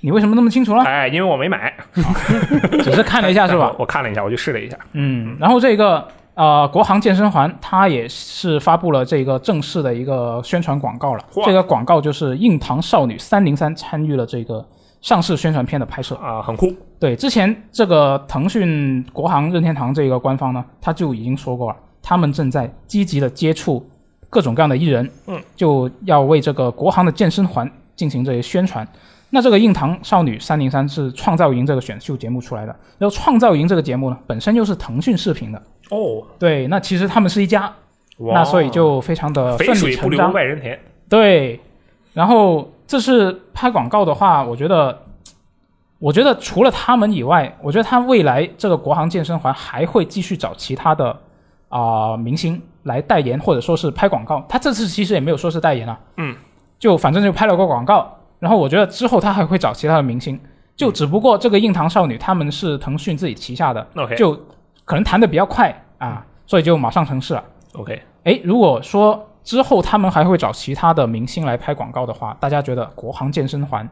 B: 你为什么那么清楚呢？
A: 哎，因为我没买，
B: 只是看了一下啊是吧？
A: 我？我看了一下，我去试了一下。
B: 嗯，然后这个呃，国行健身环它也是发布了这个正式的一个宣传广告了
A: 嚯。
B: 这个广告就是硬糖少女三零三参与了这个上市宣传片的拍摄。
A: 啊、很酷。
B: 对，之前这个腾讯、国行、任天堂这个官方呢，他就已经说过了，他们正在积极的接触各种各样的艺人，
A: 嗯，
B: 就要为这个国行的健身环进行这些宣传。那这个硬糖少女三零三是创造营这个选秀节目出来的，然后创造营这个节目呢，本身又是腾讯视频的，
A: 哦，
B: 对，那其实他们是一家，
A: 哇
B: 那所以就非常的
A: 肥
B: 顺
A: 水
B: 理
A: 不
B: 成
A: 流
B: 章。
A: 外人田。
B: 对，然后这是拍广告的话，我觉得，我觉得除了他们以外，我觉得他未来这个国行健身环还会继续找其他的啊、明星来代言，或者说是拍广告。他这次其实也没有说是代言啊，
A: 嗯，
B: 就反正就拍了个广告。然后我觉得之后他还会找其他的明星，就只不过这个硬糖少女他们是腾讯自己旗下的，
A: OK 嗯
B: 就可能谈的比较快啊，所以就马上成事了。
A: OK，
B: 哎，如果说之后他们还会找其他的明星来拍广告的话，大家觉得国行健身环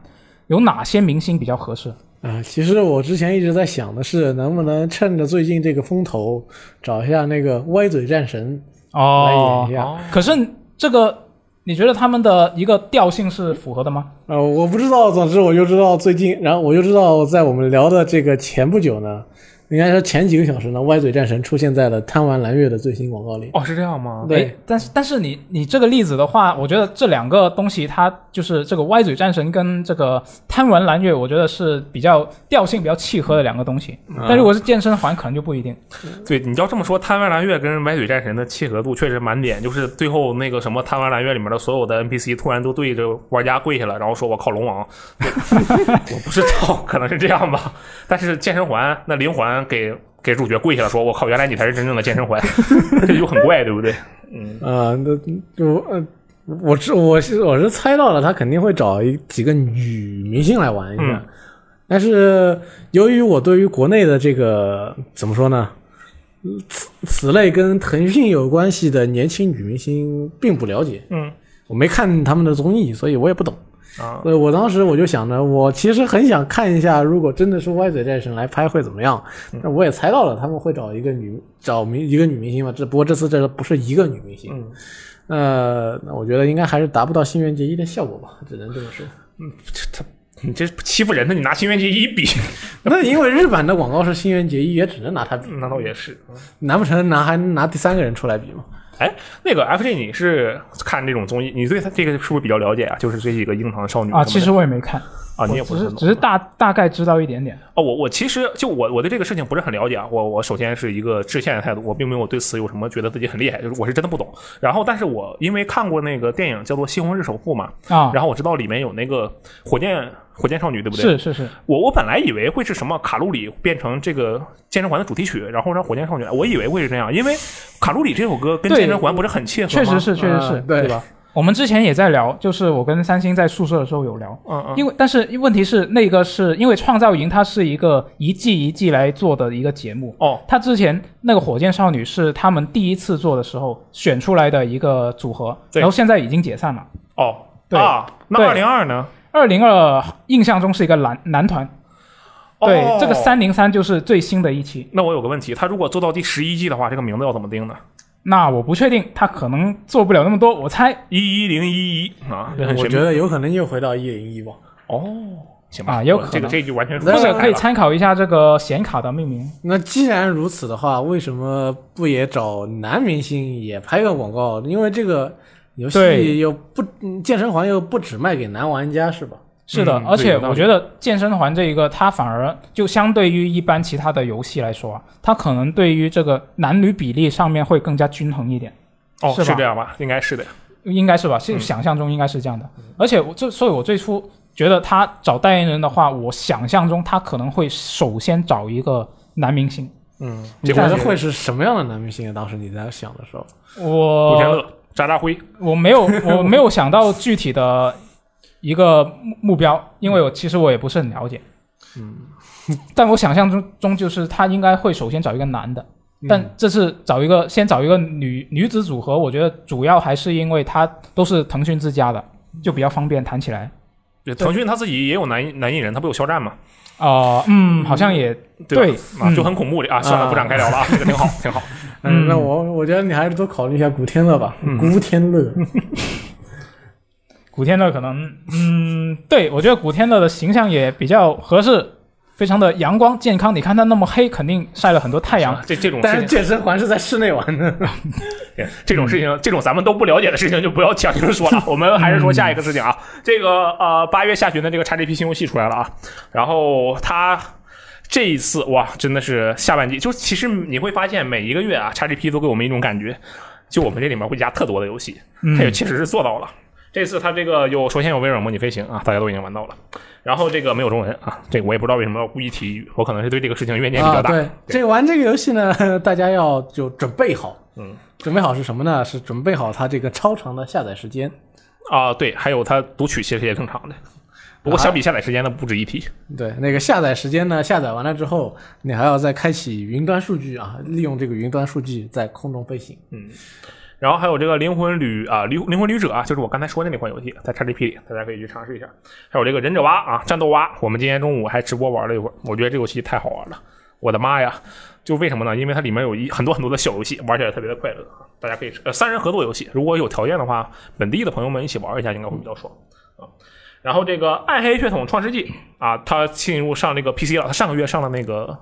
B: 有哪些明星比较合适？
C: 啊，其实我之前一直在想的是，能不能趁着最近这个风头，找一下那个歪嘴战神来演一，下。
A: 哦，
B: 可是这个你觉得他们的一个调性是符合的吗？
C: 呃，我不知道，总之我就知道最近，然后我就知道在我们聊的这个前不久呢，应该说前几个小时呢，歪嘴战神出现在了贪玩蓝月的最新广告里。
A: 哦，是这样吗？
C: 对
B: 诶，哎但是但是你你这个例子的话，我觉得这两个东西它就是这个歪嘴战神跟这个贪玩蓝月，我觉得是比较调性比较契合的两个东西。
A: 嗯
B: 但如果是健身环，可能就不一定。
A: 对，你要这么说，贪玩蓝月跟歪嘴战神的契合度确实满点，就是最后那个什么贪玩蓝月里面的所有的 NPC 突然都对着玩家跪下了，然后说我靠龙王，我我不知道，可能是这样吧。但是健身环那灵环给给主角跪下了，说我靠，原来你才是真正的健身环， 这就很怪，对不对？
C: 啊，那我呃，我是我是我是猜到了，他肯定会找一几个女明星来玩一下。
A: 嗯
C: 但是由于我对于国内的这个怎么说呢，此此类跟腾讯有关系的年轻女明星并不了解，
A: 嗯
C: 我没看他们的综艺，所以我也不懂。
A: 啊，
C: 所以我当时我就想着，我其实很想看一下，如果真的是歪嘴战神来拍会怎么样。那我也猜到了，他们会找一个女找明一个女明星嘛，只不过这次这个不是一个女明星。
A: 嗯
C: 呃，那我觉得应该还是达不到《心愿结衣》的效果吧，只能这么说。
A: 你这欺负人的，你拿心愿结一比，
C: 那因为日版的广告是《心愿结衣》，也只能拿它比，
A: 那倒也是。
C: 难不成拿还拿第三个人出来比吗？
A: 哎，那个 FJ，你是看这种综艺，你对他这个是不是比较了解啊？就是这几个樱桃少女什
B: 啊，
A: 么的
B: 其实我也没看，
A: 啊，你也不
B: 只
A: 是
B: 是
A: 很懂
B: 只是大大概知道一点点。
A: 哦，我我其实就我我对这个事情不是很了解啊，我我首先是一个致歉的态度，我并没有对此有什么觉得自己很厉害，就是我是真的不懂。然后，但是我因为看过那个电影叫做《西红柿首富》嘛，
B: 啊，
A: 然后我知道里面有那个火箭火箭少女，对不对？
B: 是是是，
A: 我我本来以为会是什么卡路里变成这个健身环的主题曲，然后让火箭少女来，我以为会是这样，因为卡路里这首歌跟
B: 对
A: 健身环不是很切合吗？
B: 确实，是确实是
C: 啊，对
B: 吧？嗯我们之前也在聊，就是我跟三星在宿舍的时候有聊，
A: 嗯嗯，
B: 因为但是问题是那个是因为创造营它是一个一季一季来做的一个节目，
A: 哦，
B: 它之前那个火箭少女是他们第一次做的时候选出来的一个组合，
A: 对
B: 然后现在已经解散了。
A: 哦，
B: 对
A: 啊，那
B: 对
A: 二零二呢？
B: 二零二印象中是一个男男团，对，
A: 哦
B: 这个三零三就是最新的一期。
A: 那我有个问题，他如果做到第十一季的话，这个名字要怎么定呢？
B: 那我不确定，他可能做不了那么多，我猜
A: 一一零一一啊，这很
C: 我
A: 神秘
C: 觉得有可能又回到一零一吧。
A: 哦，行吧，
B: 啊有
A: 我
B: 可
A: 这个
B: 能
A: 这一句完全是
C: 那
B: 或者可以
A: 猜
B: 参考一下这个显卡的命名。
C: 那既然如此的话，为什么不也找男明星也拍个广告？因为这个游
B: 对
C: 戏又不嗯健身环又不只卖给男玩家是吧？
B: 是的，
A: 嗯
B: 而且
A: 有道理
B: 我觉得健身环这一个，它反而就相对于一般其他的游戏来说啊，它可能对于这个男女比例上面会更加均衡一点，
A: 哦，
B: 是吧
A: 是这样吧？应该是的。
B: 应该是吧？是
A: 嗯
B: 想象中应该是这样的。而且我这，所以我最初觉得他找代言人的话，我想象中他可能会首先找一个男明星，
A: 嗯，
C: 你
A: 结果
C: 觉得
A: 是
C: 会是什么样的男明星？啊当时你在想的时候，
A: 古天乐
B: 我、
A: 渣渣辉，
B: 我没有我没有想到具体的一个目目标，因为我其实我也不是很了解。
A: 嗯，
B: 但我想象中中就是他应该会首先找一个男的，
C: 嗯
B: 但这次找一个先找一个女女子组合，我觉得主要还是因为他都是腾讯自家的，就比较方便谈起来。
A: 腾讯他自己也有男男艺人，他不有肖战吗？
B: 啊、嗯，好像也
A: 对吧
B: 对
A: 啊，
B: 嗯
A: 就很恐怖的啊。算了，
C: 啊
A: 不展开聊了啊，这个 挺好，挺好。
B: 嗯
C: 哎那我我觉得你还是多考虑一下古天乐吧。
A: 嗯
C: 古天乐，
B: 古天乐可能，嗯，对我觉得古天乐的形象也比较合适，非常的阳光健康。你看他那么黑，肯定晒了很多太阳。
A: 啊这这种
C: 但
A: 事
C: 是
A: 情，
C: 健身环是在室内玩 的。
A: 这种事情，这种咱们都不了解的事情，就不要强行说了。我们还是说下一个事情啊。
C: 嗯
A: 这个呃，八月下旬的这个 XGP 新游戏出来了啊，然后它。这一次哇，真的是下半季，就其实你会发现每一个月啊，XGP 都给我们一种感觉，就我们这里面会加特多的游戏，
B: 嗯
A: 它也确实是做到了。这次它这个有首先有微软模拟飞行啊，大家都已经玩到了，然后这个没有中文啊，这个我也不知道为什么要故意提，我可能是对这个事情怨念比较
C: 啊，
A: 大。
C: 对，这个玩这个游戏呢，大家要就准备好。
A: 嗯，
C: 准备好是什么呢？是准备好它这个超长的下载时间。
A: 啊、对，还有它读取其实也挺长的，不过相比下载时间呢，不值一提。
C: 对，那个下载时间呢，下载完了之后，你还要再开启云端数据啊，利用这个云端数据在空中飞行。
A: 然后还有这个灵魂旅啊，灵灵魂旅者啊，就是我刚才说的那款游戏，在 XGP 里，大家可以去尝试一下。还有这个忍者蛙啊，战斗蛙，我们今天中午还直播玩了一会儿，我觉得这游戏太好玩了，我的妈呀！就为什么呢？因为它里面有一很多很多的小游戏，玩起来特别的快乐啊。大家可以呃三人合作游戏，如果有条件的话，本地的朋友们一起玩一下，应该会比较爽啊。然后这个暗黑血统创世纪啊，它进入上这个 PC 了，它上个月上了那个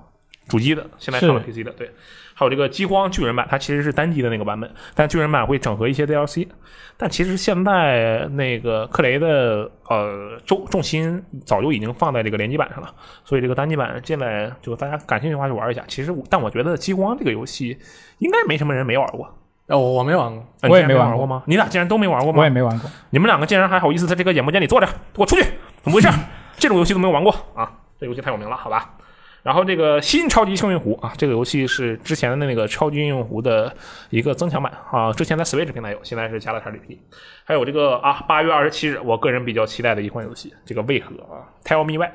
A: 主机的，现在上了
B: 是
A: PC 的，对。还有这个饥荒巨人版，它其实是单机的那个版本，但巨人版会整合一些 DLC。但其实现在那个克雷的呃重重心早就已经放在这个联机版上了，所以这个单机版进来就大家感兴趣的话就玩一下。其实我但我觉得激光这个游戏应该没什么人没玩过，
C: 呃，我我没玩过，
A: 啊
B: 我
A: 你
B: 也
A: 竟然
B: 没
A: 没
B: 玩
A: 玩
B: 过
A: 吗？你俩竟然都没玩过
B: 我也
A: 吗？
B: 没玩过，
A: 你们两个竟然还好意思在这个演播间里坐着，给我出去！怎么回事？这种游戏都没有玩过啊！这游戏太有名了，好吧？然后这个新超级幸运湖啊，这个游戏是之前的那个超级幸运湖的一个增强版啊，之前在 Switch 平台有，现在是加了 XGP。还有这个啊，八月二十七日，我个人比较期待的一款游戏，这个为何啊？Tell me why。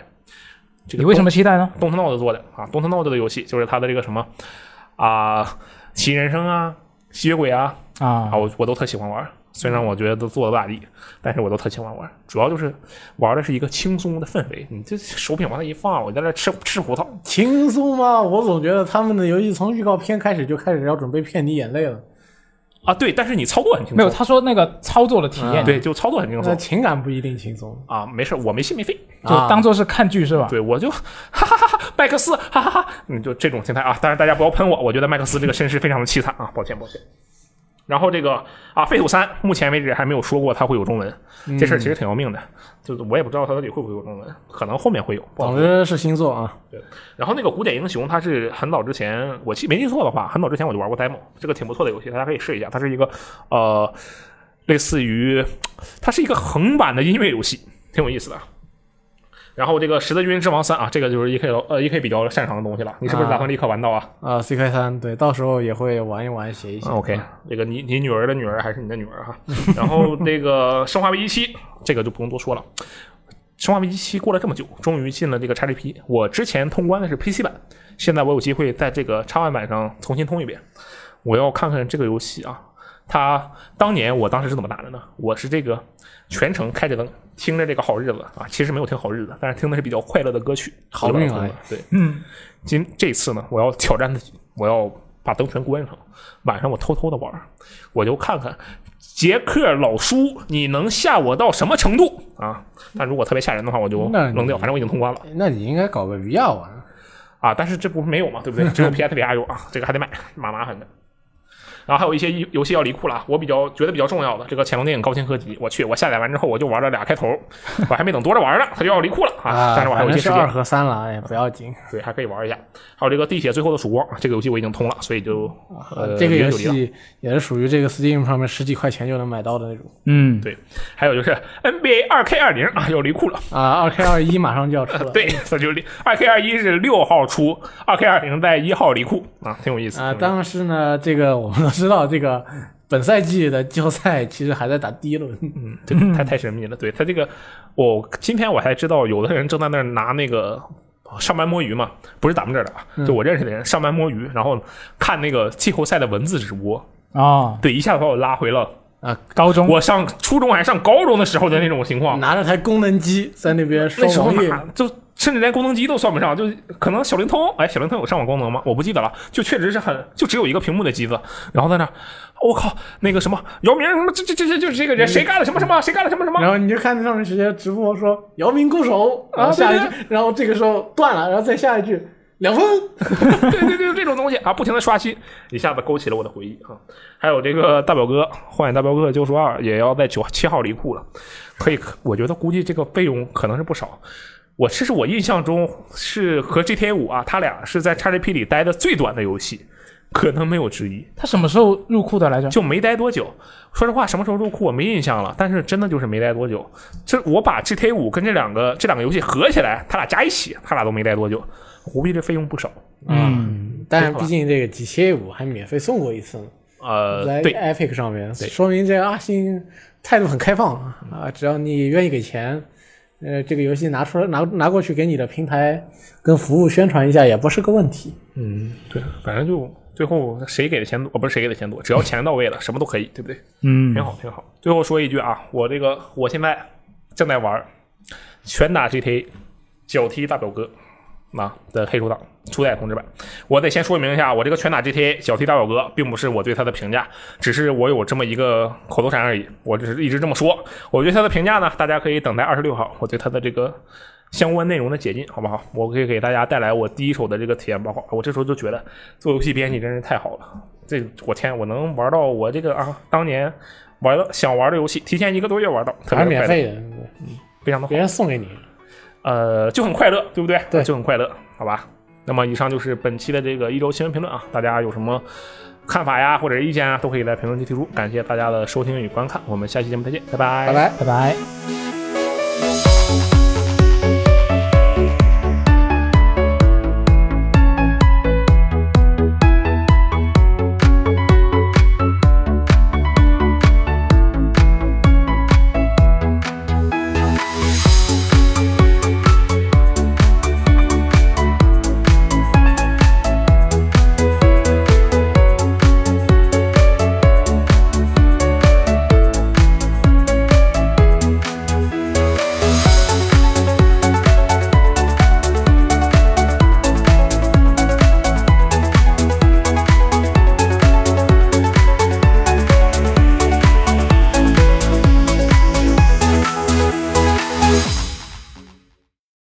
A: 这个
B: 你为什么期待呢？
A: 东特闹的做的啊，东特闹的的游戏就是它的这个什么啊，奇异人生啊，吸血鬼啊
B: 啊
A: 啊，，我我都特喜欢玩儿。虽然我觉得都做的不咋地，但是我都特喜欢玩儿。主要就是玩的是一个轻松的氛围。你这手柄往那一放，我在那吃吃葡萄，
C: 轻松吗？我总觉得他们的游戏从预告片开始就开始要准备骗你眼泪了，
A: 啊，对，但是你操作很轻松，
B: 没有，他说那个操作的体验，
C: 啊
A: 嗯对，就操作很轻
C: 那
A: 松
C: 情感不一定轻松。
A: 啊，没事，我没心没肺，
B: 就当做是看剧是吧？
A: 对我就哈哈哈哈，麦克斯哈嗯哈哈，你就这种心态啊。当然大家不要喷我，我觉得麦克斯这个身世非常的凄惨啊，抱歉抱歉。然后这个啊，《废土三》目前为止还没有说过它会有中文，这事儿其
B: 嗯
A: 实挺要命的，就是我也不知道它到底会不会有中文，可能后面会有。不好
C: 总之是星座啊，
A: 然后那个古典英雄，它是很早之前，我记没记错的话，很早之前我就玩过 demo，这个挺不错的游戏，大家可以试一下。它是一个呃，类似于它是一个横版的音乐游戏，挺有意思的。啊然后这个《十字军之王三》啊，这个就是 E K 呃 E K 比较擅长的东西了。你是不是打算立刻玩到啊
C: 啊，CK 三对，到时候也会玩一玩，写一写。
A: 嗯？OK，这个你你女儿的女儿还是你的女儿哈。然后这个《生化危机七》，这个就不用多说了。《生化危机七》过了这么久，终于进了这个 XGP。我之前通关的是 PC 版，现在我有机会在这个 X Y 版上重新通一遍。我要看看这个游戏啊，它当年我当时是怎么打的呢？我是这个全程开着灯，听着这个好日子啊，其实没有听好日子，但是听的是比较快乐的歌曲。
C: 好运啊来
A: 来，对，嗯，今这次呢，我要挑战自己，我要把灯全关上，晚上我偷偷的玩儿，我就看看杰克老叔你能吓我到什么程度啊？但如果特别吓人的话，我就
C: 那你
A: 扔掉，反正我已经通关了。
C: 那你应该搞个 VR 玩，
A: 啊，但是这不是没有嘛，对 不对？只有 PS 别 r 有啊，这个还得买，蛮麻烦的。然后还有一些游游戏要离库了，我比较觉得比较重要的这个《潜龙电影》高清合集，我去，我下载完之后我就玩了俩开头，我还没等多着玩呢，它就要离库了啊！但是我还
C: 反
A: 有一
C: 正
A: 些时
C: 是
A: 间
C: 二，和三了，哎，不要紧。
A: 对，还可以玩一下。还有这个《地铁最后的曙光》，这个游戏我已经通了，所以就呃
C: 这个
A: 没有
C: 游
A: 就离了
C: 戏也是属于这个 Steam 上面十几块钱就能买到的那种
B: 嗯，
A: 对，还有就是 NBA 二 K 二零啊，要离库了。。
C: 啊，二 K 二一马上就要出了
A: 对，这就是二 K 二一是六号出，二 K 二零在一号离库啊，挺有意思
C: 啊，
A: 挺有意思
C: 但是呢，这个我们都知道，这个本赛季的季后赛其实还在打第一轮。
A: 嗯，这个太太神秘了。对他这个，我、今天我才知道，有的人正在那儿拿那个上班摸鱼嘛，不是咱们这儿的啊，就我认识的人上班摸鱼，然后看那个季后赛的文字直播，
B: 哦，
A: 对，一下子把我拉回了
B: 高中
A: 我上初中还上高中的时候的那种情况。
C: 拿着台功能机在那边
A: 哦那
C: 刷
A: 时候
C: 网页，
A: 哪就甚至连功能机都算不上，就可能小灵通，哎，小灵通有上网功能吗？我不记得了，就确实是很，就只有一个屏幕的机子，然后在那儿，我、靠，那个什么姚明什么，这这这这就是这个人，谁干了什么什么，谁干了什么什么
C: 然，后你就看上面直接直播说姚明勾手，然
A: 啊
C: 后下一
A: 对嗯
C: 句，然后这个时候断了，然后再下一句两分。
A: 对对对，这种东西啊，不停的刷新，一下子勾起了我的回忆啊。还有这个大表哥《幻影大表哥和救赎二》也要在九七号离库了，可以，我觉得估计这个费用可能是不少。我这是我印象中是和 GTA 五啊，他俩是在 XGP 里待的最短的游戏，可能没有之一，
B: 他什么时候入库的来着？
A: 就没待多久。说实话，什么时候入库我没印象了，但是真的就是没待多久。这我把 GTA 五跟这两个这两个游戏合起来，他俩加一起，他俩都没待多久，估计这费用不少。
B: 嗯，
C: 但毕竟这个 GTA 五还免费送过一次呢，
A: 呃，
C: 在
A: 对，
C: Epic 上面，说明这个阿星态度很开放啊，只要你愿意给钱。呃，这个游戏拿出来拿拿过去给你的平台跟服务宣传一下，也不是个问题。
A: 嗯，对，反正就最后谁给的钱多，哦，不是谁给的钱多，只要钱到位了，什么都可以，对不对？
B: 嗯
A: 挺，好，挺好。最后说一句啊，我这个我现在正在玩儿拳打 GTA 脚踢大表哥啊的黑手党初代同志版。我得先说明一下，我这个拳打 GTA 脚踢大表哥，并不是我对他的评价，只是我有这么一个口头禅而已。我只是一直这么说。我对他的评价呢，大家可以等待二十六号我对他的这个相关内容的解禁，好不好？我可以给大家带来我第一手的这个体验报告。我这时候就觉得做游戏编辑真是太好了，这我天，我能玩到我这个啊，当年玩的想玩的游戏，提前一个多月玩到，特
C: 还
A: 别
C: 是啊免
A: 快乐，
C: 费的，
A: 非常的好
C: 别。人送给你。
A: 呃，就很快乐，对不对？
C: 对
A: 就很快乐，好吧。那么以上就是本期的这个一周新闻评论啊，大家有什么看法呀，或者意见啊，都可以在评论区提出。感谢大家的收听与观看，我们下期节目再见，拜拜
C: 拜拜。
B: 拜拜。